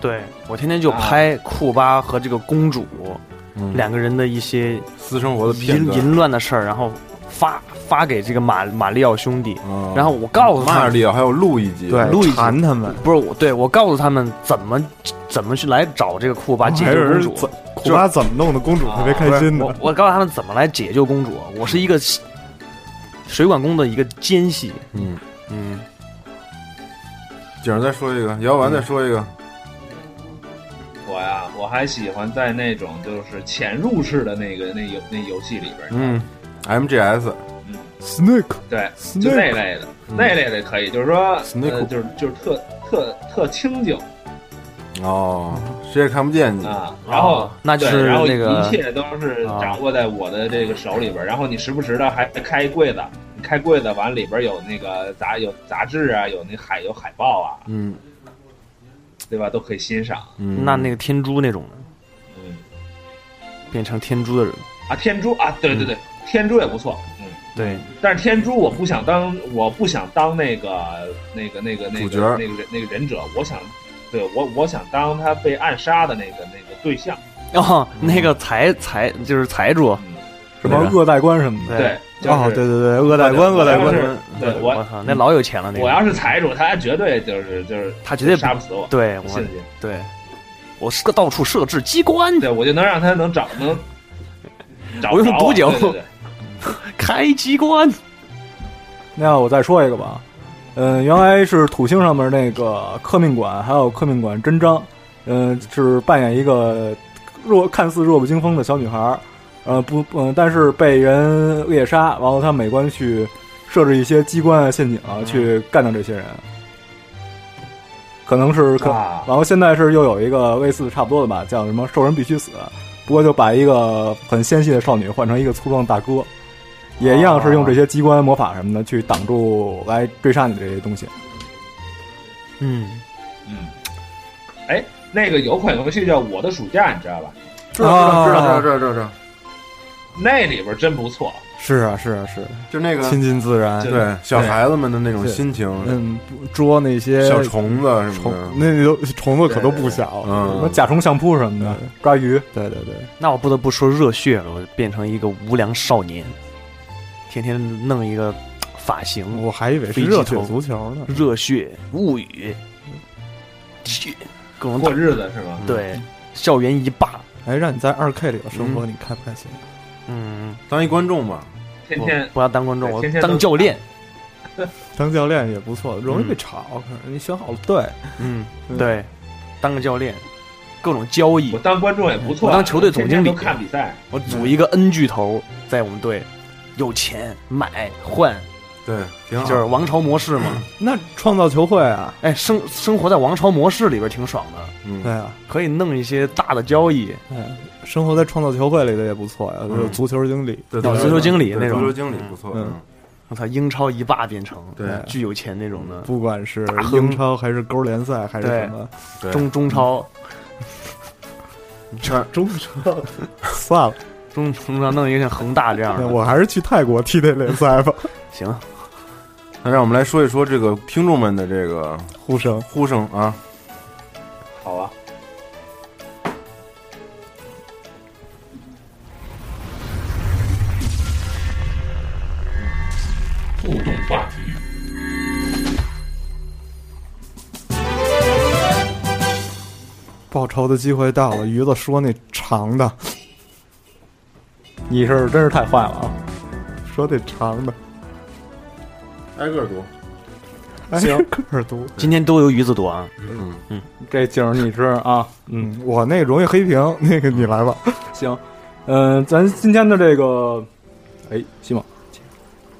[SPEAKER 1] 对我天天就拍库巴和这个公主、
[SPEAKER 4] 嗯
[SPEAKER 1] 两个人的一些
[SPEAKER 4] 私生活的片
[SPEAKER 1] 淫
[SPEAKER 4] 段，
[SPEAKER 1] 淫乱的事儿，然后发发给这个马马里奥兄弟，
[SPEAKER 4] 嗯
[SPEAKER 1] 然后我告诉
[SPEAKER 4] 马
[SPEAKER 1] 他
[SPEAKER 4] 尔
[SPEAKER 1] 们，
[SPEAKER 4] 利奥还有路易集，
[SPEAKER 2] 对，
[SPEAKER 1] 路易吉
[SPEAKER 2] 馋哎他们，
[SPEAKER 1] 不是我，对我告诉他们怎么怎么去来找这个库巴解
[SPEAKER 2] 还
[SPEAKER 1] 救
[SPEAKER 2] 有
[SPEAKER 1] 公
[SPEAKER 2] 人
[SPEAKER 1] 主。
[SPEAKER 2] 怎苦巴怎么弄的？公主特别
[SPEAKER 4] 啊
[SPEAKER 2] 开心
[SPEAKER 1] 我
[SPEAKER 2] 的，
[SPEAKER 1] 我告诉他们怎么来解救公主。我是一个水管工的一个奸细，
[SPEAKER 4] 嗯，
[SPEAKER 1] 嗯，
[SPEAKER 4] 景儿再说一个，姚丸再说一个，
[SPEAKER 5] 我呀，我还喜欢在那种就是潜入式的那个那游那游戏里边，
[SPEAKER 4] 嗯，MGS，
[SPEAKER 2] Snake
[SPEAKER 5] 对，就那
[SPEAKER 2] Snake
[SPEAKER 5] 类的那类的可以，就是说，呃
[SPEAKER 4] Snake
[SPEAKER 5] 就是就是特特特清静
[SPEAKER 4] 哦，谁也看不见你，
[SPEAKER 5] 啊，然后
[SPEAKER 1] 哦那就
[SPEAKER 5] 对
[SPEAKER 1] 是
[SPEAKER 5] 然后
[SPEAKER 1] 那个
[SPEAKER 5] 一切都是掌握在我的这个手里边儿，然后你时不时的还开柜子，你开柜子完里边儿有那个杂有杂志啊，有那海有海报啊，
[SPEAKER 4] 嗯
[SPEAKER 5] 对吧？都可以欣赏。
[SPEAKER 4] 嗯，
[SPEAKER 1] 那那个天珠那种的，
[SPEAKER 5] 嗯，
[SPEAKER 1] 变成天珠的人，
[SPEAKER 5] 啊，天珠啊，对对对，天珠也不错。嗯，
[SPEAKER 1] 对，
[SPEAKER 5] 但是天珠我不想当，我不想当那个那个那个那
[SPEAKER 4] 主角
[SPEAKER 5] 个那个人那个忍者，我想，对我我想当他被暗杀的那个那个对象。
[SPEAKER 1] 哦，那个财财就是财主，
[SPEAKER 5] 嗯，
[SPEAKER 6] 什么恶代官什么的，
[SPEAKER 5] 对，就
[SPEAKER 2] 哦，
[SPEAKER 5] 是
[SPEAKER 2] 对对对，恶代官，恶
[SPEAKER 5] 我
[SPEAKER 2] 代
[SPEAKER 5] 要
[SPEAKER 2] 官，
[SPEAKER 5] 是对我
[SPEAKER 1] 我操，那老有钱了那
[SPEAKER 5] 我
[SPEAKER 1] 个，
[SPEAKER 5] 要是财主，他绝对就是就是
[SPEAKER 1] 他绝对不啊
[SPEAKER 5] 杀不死我，
[SPEAKER 1] 对
[SPEAKER 5] 我
[SPEAKER 1] 我
[SPEAKER 5] 信去，
[SPEAKER 1] 对，我是个到处设置机关的，
[SPEAKER 5] 对我就能让他能找能找
[SPEAKER 1] 我用
[SPEAKER 5] 着
[SPEAKER 1] 毒酒
[SPEAKER 5] 对对对
[SPEAKER 1] 开机关，
[SPEAKER 6] 那我再说一个吧，嗯，原来是土星上面那个克命馆，还有克命馆真章，嗯，是扮演一个弱看似弱不禁风的小女孩儿，呃，不，嗯、但是被人猎杀，然后她美观去设置一些机关啊、陷阱啊，去干掉这些人。可能是可，
[SPEAKER 5] 哇
[SPEAKER 6] 然后现在是又有一个类似差不多的吧，叫什么“兽人必须死”，不过就把一个很纤细的少女换成一个粗壮大哥，也一样是用这些机关魔法什么的去挡住来追杀你的这些东西。
[SPEAKER 1] 嗯，
[SPEAKER 5] 嗯，哎，那个有款游戏叫《我的暑假》，你知道吧？
[SPEAKER 4] 知道知道知道知道知道，
[SPEAKER 5] 那里边真不错，
[SPEAKER 6] 是啊，是啊，是
[SPEAKER 4] 就那个
[SPEAKER 6] 亲近自然
[SPEAKER 5] 就
[SPEAKER 4] 对小孩子们的那种心情，
[SPEAKER 6] 嗯，捉那些
[SPEAKER 4] 小虫子什么
[SPEAKER 6] 虫，
[SPEAKER 4] 的，
[SPEAKER 6] 那都虫子可都不小，
[SPEAKER 4] 嗯
[SPEAKER 6] 什么甲虫相扑什么的，抓鱼。
[SPEAKER 2] 对对对，
[SPEAKER 1] 那我不得不说热血了，我变成一个无良少年，天天弄一个发型，
[SPEAKER 2] 我还以为是
[SPEAKER 1] 飞机
[SPEAKER 2] 热血
[SPEAKER 1] 头
[SPEAKER 2] 足球呢，
[SPEAKER 1] 热血物语，去各种
[SPEAKER 5] 过
[SPEAKER 1] 打，
[SPEAKER 5] 日子是吗？
[SPEAKER 1] 对，校园一霸，
[SPEAKER 2] 哎，让你在二 K 里头生活，你开不开心？
[SPEAKER 1] 嗯，
[SPEAKER 4] 当一观众吧，
[SPEAKER 5] 天
[SPEAKER 1] 我
[SPEAKER 5] 天
[SPEAKER 1] 不要当观众，我
[SPEAKER 5] 天天都
[SPEAKER 1] 当教练，
[SPEAKER 2] 当教练也不错，容易被炒，可是你选好了队，
[SPEAKER 1] 嗯，对，当个教练，各种交易
[SPEAKER 5] 我，当观众也不错，
[SPEAKER 1] 我当球队总经理
[SPEAKER 5] 天天都看比赛，
[SPEAKER 1] 我组一个 N 巨头在我们队，有钱买换，
[SPEAKER 4] 对，挺好，
[SPEAKER 1] 就是王朝模式嘛。
[SPEAKER 2] 那创造球会啊，
[SPEAKER 1] 哎，生生活在王朝模式里边挺爽的，
[SPEAKER 4] 嗯
[SPEAKER 2] 对啊，
[SPEAKER 1] 可以弄一些大的交易。
[SPEAKER 2] 哎，生活在创造球会里的也不错呀，就是
[SPEAKER 4] 嗯
[SPEAKER 2] 足球经理，
[SPEAKER 4] 对
[SPEAKER 1] 有足球经理那种
[SPEAKER 4] 足球经理不错，
[SPEAKER 2] 嗯
[SPEAKER 4] 嗯
[SPEAKER 1] 我操，英超一霸变成哎
[SPEAKER 4] 对
[SPEAKER 1] 巨有钱那种的，
[SPEAKER 2] 不管是
[SPEAKER 1] 大亨
[SPEAKER 2] 英超还是勾联赛还是
[SPEAKER 1] 对
[SPEAKER 2] 什么，
[SPEAKER 4] 嗯对
[SPEAKER 1] 中中超
[SPEAKER 2] 中超算了，
[SPEAKER 1] 中中超弄一个像恒大这样
[SPEAKER 2] 那
[SPEAKER 1] 的，
[SPEAKER 2] 我还是去泰国踢这联赛吧，
[SPEAKER 1] 行，
[SPEAKER 4] 那让我们来说一说这个听众们的这个
[SPEAKER 2] 呼声。
[SPEAKER 4] 呼声啊，
[SPEAKER 5] 好啊。互动话题，
[SPEAKER 2] 报仇的机会到了，鱼子说那长的，
[SPEAKER 6] 你是真是太坏了啊！
[SPEAKER 2] 说那长的，
[SPEAKER 4] 挨个读，
[SPEAKER 2] 行，耳朵。
[SPEAKER 1] 今天都由鱼子多啊，
[SPEAKER 4] 嗯，
[SPEAKER 6] 这景儿你吃啊？嗯，
[SPEAKER 2] 嗯，我那容易黑屏，那个你来吧。
[SPEAKER 6] 行，嗯、咱今天的这个，哎，西蒙，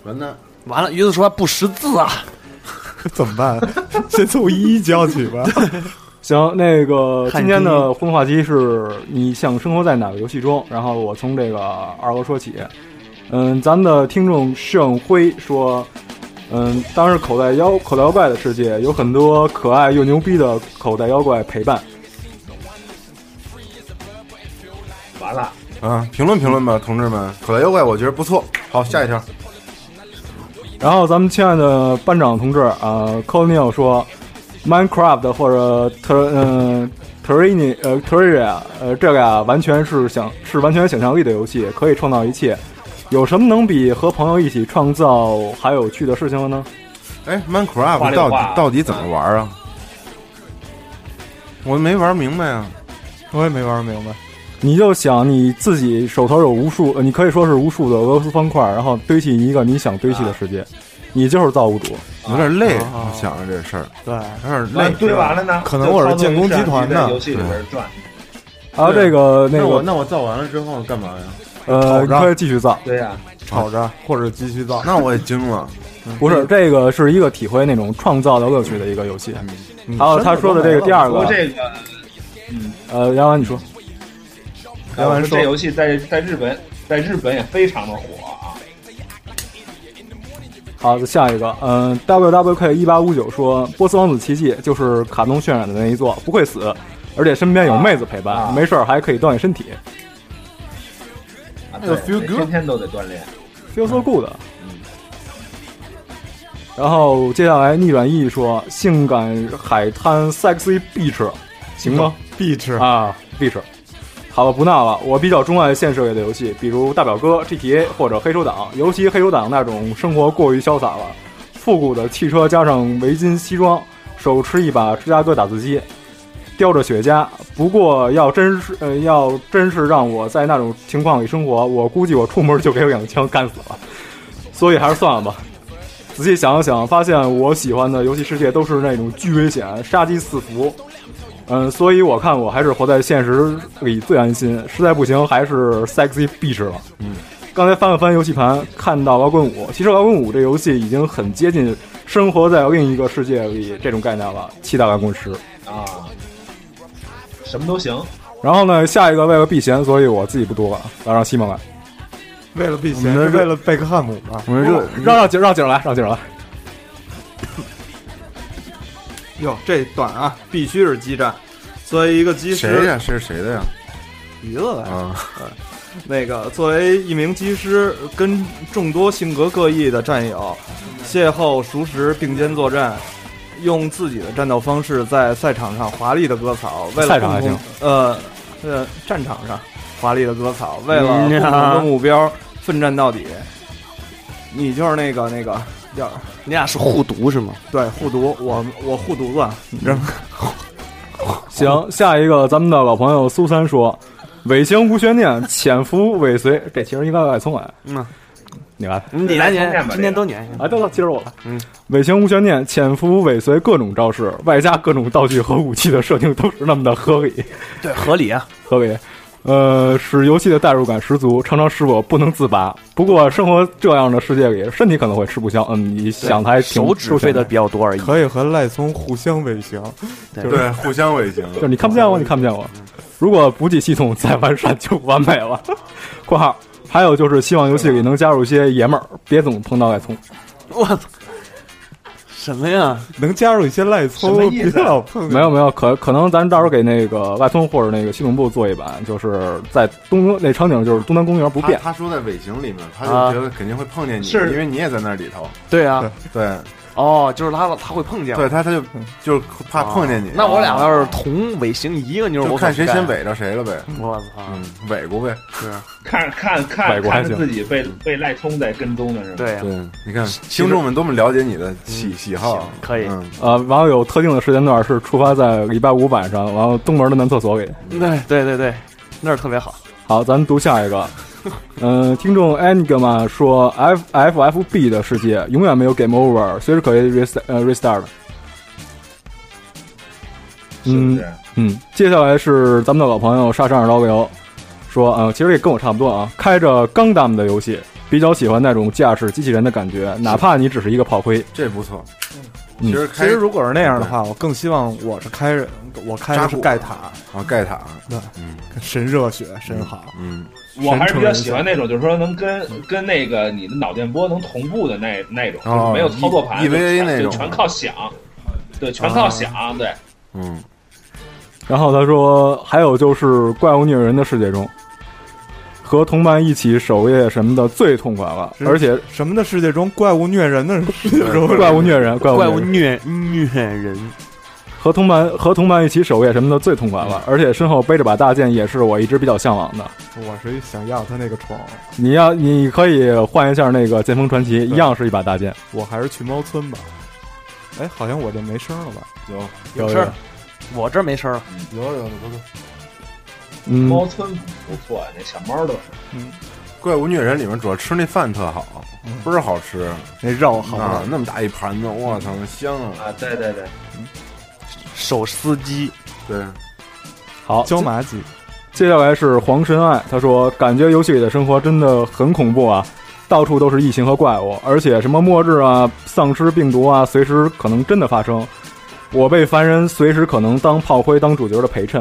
[SPEAKER 4] 完蛋，
[SPEAKER 1] 完了，鱼子说话不识字啊，
[SPEAKER 2] 怎么办？ 先从一一教起吧。
[SPEAKER 6] 行，那个
[SPEAKER 1] 看
[SPEAKER 6] 今天的互动话题是你想生活在哪个游戏中？然后我从这个二哥说起。嗯，咱们的听众盛辉说，嗯，当时口袋妖口袋妖怪的世界有很多可爱又牛逼的口袋妖怪陪伴。
[SPEAKER 5] 完了，
[SPEAKER 4] 啊，评论评论吧，同志们，口袋妖怪我觉得不错，
[SPEAKER 1] 嗯
[SPEAKER 4] 好，下一条，
[SPEAKER 6] 然后咱们亲爱的班长同志啊 c o l n e l 说，Minecraft 或者 Ter 嗯、Terrain 呃 Terraria 呃这俩完全是想是完全想象力的游戏，可以创造一切。有什么能比和朋友一起创造还有趣的事情了呢？
[SPEAKER 4] 哎
[SPEAKER 5] 话
[SPEAKER 4] ，Minecraft
[SPEAKER 5] 里
[SPEAKER 4] 到
[SPEAKER 5] 话
[SPEAKER 4] 底到底怎么玩啊？我没玩明白啊，
[SPEAKER 2] 我也没玩明白。
[SPEAKER 6] 你就想你自己手头有无数，呃你可以说是无数的俄罗斯方块，然后堆砌一个你想堆砌的世界，你就是造物主。
[SPEAKER 4] 有点累，
[SPEAKER 2] 啊
[SPEAKER 4] 想着这事儿，
[SPEAKER 2] 对，
[SPEAKER 4] 有点
[SPEAKER 5] 完
[SPEAKER 4] 累，
[SPEAKER 5] 堆完了呢？
[SPEAKER 2] 可能我是建功集团
[SPEAKER 5] 就操纵一
[SPEAKER 2] 的
[SPEAKER 5] 下你在游戏里边转，
[SPEAKER 6] 然后
[SPEAKER 4] 对
[SPEAKER 6] 啊
[SPEAKER 4] 啊
[SPEAKER 6] 这个那
[SPEAKER 4] 那我
[SPEAKER 6] 个
[SPEAKER 4] 那我造完了之后干嘛呀？
[SPEAKER 6] 呃，
[SPEAKER 2] 吵
[SPEAKER 6] 你
[SPEAKER 2] 着
[SPEAKER 6] 可以继续造。
[SPEAKER 5] 对呀，
[SPEAKER 2] 吵着或者继续造。
[SPEAKER 4] 那我也惊了，
[SPEAKER 6] 不是，这个是一个体会那种创造的乐趣的一个游戏。还有他说的这个第二
[SPEAKER 5] 不
[SPEAKER 6] 个
[SPEAKER 5] 过这个
[SPEAKER 6] 呃，然后你说，
[SPEAKER 2] 聊完说
[SPEAKER 5] 呃这游戏在在日本，在日本也非常的火啊。
[SPEAKER 6] 好，下一个，嗯、w W K 一八五九说，《波斯王子奇迹》就是卡通渲染的那一座，不会死，而且身边有妹子陪伴，
[SPEAKER 5] 啊
[SPEAKER 6] 没事儿还可以锻炼身体
[SPEAKER 5] 啊，
[SPEAKER 4] 那个
[SPEAKER 5] 对
[SPEAKER 4] feel good
[SPEAKER 5] 天天都得锻炼。
[SPEAKER 6] ，feel so good。然后接下来逆转意说，性感海滩 sexy beach，行吗？
[SPEAKER 2] 必吃。
[SPEAKER 6] 啊，beach，好了，不闹了。我比较钟爱现实类的游戏，比如《大表哥》、GTA 或者《黑手党》，尤其《黑手党》那种生活过于潇洒了，复古的汽车加上围巾西装，手持一把芝加哥打字机，叼着雪茄。不过要真是呃要真是让我在那种情况里生活，我估计我出门就给我两枪干死了。 所以还是算了吧。仔细想了想，发现我喜欢的游戏世界都是那种巨危险、杀机四伏，嗯，所以我看我还是活在现实里最安心。实在不行，还是 sexy beach 了。嗯，刚才翻了翻游戏盘，看到《摇滚舞》，其实《摇滚舞》这游戏已经很接近生活在另一个世界里这种概念了。期待《摇滚十》。
[SPEAKER 5] 啊，什么都行。
[SPEAKER 6] 然后呢，下一个为了避嫌，所以我自己不读了，要让西蒙来。
[SPEAKER 2] 为了避
[SPEAKER 4] 我
[SPEAKER 2] 嫌，
[SPEAKER 4] 们
[SPEAKER 2] 是
[SPEAKER 4] 的热
[SPEAKER 2] 为了贝克汉姆吧？
[SPEAKER 4] 我们这
[SPEAKER 6] 让让景让景来，让景来。
[SPEAKER 2] 哟，这短啊，必须是激战。作为一个机
[SPEAKER 4] 谁
[SPEAKER 2] 师，
[SPEAKER 4] 呀？这是谁的呀？
[SPEAKER 2] 鼻子来
[SPEAKER 4] 啊，
[SPEAKER 2] 那个作为一名机师，跟众多性格各异的战友邂逅、熟识、并肩作战，用自己的战斗方式在赛场上华丽的割草，为了
[SPEAKER 6] 赛场还
[SPEAKER 2] 共同
[SPEAKER 6] 行
[SPEAKER 2] 呃呃战场上华丽的割草，为了
[SPEAKER 1] 嗯
[SPEAKER 2] 共
[SPEAKER 1] 呀
[SPEAKER 2] 同的目标奋战到底。你就是那个那个叫
[SPEAKER 1] 你俩是互读是吗？
[SPEAKER 2] 对护犊，我我护犊子，你知道吗？
[SPEAKER 6] 行，下一个咱们的老朋友苏三说：“尾行无悬念，潜伏尾随。” 这其实应该外聪来，
[SPEAKER 1] 嗯，
[SPEAKER 6] 你来
[SPEAKER 1] 你
[SPEAKER 5] 来
[SPEAKER 1] 来
[SPEAKER 5] 充电
[SPEAKER 1] 年
[SPEAKER 5] 吧
[SPEAKER 1] 今年
[SPEAKER 5] 这个
[SPEAKER 1] 都年
[SPEAKER 6] 啊，等等，接着我来。
[SPEAKER 1] 嗯，
[SPEAKER 6] 尾行无悬念，潜伏尾随各种招式，外加各种道具和武器的设定都是那么的合理，
[SPEAKER 1] 对合理啊，
[SPEAKER 6] 合理。呃，使游戏的代入感十足，常常使我不能自拔。啊不过，生活这样的世界里，身体可能会吃不消。嗯，你想的还挺
[SPEAKER 1] 手指
[SPEAKER 6] 周全
[SPEAKER 1] 费的，比较多而已。
[SPEAKER 2] 可以和赖松互相尾行，
[SPEAKER 4] 对，互相尾行。
[SPEAKER 6] 就是你看不见我，你看不见我。如果补给系统再完善，就完美了。 （括号）还有就是，希望游戏里能加入一些爷们儿，别总碰到外葱。
[SPEAKER 1] 我操，什么呀？
[SPEAKER 2] 能加入一些赖
[SPEAKER 5] 什么
[SPEAKER 2] 葱，
[SPEAKER 5] 意
[SPEAKER 2] 别
[SPEAKER 5] 思
[SPEAKER 2] 老碰见
[SPEAKER 6] 没有没有，可可能咱到时候给那个外通或者那个系统部做一版，就是在东那场景就是东南公园不
[SPEAKER 4] 他
[SPEAKER 6] 变。
[SPEAKER 4] 他说在尾行里面，他就
[SPEAKER 1] 啊
[SPEAKER 4] 觉得肯定会碰见你，
[SPEAKER 5] 是
[SPEAKER 4] 因为你也在那里头。
[SPEAKER 1] 对啊，
[SPEAKER 4] 对，
[SPEAKER 1] 哦，就是他他会碰见我。
[SPEAKER 4] 对他他就就是怕碰见你。
[SPEAKER 1] 啊
[SPEAKER 4] 啊
[SPEAKER 1] 那我俩要是同尾行一个妞，
[SPEAKER 4] 就
[SPEAKER 1] 我
[SPEAKER 4] 看谁先
[SPEAKER 1] 尾。
[SPEAKER 4] 尾着谁了呗。
[SPEAKER 1] 啊我操！
[SPEAKER 4] 嗯，尾过呗。
[SPEAKER 5] 看看
[SPEAKER 6] 美
[SPEAKER 5] 看
[SPEAKER 6] 国还
[SPEAKER 5] 看
[SPEAKER 6] 行
[SPEAKER 5] 着自己被被赖聪在跟踪的是吧？，
[SPEAKER 1] 对啊，
[SPEAKER 4] 对，你看听众们多么了解你的喜喜好
[SPEAKER 1] 行，可以
[SPEAKER 4] 嗯
[SPEAKER 6] 呃，然后有特定的时间段是出发在礼拜五晚上，然后东门的男厕所里。
[SPEAKER 1] 对对对对，那儿特别好。
[SPEAKER 6] 好，咱读下一个。嗯，听众 Enigma 说，F F F B 的世界永远没有 Game Over，随时可以 restart 呃 restart。
[SPEAKER 5] 是不是？
[SPEAKER 6] 嗯，接下来是咱们的老朋友沙沙二刀流，说，嗯，其实也跟我差不多啊，开着钢弹的游戏，比较喜欢那种驾驶机器人的感觉，哪怕你只是一个炮灰。
[SPEAKER 4] 这不错。
[SPEAKER 6] 嗯
[SPEAKER 4] 其实
[SPEAKER 2] 其
[SPEAKER 4] 开
[SPEAKER 2] 实如果是那样的话，我更希望我是开着，我开的是盖塔，
[SPEAKER 4] 啊盖塔，
[SPEAKER 2] 对
[SPEAKER 4] 嗯
[SPEAKER 2] 神热血，神好。
[SPEAKER 4] 嗯，
[SPEAKER 5] 我还是比较喜欢那种，就是说能跟跟那个你的脑电波能同步的那那种，就是没有操作盘
[SPEAKER 4] 哦，E- EVA 那种
[SPEAKER 5] 就全靠想，对，全靠想，对，
[SPEAKER 4] 嗯，
[SPEAKER 6] 然后他说，还有就是怪物虐人的世界中，和同伴一起守夜什么的最痛快了，
[SPEAKER 1] 嗯
[SPEAKER 2] 是
[SPEAKER 6] 而且
[SPEAKER 2] 什么的世界中怪物虐人的世界中，
[SPEAKER 6] 怪物虐人，怪物
[SPEAKER 1] 怪
[SPEAKER 6] 虐
[SPEAKER 1] 物
[SPEAKER 6] 人
[SPEAKER 1] 虐虐人，
[SPEAKER 6] 和同伴和同伴一起守夜什么的最痛快
[SPEAKER 1] 嗯
[SPEAKER 6] 了，而且身后背着把大剑也是我一直比较向往的。
[SPEAKER 2] 我是想要他那个宠，
[SPEAKER 6] 你要你可以换一下那个剑锋传奇，一样是一把大剑。
[SPEAKER 2] 我还是去猫村吧。哎，好像我这没声了吧？
[SPEAKER 4] 有
[SPEAKER 1] 有事儿。我这儿没声儿了，
[SPEAKER 4] 有有有，有
[SPEAKER 6] 嗯，
[SPEAKER 5] 猫村不错，那小猫都是。
[SPEAKER 4] 怪物虐人里面主要吃那饭特好，倍儿好吃
[SPEAKER 2] 那肉好
[SPEAKER 4] 啊
[SPEAKER 2] 了，，
[SPEAKER 4] 那么大一盘子，我操，那香啊！
[SPEAKER 5] 啊，对对对，
[SPEAKER 1] 手撕鸡，
[SPEAKER 4] 对，
[SPEAKER 6] 好，
[SPEAKER 2] 椒麻鸡，
[SPEAKER 6] 接下来是黄神爱，他说感觉游戏里的生活真的很恐怖啊，到处都是异形和怪物，而且什么末日啊、丧尸病毒啊，随时可能真的发生。我被凡人随时可能当炮灰、当主角的陪衬，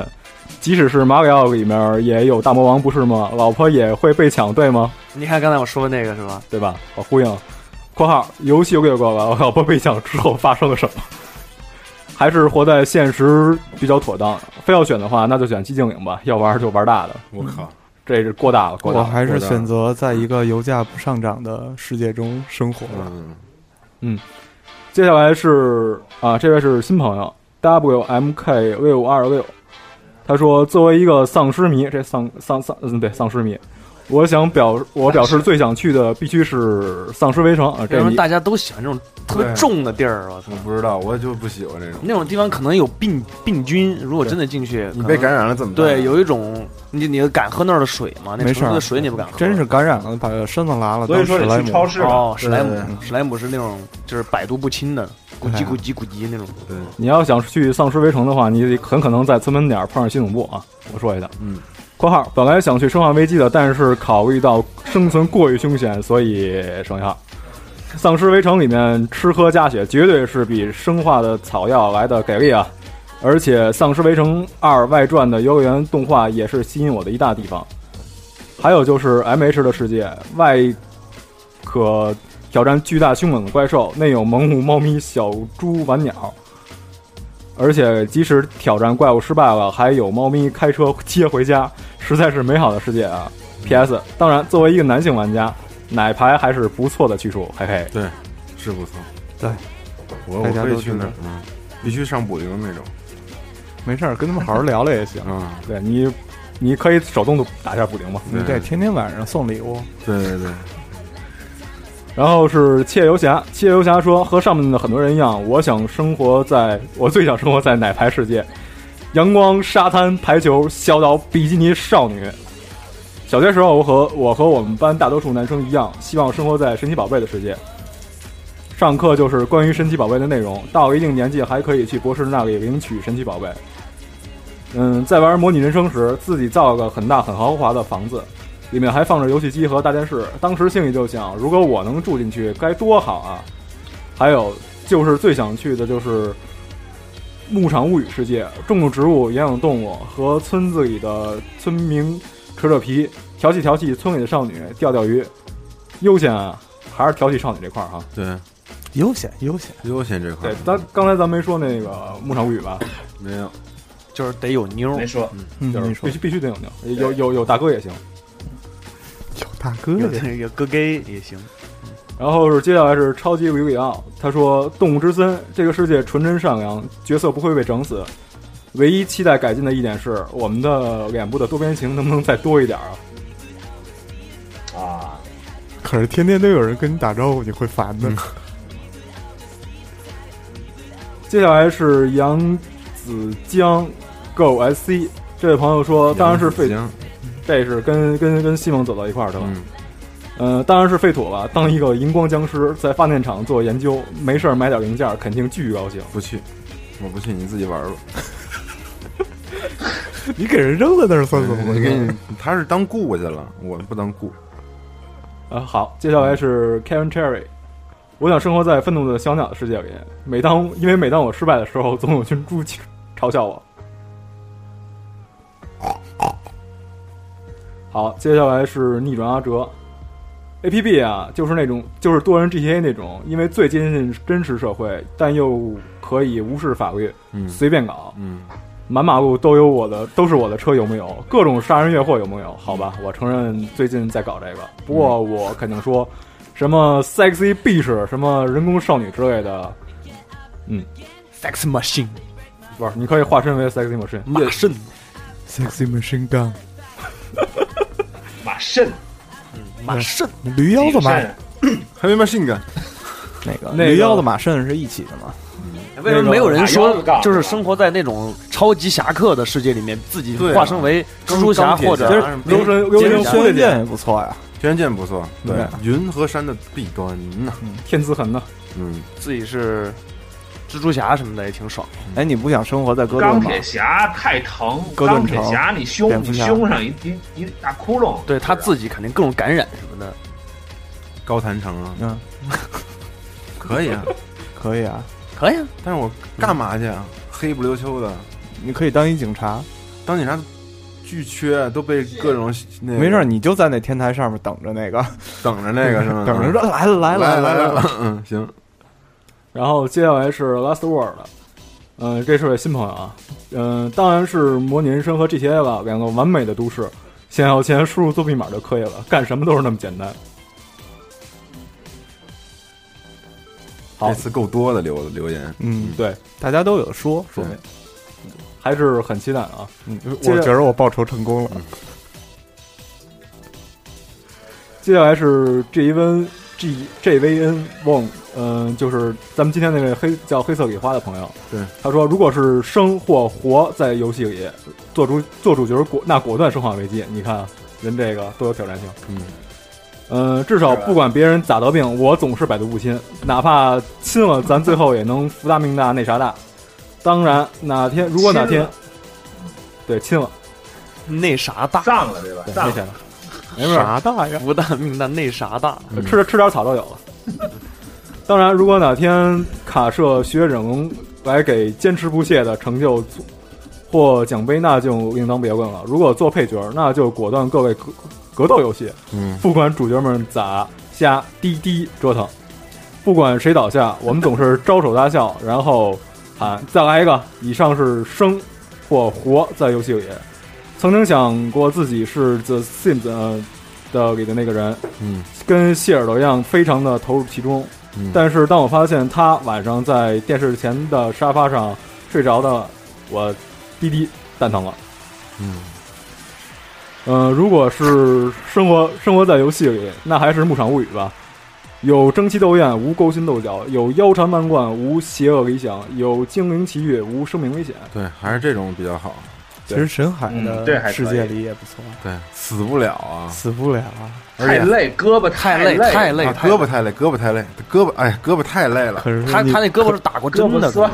[SPEAKER 6] 即使是马里奥里面也有大魔王，不是吗？老婆也会被抢，对吗？
[SPEAKER 1] 你看刚才我说的那个是吧？
[SPEAKER 6] 对吧？我呼应。（括号游戏略过了，我老婆被抢之后发生了什么？还是活在现实比较妥当。非要选的话，那就选寂静岭吧，要玩就玩大的。
[SPEAKER 4] 我靠，
[SPEAKER 6] 这是过大了，过大
[SPEAKER 2] 我
[SPEAKER 6] 了。
[SPEAKER 2] 还是
[SPEAKER 4] 过大
[SPEAKER 2] 选择在一个油价不上涨的世界中生活吧。
[SPEAKER 4] 嗯，
[SPEAKER 6] 接下来是啊，这位是新朋友 W M K 六五二六，
[SPEAKER 2] 他说：“作为一个丧尸迷，这丧丧丧，嗯，对，丧尸迷，我想表我表示最想去的必须是丧尸围城 啊！这
[SPEAKER 1] 为什
[SPEAKER 2] 你
[SPEAKER 1] 么大家都喜欢这种特别
[SPEAKER 4] 对
[SPEAKER 1] 重的地儿？我操
[SPEAKER 4] 我，不知道，我就不喜欢这种。
[SPEAKER 1] 那种地方可能有病病菌，如果真的进去，
[SPEAKER 4] 你
[SPEAKER 1] 可
[SPEAKER 4] 被
[SPEAKER 1] 能
[SPEAKER 4] 感染了怎么办？
[SPEAKER 1] 对，有一种你你敢喝那儿的水吗？那
[SPEAKER 6] 没事
[SPEAKER 1] 城
[SPEAKER 6] 儿
[SPEAKER 1] 市的水你不敢喝，
[SPEAKER 6] 真是感染了，把身子拉了。
[SPEAKER 5] 所以
[SPEAKER 6] 当
[SPEAKER 5] 说
[SPEAKER 6] 史
[SPEAKER 5] 得
[SPEAKER 6] 莱
[SPEAKER 5] 去
[SPEAKER 6] 姆
[SPEAKER 5] 超市吧。
[SPEAKER 1] 哦，史莱姆
[SPEAKER 4] 对对，嗯
[SPEAKER 1] 史莱姆是那种就是百毒不侵的，咕叽咕叽咕叽那种。
[SPEAKER 2] 你要想去丧尸围城的话，你很可能在村门点儿碰上新总部啊。我说一下，
[SPEAKER 4] 嗯。
[SPEAKER 2] 括号本来想去生化危机的，但是考虑到生存过于凶险，所以省一号。丧尸围城里面吃喝加血绝对是比生化的草药来的给力啊！而且《丧尸围城二外传》的游乐园动画也是吸引我的一大地方。还有就是 M H 的世界，外可挑战巨大凶猛的怪兽，内有猛虎、猫咪、小猪、晚鸟，而且即使挑战怪物失败了，还有猫咪开车接回家，实在是美好的世界啊！P.S. 当然，作为一个男性玩家，奶牌还是不错的去处，嘿嘿。
[SPEAKER 4] 是不错。
[SPEAKER 6] 对，
[SPEAKER 4] 我我
[SPEAKER 6] 大家
[SPEAKER 4] 会
[SPEAKER 6] 都
[SPEAKER 4] 去
[SPEAKER 6] 知
[SPEAKER 4] 那儿
[SPEAKER 6] 道，
[SPEAKER 4] 嗯，必须上补丁那种，。
[SPEAKER 6] 没事儿，跟他们好好聊聊也行
[SPEAKER 4] 啊，
[SPEAKER 2] 对你，你可以手动的打一下补丁嘛。
[SPEAKER 6] 你得天天晚上送礼物，
[SPEAKER 4] 对对对，
[SPEAKER 2] 然后是窃游侠，窃游侠说和上面的很多人一样，我想生活在我最想生活在奶牌世界，阳光、沙滩、排球、小岛、比基尼少女。小学时候，我和我和我们班大多数男生一样，希望生活在神奇宝贝的世界。上课就是关于神奇宝贝的内容，到一定年纪还可以去博士那里领取神奇宝贝。嗯，在玩模拟人生时，自己造了个很大很豪华的房子，里面还放着游戏机和大电视。当时心里就想，如果我能住进去，该多好啊！还有就是最想去的就是牧场物语世界，种种植物、养养动物，和村子里的村民扯扯皮，调戏调戏村里的少女，钓钓鱼，悠闲啊！还是调戏少女这块儿哈。
[SPEAKER 4] 对
[SPEAKER 6] 悠闲悠闲。
[SPEAKER 4] 悠闲这块
[SPEAKER 2] 对
[SPEAKER 4] 儿，
[SPEAKER 2] 咱刚才咱没说那个牧场物语吧？
[SPEAKER 4] 没有，
[SPEAKER 1] 就是得有妞儿
[SPEAKER 5] 没，说，
[SPEAKER 6] 嗯
[SPEAKER 2] 就是
[SPEAKER 6] 你
[SPEAKER 2] 必
[SPEAKER 6] 说
[SPEAKER 2] 须必须得有牛，有有有大哥也行。
[SPEAKER 6] 大哥
[SPEAKER 1] 有
[SPEAKER 6] 也
[SPEAKER 1] 有哥 gay 也行。
[SPEAKER 2] 然后是接下来是超级维里奥，他说：“动物之森这个世界纯真善良，角色不会被整死。唯一期待改进的一点是，我们的脸部的多边形能不能再多一点啊？
[SPEAKER 5] 啊，
[SPEAKER 6] 可是天天都有人跟你打招呼，你会烦的。
[SPEAKER 2] 接下来是杨子江 Go SC 这位朋友说，当然是废，
[SPEAKER 4] 行，
[SPEAKER 2] 这是跟跟跟西蒙走到一块儿去了。
[SPEAKER 4] 嗯，
[SPEAKER 2] 呃，当然是废土了。当一个荧光僵尸在发电厂做研究，没事儿买点零件儿，肯定巨高兴。
[SPEAKER 4] 不去，我不去，你自己玩儿吧。
[SPEAKER 6] 你给人扔在那儿算怎么回
[SPEAKER 4] 你给
[SPEAKER 6] 事？
[SPEAKER 4] 你，他是当雇去了，我不当雇。
[SPEAKER 2] 啊，好，接下来是 Karen Cherry。我想生活在愤怒的小鸟的世界里。每当因为每当我失败的时候，总有群猪嘲笑我。好，接下来是逆转阿哲。A P P 啊，就是那种就是多人 G T A 那种，因为最接近真实社会，但又可以无视法律，
[SPEAKER 4] 嗯
[SPEAKER 2] 随便搞。
[SPEAKER 4] 嗯，
[SPEAKER 2] 满马路都有我的，都是我的车，有没有？各种杀人越货有没有？好吧，我承认最近在搞这个，不过
[SPEAKER 6] 嗯
[SPEAKER 2] 我肯定说，什么 sexy bitch，什么人工少女之类的，嗯
[SPEAKER 1] Sex machine，
[SPEAKER 2] 不是，你可以化身为 sexy machine。
[SPEAKER 1] 马肾
[SPEAKER 6] Sexy machine gun，
[SPEAKER 5] 马肾，
[SPEAKER 4] 嗯
[SPEAKER 1] 马肾，
[SPEAKER 6] 驴腰子马
[SPEAKER 5] 肾
[SPEAKER 4] 还没嘛性感，
[SPEAKER 6] 那个
[SPEAKER 2] 那个
[SPEAKER 6] 驴腰子马肾是一起的嘛？
[SPEAKER 1] 为什么没有人
[SPEAKER 5] 马腰
[SPEAKER 1] 说
[SPEAKER 5] 子杠
[SPEAKER 1] 就是生活在那种超级侠客的世界里面，自己
[SPEAKER 4] 对啊
[SPEAKER 1] 化身为蜘蛛侠
[SPEAKER 4] 钢铁
[SPEAKER 1] 或
[SPEAKER 4] 侠
[SPEAKER 1] 者啊
[SPEAKER 4] 什么
[SPEAKER 2] 溜
[SPEAKER 4] 的
[SPEAKER 1] 哎
[SPEAKER 2] 身溜身
[SPEAKER 6] 轩
[SPEAKER 2] 忽
[SPEAKER 6] 辕
[SPEAKER 2] 略
[SPEAKER 6] 剑
[SPEAKER 2] 点，
[SPEAKER 6] 也不错呀。
[SPEAKER 4] 轩辕剑不错，
[SPEAKER 6] 对
[SPEAKER 4] 对
[SPEAKER 6] 啊，
[SPEAKER 4] 云和山的弊端嗯呐，
[SPEAKER 2] 天资痕呢？
[SPEAKER 4] 嗯，
[SPEAKER 1] 自己是蜘蛛侠什么的，也挺爽。
[SPEAKER 6] 哎，你不想生活在哥
[SPEAKER 5] 钢
[SPEAKER 6] 顿吗？
[SPEAKER 5] 铁侠太疼，
[SPEAKER 6] 哥顿
[SPEAKER 5] 钢
[SPEAKER 6] 城
[SPEAKER 5] 铁侠你胸
[SPEAKER 6] 蝙蝠
[SPEAKER 5] 你
[SPEAKER 6] 侠
[SPEAKER 5] 胸上一一一大窟窿，
[SPEAKER 1] 对他
[SPEAKER 5] 是吧
[SPEAKER 1] 自己肯定各种感染什么的，
[SPEAKER 4] 高谈城啊，
[SPEAKER 6] 嗯，
[SPEAKER 4] 可以啊，
[SPEAKER 6] 可以啊，
[SPEAKER 1] 可以啊。
[SPEAKER 4] 但是我干嘛去啊？黑不溜秋的，
[SPEAKER 6] 你可以当一警察，
[SPEAKER 4] 当警察巨缺，都被各种那个
[SPEAKER 6] 没事儿，你就在那天台上面等着那个，
[SPEAKER 4] 等着那个是吗？
[SPEAKER 6] 等着说来了来
[SPEAKER 4] 来来
[SPEAKER 6] 了来
[SPEAKER 4] 来
[SPEAKER 6] 了，
[SPEAKER 4] 了，嗯，行，
[SPEAKER 2] 然后接下来是 Last Word，嗯、呃，这是位新朋友啊，嗯、当然是模拟人生和 GTA 了，两个完美的都市，先要钱，输入作弊码就可以了，干什么都是那么简单。好
[SPEAKER 4] 这，次够多的留留言，
[SPEAKER 6] 嗯，
[SPEAKER 2] 对，
[SPEAKER 6] 大家都有说说明，还是很期待啊。嗯，接
[SPEAKER 2] 我
[SPEAKER 6] 着
[SPEAKER 2] 觉得我报仇成功了。
[SPEAKER 6] 接下来是 G N G J V N Wong，嗯、就是咱们今天那位黑叫黑色给花的朋友，
[SPEAKER 4] 对，
[SPEAKER 6] 他说如果是生或活在游戏里做主做主角果，那果断生化危机。你看啊人这个多有挑战性，
[SPEAKER 4] 嗯。
[SPEAKER 6] 呃，至少
[SPEAKER 5] 是吧
[SPEAKER 6] 不管别人咋得病，我总是百毒不侵，哪怕亲了，咱最后也能福大命大那啥大。当然，啊哪天如果哪
[SPEAKER 5] 亲
[SPEAKER 6] 天
[SPEAKER 5] 了，
[SPEAKER 6] 对亲了，
[SPEAKER 1] 那啥大，
[SPEAKER 5] 上了对吧？
[SPEAKER 6] 对
[SPEAKER 5] 上
[SPEAKER 6] 那
[SPEAKER 5] 了
[SPEAKER 6] 啥，没事儿，
[SPEAKER 2] 啥大呀？
[SPEAKER 1] 不大命大，那啥大，
[SPEAKER 4] 嗯
[SPEAKER 6] 吃吃点草都有了。当然，如果哪天卡社学整来给坚持不懈的成就做或奖杯，那就另当别论了。如果做配角，那就果断各位格格斗游戏，
[SPEAKER 4] 嗯，
[SPEAKER 6] 不管主角们咋瞎滴滴折腾，不管谁倒下，我们总是招手大笑，然后喊再来一个。以上是生或活在游戏里。曾经想过自己是 The Sims 呃的里的那个人，
[SPEAKER 4] 嗯，
[SPEAKER 6] 跟谢耳朵一样，非常的投入其中。
[SPEAKER 4] 嗯
[SPEAKER 6] 但是当我发现他晚上在电视前的沙发上睡着的，我滴滴蛋疼了。
[SPEAKER 4] 嗯
[SPEAKER 6] 呃，如果是生活生活在游戏里，那还是《牧场物语》吧。有争奇斗艳，无勾心斗角；有腰缠万贯，无邪恶理想；有精灵奇遇，无生命危险。
[SPEAKER 4] 对，还是这种比较好。
[SPEAKER 2] 其实沈海
[SPEAKER 5] 嗯这还可以
[SPEAKER 2] 的世界里也不错，
[SPEAKER 4] 对，死不了啊，
[SPEAKER 2] 死不了。
[SPEAKER 4] 而
[SPEAKER 5] 太
[SPEAKER 4] 且
[SPEAKER 5] 累，胳膊太
[SPEAKER 1] 累
[SPEAKER 5] 累，
[SPEAKER 1] 太累，
[SPEAKER 4] 啊胳膊太累，胳膊太累，胳膊哎，胳膊太累了，
[SPEAKER 2] 可是
[SPEAKER 1] 他
[SPEAKER 2] 你
[SPEAKER 1] 他那胳膊是打过
[SPEAKER 5] 胳
[SPEAKER 1] 针
[SPEAKER 5] 膊
[SPEAKER 1] 的，
[SPEAKER 5] 酸。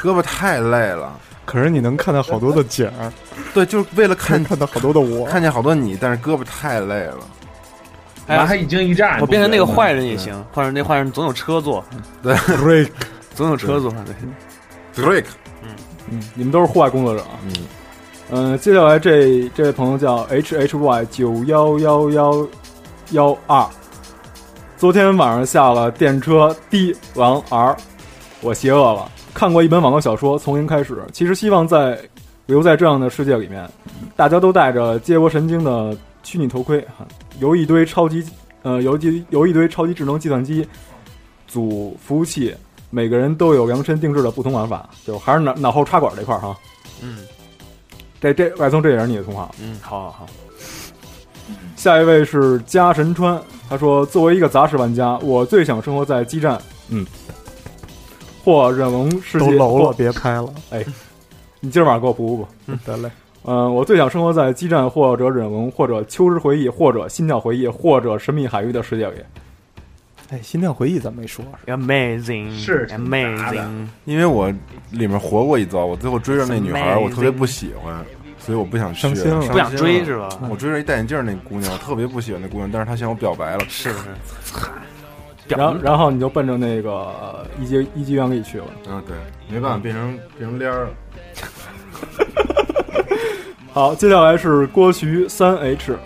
[SPEAKER 4] 胳膊太累了。
[SPEAKER 2] 可是你能看到好多的景 儿，
[SPEAKER 4] 对，就是为了看
[SPEAKER 2] 能看到好多的我。
[SPEAKER 4] 看见好多你，但是胳膊太累了。
[SPEAKER 5] 蚂蚁经一炸，
[SPEAKER 1] 哎我变成那个坏人也
[SPEAKER 4] 嗯
[SPEAKER 1] 行，坏人那坏人总有车坐，
[SPEAKER 2] Rick
[SPEAKER 1] 总有车坐，对，
[SPEAKER 4] Drake，
[SPEAKER 6] 嗯，你们都是户外工作者啊。
[SPEAKER 4] 嗯
[SPEAKER 6] 嗯、接下来这这位朋友叫 H H Y 九幺幺幺幺二，昨天晚上下了电车 D 王 R，我邪恶了，看过一本网络小说，从零开始。其实希望在留在这样的世界里面，大家都戴着接驳神经的虚拟头盔，哈由一堆超级呃由一由一堆超级智能计算机组服务器，每个人都有量身定制的不同玩法，就还是脑脑后插管这块儿哈。
[SPEAKER 1] 嗯
[SPEAKER 6] 这这外送这也是你的同行。
[SPEAKER 1] 嗯，好好好，
[SPEAKER 6] 下一位是加神川，他说：“作为一个杂食玩家，我最想生活在激战，嗯，或忍龙世界。
[SPEAKER 2] 都楼了，
[SPEAKER 6] 或
[SPEAKER 2] 别拍了。
[SPEAKER 6] 你今儿晚上给我补补补。
[SPEAKER 2] 得嘞，
[SPEAKER 6] 嗯，我最想生活在激战，或者忍龙，或者秋之回忆，或者心跳回忆，或者神秘海域的世界里。
[SPEAKER 2] 哎，心跳回忆咱没说，
[SPEAKER 1] Amazing，
[SPEAKER 5] 是挺大的
[SPEAKER 1] Amazing，
[SPEAKER 4] 因为我里面活过一遭，我最后追着那女孩儿，
[SPEAKER 1] Amazing
[SPEAKER 4] 我特别不喜欢，所以我不想去
[SPEAKER 2] 伤心了
[SPEAKER 1] 不想追是吧？
[SPEAKER 4] 我追着一戴眼镜儿那姑娘，我特别不喜欢那姑娘，但是她向我表白了，
[SPEAKER 1] 是是，
[SPEAKER 6] 然后
[SPEAKER 1] 表
[SPEAKER 6] 然后你就奔着那个呃一级一级园里去了。
[SPEAKER 4] 嗯，对，没办法，变成变成帘儿了，
[SPEAKER 6] 好，接下来是郭徐三 H，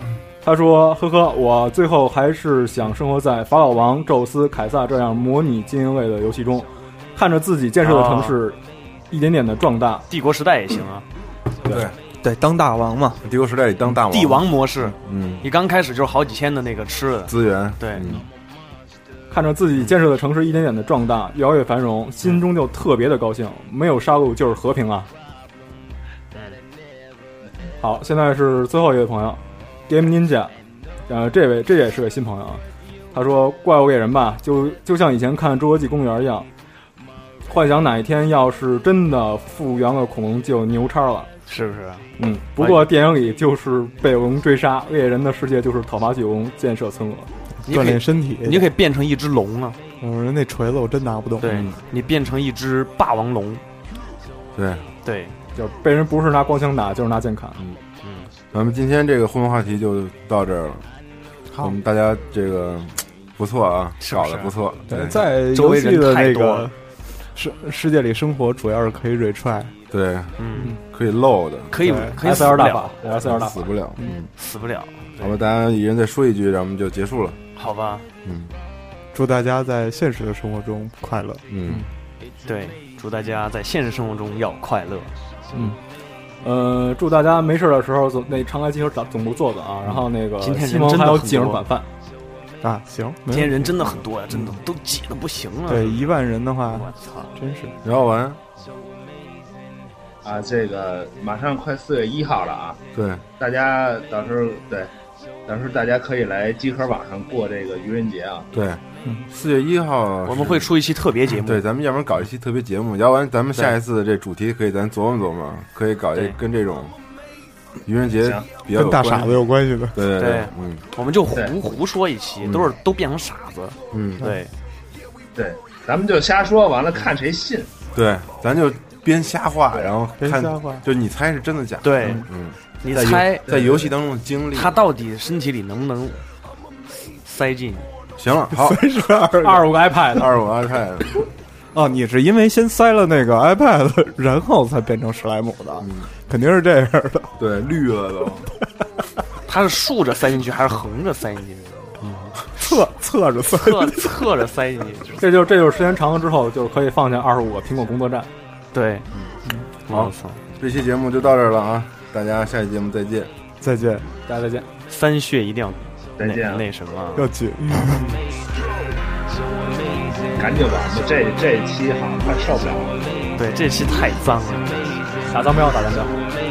[SPEAKER 6] 他说：“呵呵，我最后还是想生活在法老王、宙斯、凯撒这样模拟经营类的游戏中，看着自己建设的城
[SPEAKER 2] 啊
[SPEAKER 6] 市一点点的壮大。
[SPEAKER 1] 帝国时代也行啊，
[SPEAKER 2] 对，当大王嘛，
[SPEAKER 4] 帝国时代里当大王，
[SPEAKER 1] 帝，王模式，
[SPEAKER 4] 嗯，
[SPEAKER 1] 你刚开始就是好几千的那个吃的，
[SPEAKER 4] 资源，
[SPEAKER 1] 对
[SPEAKER 4] 嗯
[SPEAKER 6] 看着自己建设的城市一点点的壮大，摇曳繁荣，心中就特别的高兴。没有杀戮就是和平啊！好，现在是最后一位朋友，Game Ninja，呃，这位这也是位新朋友啊。他说：“怪物猎人吧，就就像以前看《侏罗纪公园》一样，幻想哪一天要是真的复原了恐龙，就牛叉了。
[SPEAKER 1] 是啊不是？
[SPEAKER 6] 嗯，不过电影里就是被龙追杀，猎人的世界就是讨伐巨龙，建设村落。
[SPEAKER 1] 你
[SPEAKER 2] 锻
[SPEAKER 1] 可
[SPEAKER 2] 炼
[SPEAKER 1] 以，
[SPEAKER 2] 身体。
[SPEAKER 1] 你就可以变成一只龙啊，
[SPEAKER 2] 我说那锤子我真拿不动。
[SPEAKER 1] 对你变成一只霸王龙，
[SPEAKER 4] 对，
[SPEAKER 1] 对，
[SPEAKER 6] 就被人不是拿光枪打，就是拿剑砍。
[SPEAKER 1] 嗯，
[SPEAKER 4] 咱们今天这个互动话题就到这儿了，我
[SPEAKER 2] 好
[SPEAKER 4] 们，大家这个不错啊，
[SPEAKER 1] 是不
[SPEAKER 4] 搞
[SPEAKER 1] 是
[SPEAKER 4] 的不错，对
[SPEAKER 2] 在
[SPEAKER 1] 周
[SPEAKER 2] 游
[SPEAKER 1] 围
[SPEAKER 2] 戏
[SPEAKER 1] 人
[SPEAKER 2] 的
[SPEAKER 1] 太
[SPEAKER 2] 那
[SPEAKER 1] 多了
[SPEAKER 2] 个世世界里生活，主要是可以 retry。
[SPEAKER 4] 对，
[SPEAKER 1] 嗯，
[SPEAKER 4] 可以漏的，
[SPEAKER 1] 可以
[SPEAKER 2] 对
[SPEAKER 1] 可以死
[SPEAKER 6] S L
[SPEAKER 1] 不
[SPEAKER 6] 大法
[SPEAKER 1] 了，
[SPEAKER 6] ，S L 大
[SPEAKER 4] 死
[SPEAKER 6] 法。
[SPEAKER 4] 不了，嗯，
[SPEAKER 1] 死不了，对
[SPEAKER 4] 好吧，大家一人再说一句，咱们就结束了，
[SPEAKER 1] 好吧？
[SPEAKER 4] 嗯
[SPEAKER 2] 祝大家在现实的生活中快乐。
[SPEAKER 4] 嗯，
[SPEAKER 1] 对，祝大家在现实生活中要快乐，
[SPEAKER 6] 呃，祝大家没事的时候总那常来集合总总部坐坐啊，然后那个
[SPEAKER 1] 今天人
[SPEAKER 6] 西蒙
[SPEAKER 1] 真的
[SPEAKER 6] 还有
[SPEAKER 1] 很
[SPEAKER 6] 几人
[SPEAKER 1] 多
[SPEAKER 6] 反饭，
[SPEAKER 2] 啊，行，没
[SPEAKER 1] 今
[SPEAKER 2] 问
[SPEAKER 1] 天
[SPEAKER 2] 题
[SPEAKER 1] 人真的很多呀，真的都挤得不行了，
[SPEAKER 2] 对一万人的话，
[SPEAKER 1] 我操，
[SPEAKER 2] 真是
[SPEAKER 4] 然后完。
[SPEAKER 5] 啊，这个马上快四月一号了啊，
[SPEAKER 4] 对，
[SPEAKER 5] 大家到时候对，到时候大家可以来集合网上过这个愚人节啊。
[SPEAKER 4] 对，四月一号
[SPEAKER 1] 嗯我们会
[SPEAKER 4] 是
[SPEAKER 1] 出一期特别节目，
[SPEAKER 4] 对，咱们要不然搞一期特别节目，要不然咱们下一次这主题可以咱琢磨琢磨，可以搞一
[SPEAKER 1] 对
[SPEAKER 4] 跟这种愚人节
[SPEAKER 5] 行
[SPEAKER 4] 比较
[SPEAKER 6] 跟
[SPEAKER 4] 有
[SPEAKER 6] 大
[SPEAKER 4] 关
[SPEAKER 6] 傻子，有关系的。
[SPEAKER 4] 对对
[SPEAKER 1] 对
[SPEAKER 4] 嗯
[SPEAKER 1] 我们就
[SPEAKER 5] 对
[SPEAKER 1] 胡胡说一期，都是都变成傻子，
[SPEAKER 4] 嗯，
[SPEAKER 1] 对，
[SPEAKER 5] 对，咱们就瞎说，完了看谁信。
[SPEAKER 4] 对，咱就边瞎画，然后
[SPEAKER 6] 边
[SPEAKER 4] 看
[SPEAKER 6] 瞎画
[SPEAKER 4] 就你猜是真的假的，
[SPEAKER 1] 对
[SPEAKER 4] 嗯，
[SPEAKER 1] 你
[SPEAKER 4] 在游
[SPEAKER 1] 猜
[SPEAKER 4] 在游戏当中的经历，
[SPEAKER 1] 他到底身体里能不能塞进？
[SPEAKER 4] 行了，好，
[SPEAKER 6] 是二个
[SPEAKER 7] 二十五个 iPad，
[SPEAKER 4] 二十五 iPad，
[SPEAKER 6] 哦，你是因为先塞了那个 iPad，然后才变成史莱姆的，
[SPEAKER 4] 嗯
[SPEAKER 6] 肯定是这样的。
[SPEAKER 4] 对，绿了都，
[SPEAKER 1] 他是竖着塞进去还是横着塞进去？
[SPEAKER 6] 侧侧着塞，
[SPEAKER 1] 侧 侧着塞进去，
[SPEAKER 6] 这就这就是时间长了之后，就可以放下二十五个苹果工作站。嗯
[SPEAKER 1] 对，
[SPEAKER 4] 好
[SPEAKER 1] 我操，
[SPEAKER 4] 这期节目就到这儿了啊，大家下期节目再见。
[SPEAKER 6] 再见，大家再见，
[SPEAKER 1] 三血一定要
[SPEAKER 5] 再见
[SPEAKER 1] 那
[SPEAKER 5] 啊
[SPEAKER 1] 那什么啊。
[SPEAKER 6] 要紧。
[SPEAKER 5] 赶紧吧，这这一期好像快受不了了。
[SPEAKER 1] 对，这期太脏了。
[SPEAKER 7] 打脏标，打脏标。